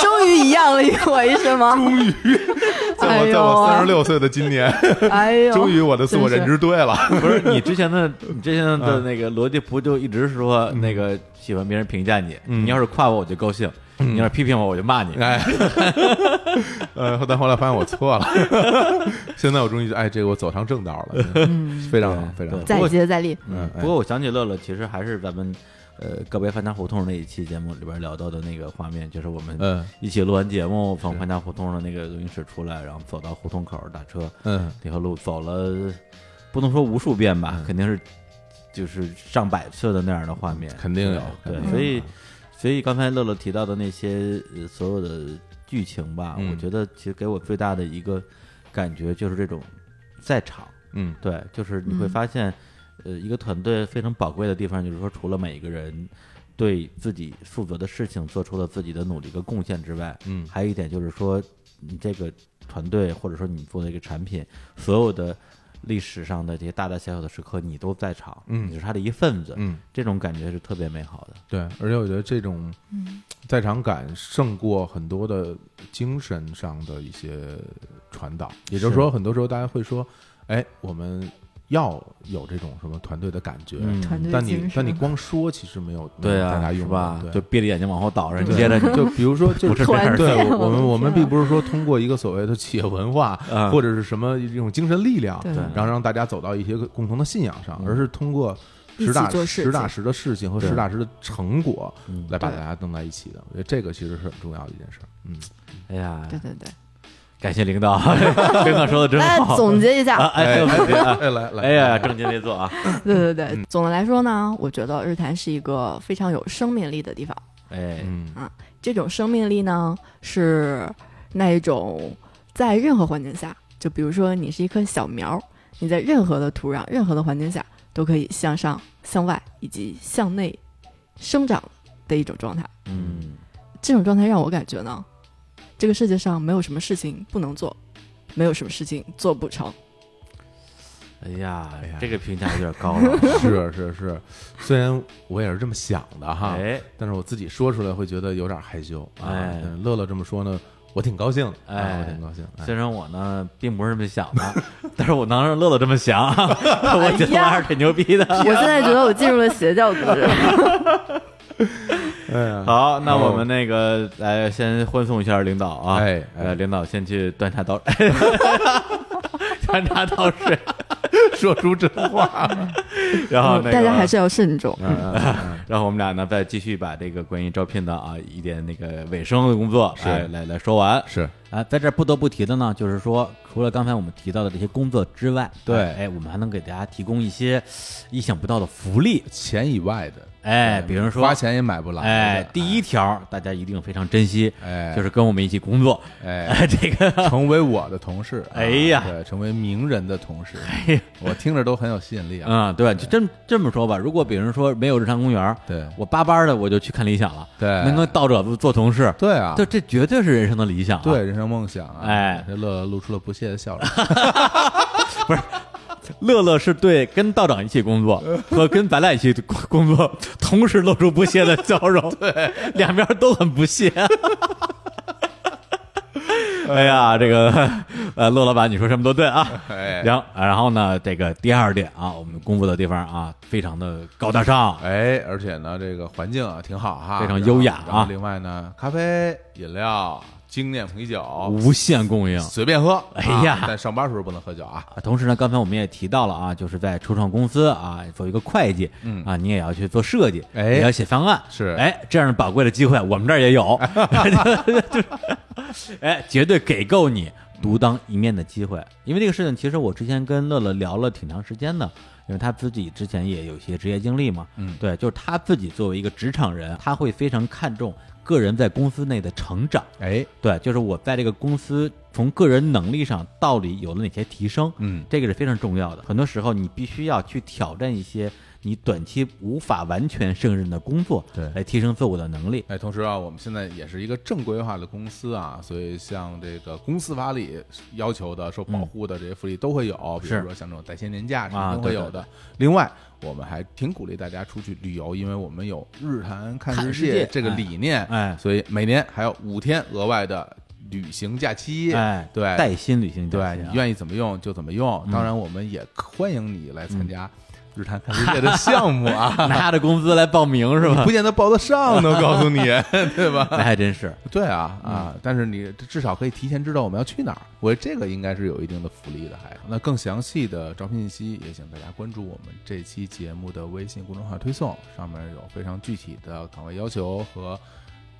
E: 终于一样了一回是吗？ <laughs> 终于，
B: 在
E: 哎
B: 我
E: 呦，
B: 在我三十，六岁的今年，
E: <laughs> 哎
B: <laughs>
E: 呦，
B: 终于我的自我认知对了。
A: <laughs> 不是你之前的
B: 嗯
A: 你之前的那个逻辑不就一直说那个喜欢别人评价你，
B: 嗯
A: 你要是夸我我就高兴，你要是批评我我就骂你。
B: 哎， <laughs> 呃，但后来发现我错了， <laughs> 现在我终于哎，这个我走上正道了，非常好，非常好。
E: 嗯再接再厉，
A: 嗯
B: 嗯，哎
A: 不过我想起乐乐，其实还是咱们呃告别翻家胡同那一期节目里边聊到的那个画面，就是我们
B: 嗯
A: 一起录完节目从
B: 是
A: 翻家胡同的那个录音室出来，然后走到胡同口打车，
B: 嗯，
A: 那条路走了，不能说无数遍吧，肯定是就是上百次的那样的画面，
B: 肯定有
A: 对
B: 肯定，有
A: 所以所以刚才乐乐提到的那些呃所有的剧情吧，
B: 嗯
A: 我觉得其实给我最大的一个感觉就是这种在场，
B: 嗯
A: 对，就是你会
E: 嗯
A: 发现，呃，一个团队非常宝贵的地方就是说，除了每一个人对自己负责的事情做出了自己的努力和贡献之外，
B: 嗯
A: 还有一点就是说，你这个团队或者说你做的一个产品，所有的历史上的这些大大小小的时刻，你都在场，
B: 嗯
A: 你是他的一份子，
B: 嗯，
A: 这种感觉是特别美好的。
B: 对，而且我觉得这种在场感胜过很多的精神上的一些传导，也就是说，很多时候大家会说，哎，我们要有这种什么团队的感觉，
E: 团队
B: 但
E: 精
B: 你
E: 神
B: 但你光说其实没有
A: 嗯对
B: 大家
A: 啊，是
B: 用
A: 吧？
B: 对
A: 就憋着眼睛往后倒着，
B: 对
A: 接着你
B: <laughs> 就比
A: <laughs>
B: 如说，就
A: 不是这样的
B: 对
E: 团建
B: 我我们我
E: <laughs> 我的
B: 们
E: 天啊
B: 并不是说通过一个所谓的企业文化
A: 啊
B: 或者是什么一种精神力量，
E: 对
A: 对
B: 然后让大家走到一些共同的信仰上，
A: 嗯
B: 而是通过
E: 一
B: 实
E: 起
B: 打
E: 做事
B: 实打实的事情和
A: 对
B: 实打实的成果
A: 嗯
B: 来把大
E: 对
B: 家弄在一起的。我觉得这个其实是很重要的一件事儿。嗯，
A: 哎呀，
E: 对对对。
A: 感谢领导， <laughs> 领导说的真
E: 来
A: 好。 <laughs>
E: 总结一下
A: 啊，，哎，还有问题啊
B: 哎，来来，
A: 哎呀，正襟危坐啊！
E: 对对对，总的来说呢，我觉得日坛是一个非常有生命力的地方。
A: 哎，
B: <laughs> 嗯
E: 这种生命力呢，是那一种在任何环境下，就比如说你是一棵小苗，你在任何的土壤、任何的环境下都可以向上、向外以及向内生长的一种状态。
A: 嗯，
E: 这种状态让我感觉呢，这个世界上没有什么事情不能做，没有什么事情做不成。
A: 哎呀
B: 哎呀，
A: 这个评价有点高了。
B: 是是是，虽然我也是这么想的 <laughs> 哈，
A: 哎，
B: 但是我自己说出来会觉得有点害羞啊。
A: 哎
B: 但是乐乐这么说呢，我挺高兴的，啊
A: 哎
B: 我挺高兴。哎
A: 虽然我呢并不是这么想的，但是我能让乐乐这么想， <laughs> <laughs>
E: 哎
A: 我觉得我还是挺牛逼
B: <laughs>
A: 的。
E: 我现在觉得我进入了邪教
A: <laughs>
E: 组织。
B: 哎呀
A: 好，那我们那个来先欢送一下领导啊，
B: 哎哎
A: 呃，领导先去端茶倒， <laughs> 端茶倒水，
B: 说出真话，
A: <laughs> 然哦后那个
E: 大家还是要慎重。
A: 然后我们俩呢再继续把这个关于招聘的啊一点那个尾声的工作哎来
B: 是
A: 来来说完。
B: 是
A: 啊，在这儿不得不提的呢，就是说，除了刚才我们提到的这些工作之外，
B: 对
A: 哎，我们还能给大家提供一些意想不到的福利，
B: 钱以外的，
A: 哎，比如说
B: 花，钱也买不来的。
A: 哎，第一条大家一定非常珍惜，
B: 哎
A: 就是跟我们一起工作，
B: 哎，
A: 哎， <laughs> 这 <laughs> 个，
B: 成为我的同事，啊
A: 哎呀哎
B: 对，成为名人的同事，
A: 呀
B: 我听着都很有吸引力啊。
A: 嗯，对，就这么这么说吧，如果比如说没有日常公园，
B: 对
A: 我巴巴的我就去看理想了，
B: 对
A: 能跟道者做同事，
B: 对啊，
A: 这这绝对是人生的理想、啊，
B: 对，人生梦想啊！
A: 哎
B: 这乐乐露出了不屑
A: <laughs>
B: 的笑容。
A: 乐乐是对跟道长一起工作和跟咱俩一起工工作，同时露出不屑的笑容，对，两边都很不屑。哎呀，这个呃，乐老板，你说什么都对啊。
B: 哎
A: 行，然后呢，这个第二点啊，我们工作的地方啊，非常的高大上，
B: 哎，而且呢，这个环境啊挺好哈，
A: 非常优雅啊
B: 然后另外呢，咖啡、饮料、精酿啤酒
A: 无限供应。
B: 随便喝。
A: 哎
B: 啊
A: 呀
B: 但上班时候不能喝酒啊。
A: 啊同时呢，刚才我们也提到了啊，就是在初创公司啊，做一个会计，嗯啊，你也要去做设计，
B: 哎
A: 也要写方案，
B: 是
A: 哎，这样的宝贵的机会，我们这儿也
B: <laughs>
A: 有，就是，哎，绝对给够你独当一面的机会。因为这个事情，其实我之前跟乐乐聊了挺长时间的，因为他自己之前也有一些职业经历嘛，
B: 嗯
A: 对，就是他自己作为一个职场人，他会非常看重个人在公司内的成长，
B: 哎，
A: 对，就是我在这个公司从个人能力上到底有了哪些提升，
B: 嗯，
A: 这个是非常重要的。很多时候你必须要去挑战一些你短期无法完全胜任的工作，
B: 对
A: 来提升自我的能力。
B: 哎，同时啊，我们现在也是一个正规化的公司啊，所以像这个公司法里要求的、受保护的这些福利都会有，比
A: 是
B: 如说像这种带薪年假什
A: 啊
B: 么都会
A: 对
B: 有
A: 对
B: 的。另外，我们还挺鼓励大家出去旅游，因为我们有日韩看
A: 看世
B: 世界
A: 界
B: 这个
A: 哎
B: 理念，
A: 哎
B: 所以每年还有五天额外的旅行假期，
A: 哎，
B: 对，
A: 带薪旅行
B: 对
A: 家庭啊
B: 你愿意怎么用就怎么用。当然，我们也欢迎你来参加日坛看世界的项
A: <laughs>
B: 目啊，
A: 拿着工资来报名是吧
B: 不？见得报得上呢，告
A: <laughs>
B: 诉你，对吧？
A: 那还真是，
B: 对啊啊！但是你至少可以提前知道我们要去哪儿，我觉得这个应该是有一定的福利的。还那更详细的招聘信息，也请大家关注我们这期节目的微信公众号推送，上面有非常具体的岗位要求和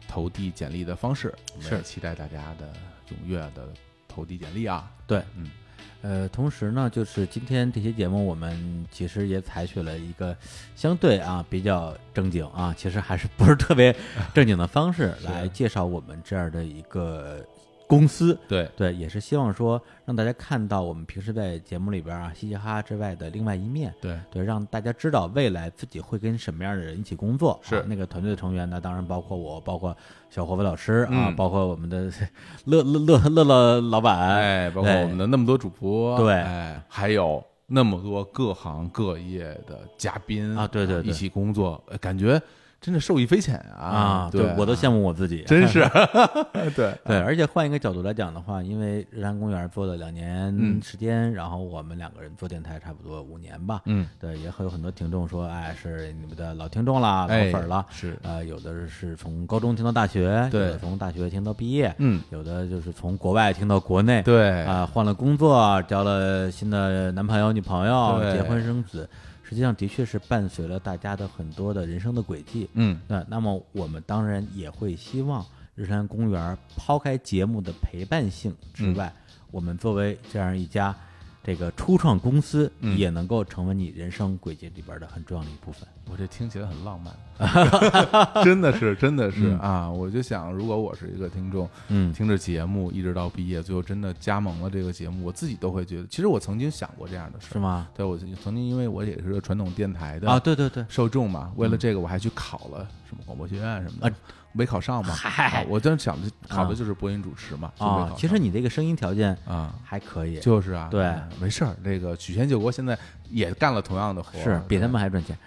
B: 投递简历的方式。我们也
A: 是
B: 期待大家的踊跃的投递简历啊！
A: 对，
B: 嗯，
A: <laughs> 呃，同时呢，就是今天这期节目，我们其实也采取了一个相对啊比较正经啊，其实还是不是特别正经的方 <laughs> 式来介绍我们这样的一个公司。
B: 对，
A: 对，也是希望说让大家看到我们平时在节目里边啊嘻嘻哈哈之外的另外一面，
B: 对，
A: 对，让大家知道未来自己会跟什么样的人一起工作。
B: 是
A: 啊那个团队的成员呢，当然包括我，包括小伙子老师啊，
B: 嗯
A: 包括我们的乐乐乐乐乐老板，
B: 哎，包括我们的那么多主播，
A: 对
B: 哎，还有那么多各行各业的嘉宾
A: 啊对对对
B: 一起工作，呃感觉真的受益匪浅啊！
A: 啊，
B: 对啊，
A: 我都羡慕我自己，
B: 真是，
A: <laughs>
B: 对
A: 对。而且换一个角度来讲的话，因为日坛公园做了两年
B: 嗯
A: 时间，然后我们两个人做电台差不多五年吧，
B: 嗯，
A: 对，也会有很多听众说，哎，是你们的老听众啦，老
B: 哎
A: 粉儿了，
B: 是
A: 呃，有的是从高中听到大学，有
B: 对
A: 的从大学听到毕业，
B: 嗯，
A: 有的就是从国外听到国内，
B: 对
A: 啊、换了工作，交了新的男朋友、女朋友，
B: 对
A: 结婚生子，实际上的确是伴随了大家的很多的人生的轨迹，
B: 嗯，
A: 那那么我们当然也会希望日山公园抛开节目的陪伴性
B: 嗯
A: 之外，我们作为这样一家这个初创公司，
B: 嗯
A: 也能够成为你人生轨迹里边的很重要的一部分。
B: 我这听起来很浪漫，
A: <laughs>
B: 真的是，真的是啊！我就想，如果我是一个听众，
A: 嗯
B: 听着节目一直到毕业，最后真的加盟了这个节目，我自己都会觉得，其实我曾经想过这样的事
A: 是
B: 儿。
A: 吗？
B: 对，我曾经因为我也是个传统电台的
A: 啊，对对对，
B: 受众嘛，为了这个我还去考了什么广播学院什么的
A: 啊，
B: 没考上嘛。
A: 嗨
B: 啊我当时想的考
A: 啊
B: 的就是播音主持嘛，就没考
A: 啊
B: 上，
A: 其实你这个声音条件
B: 啊，
A: 还可以，
B: 就是啊，
A: 对
B: 嗯，没事儿。这个曲线救国现在也干了同样的活儿，
A: 是比
B: 对
A: 他们还赚钱。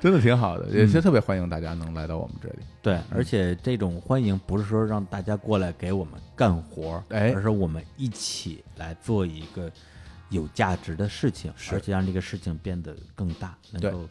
B: 真的挺好的，
A: 嗯
B: 也是特别欢迎大家能来到我们这里。
A: 对，而且这种欢迎不是说让大家过来给我们干活儿，
B: 哎
A: 而是我们一起来做一个有价值的事情，
B: 是
A: 而且让这个事情变得更大，能
B: 对
A: 够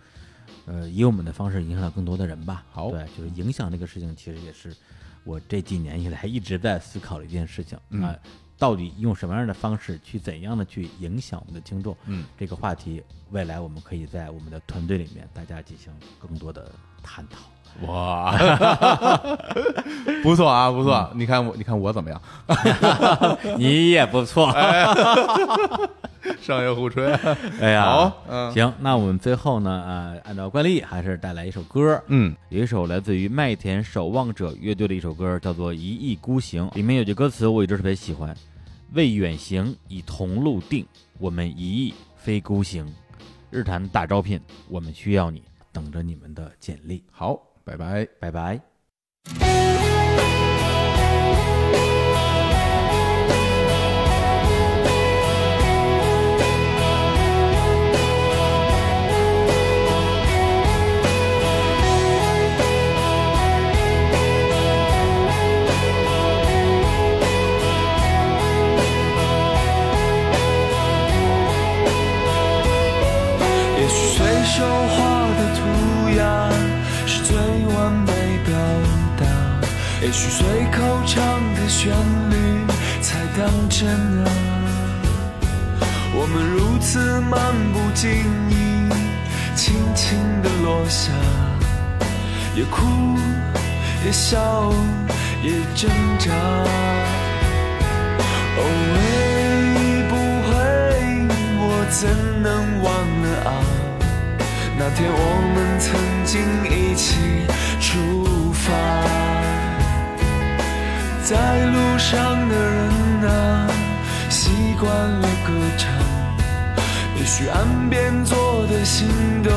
A: 呃以我们的方式影响到更多的人吧。
B: 好
A: 对，就是影响这个事情，其实也是我这几年以来一直在思考的一件事情啊、
B: 嗯
A: 到底用什么样的方式去怎样的去影响我们的听众？
B: 嗯，
A: 这个话题未来我们可以在我们的团队里面大家进行更多的探讨。
B: 哇， <laughs> 不错啊，不错！
A: 嗯
B: 你看我，你看我怎
A: <laughs>
B: 么样？
A: 你也不错，
B: 哎商业互吹，
A: 哎呀，
B: 好嗯
A: 行，那我们最后呢，呃，按照惯例还是带来一首歌，
B: 嗯，
A: 有一首来自于麦田守望者乐队的一首歌，叫做《一意孤行》，里面有句歌词我一直特别喜欢：“为远行以同路定，我们一意非孤行。”日坛大招聘，我们需要你，等着你们的简历，
B: 好，拜拜。
A: 拜拜。
D: 也许随手画的涂鸦是最完美表达，也许随口唱的旋律才当真啊。我们如此漫不经意，轻轻地落下，也哭，也笑，也挣扎。哦，会不会我怎能忘了啊？那天我们曾经一起出发，在路上的人啊，习惯了歌唱。也许岸边坐的心都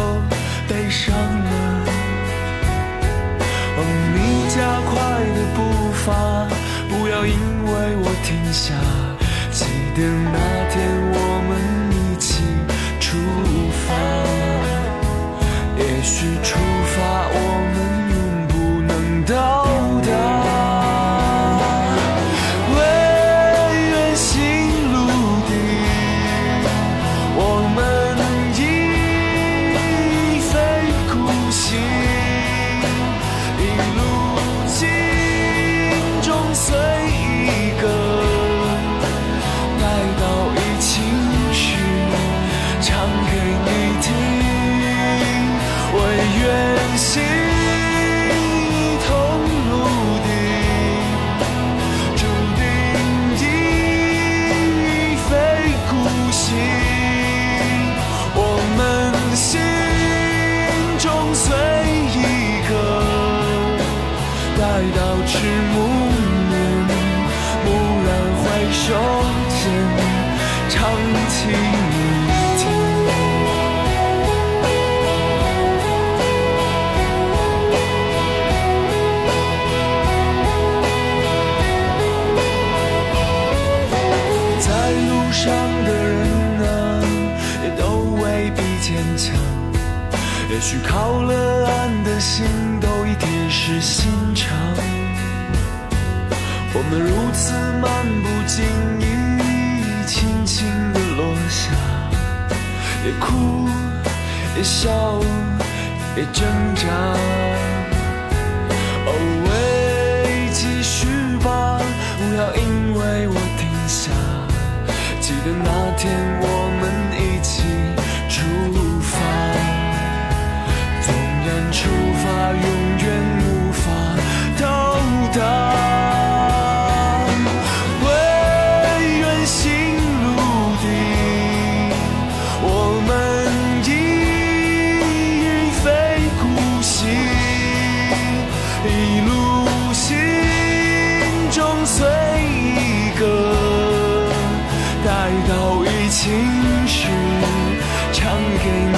D: 悲伤了。往哦你加快的步伐，不要因为我停下。记得那天我们一起出发。也许出发，我们永不能到达。唯愿行路的我们已非苦心，一路经终随一个，待到一起时，唱给你听。我愿行同路敌，注定已非孤星。我们心中随一个，待到迟暮年，蓦然回首间，唱起你听。在路上的人啊，也都未必坚强。也许靠了岸的心都已铁石心肠。我们如此漫不经意，轻轻地落下，也哭，也笑，也挣扎。哦，喂，继续吧，不要因为我停下。记得那天我们一起出发，纵然出发，永远无法到达。唯愿行路的我们已非故心。一路心中随一个，待到疫情时，唱给你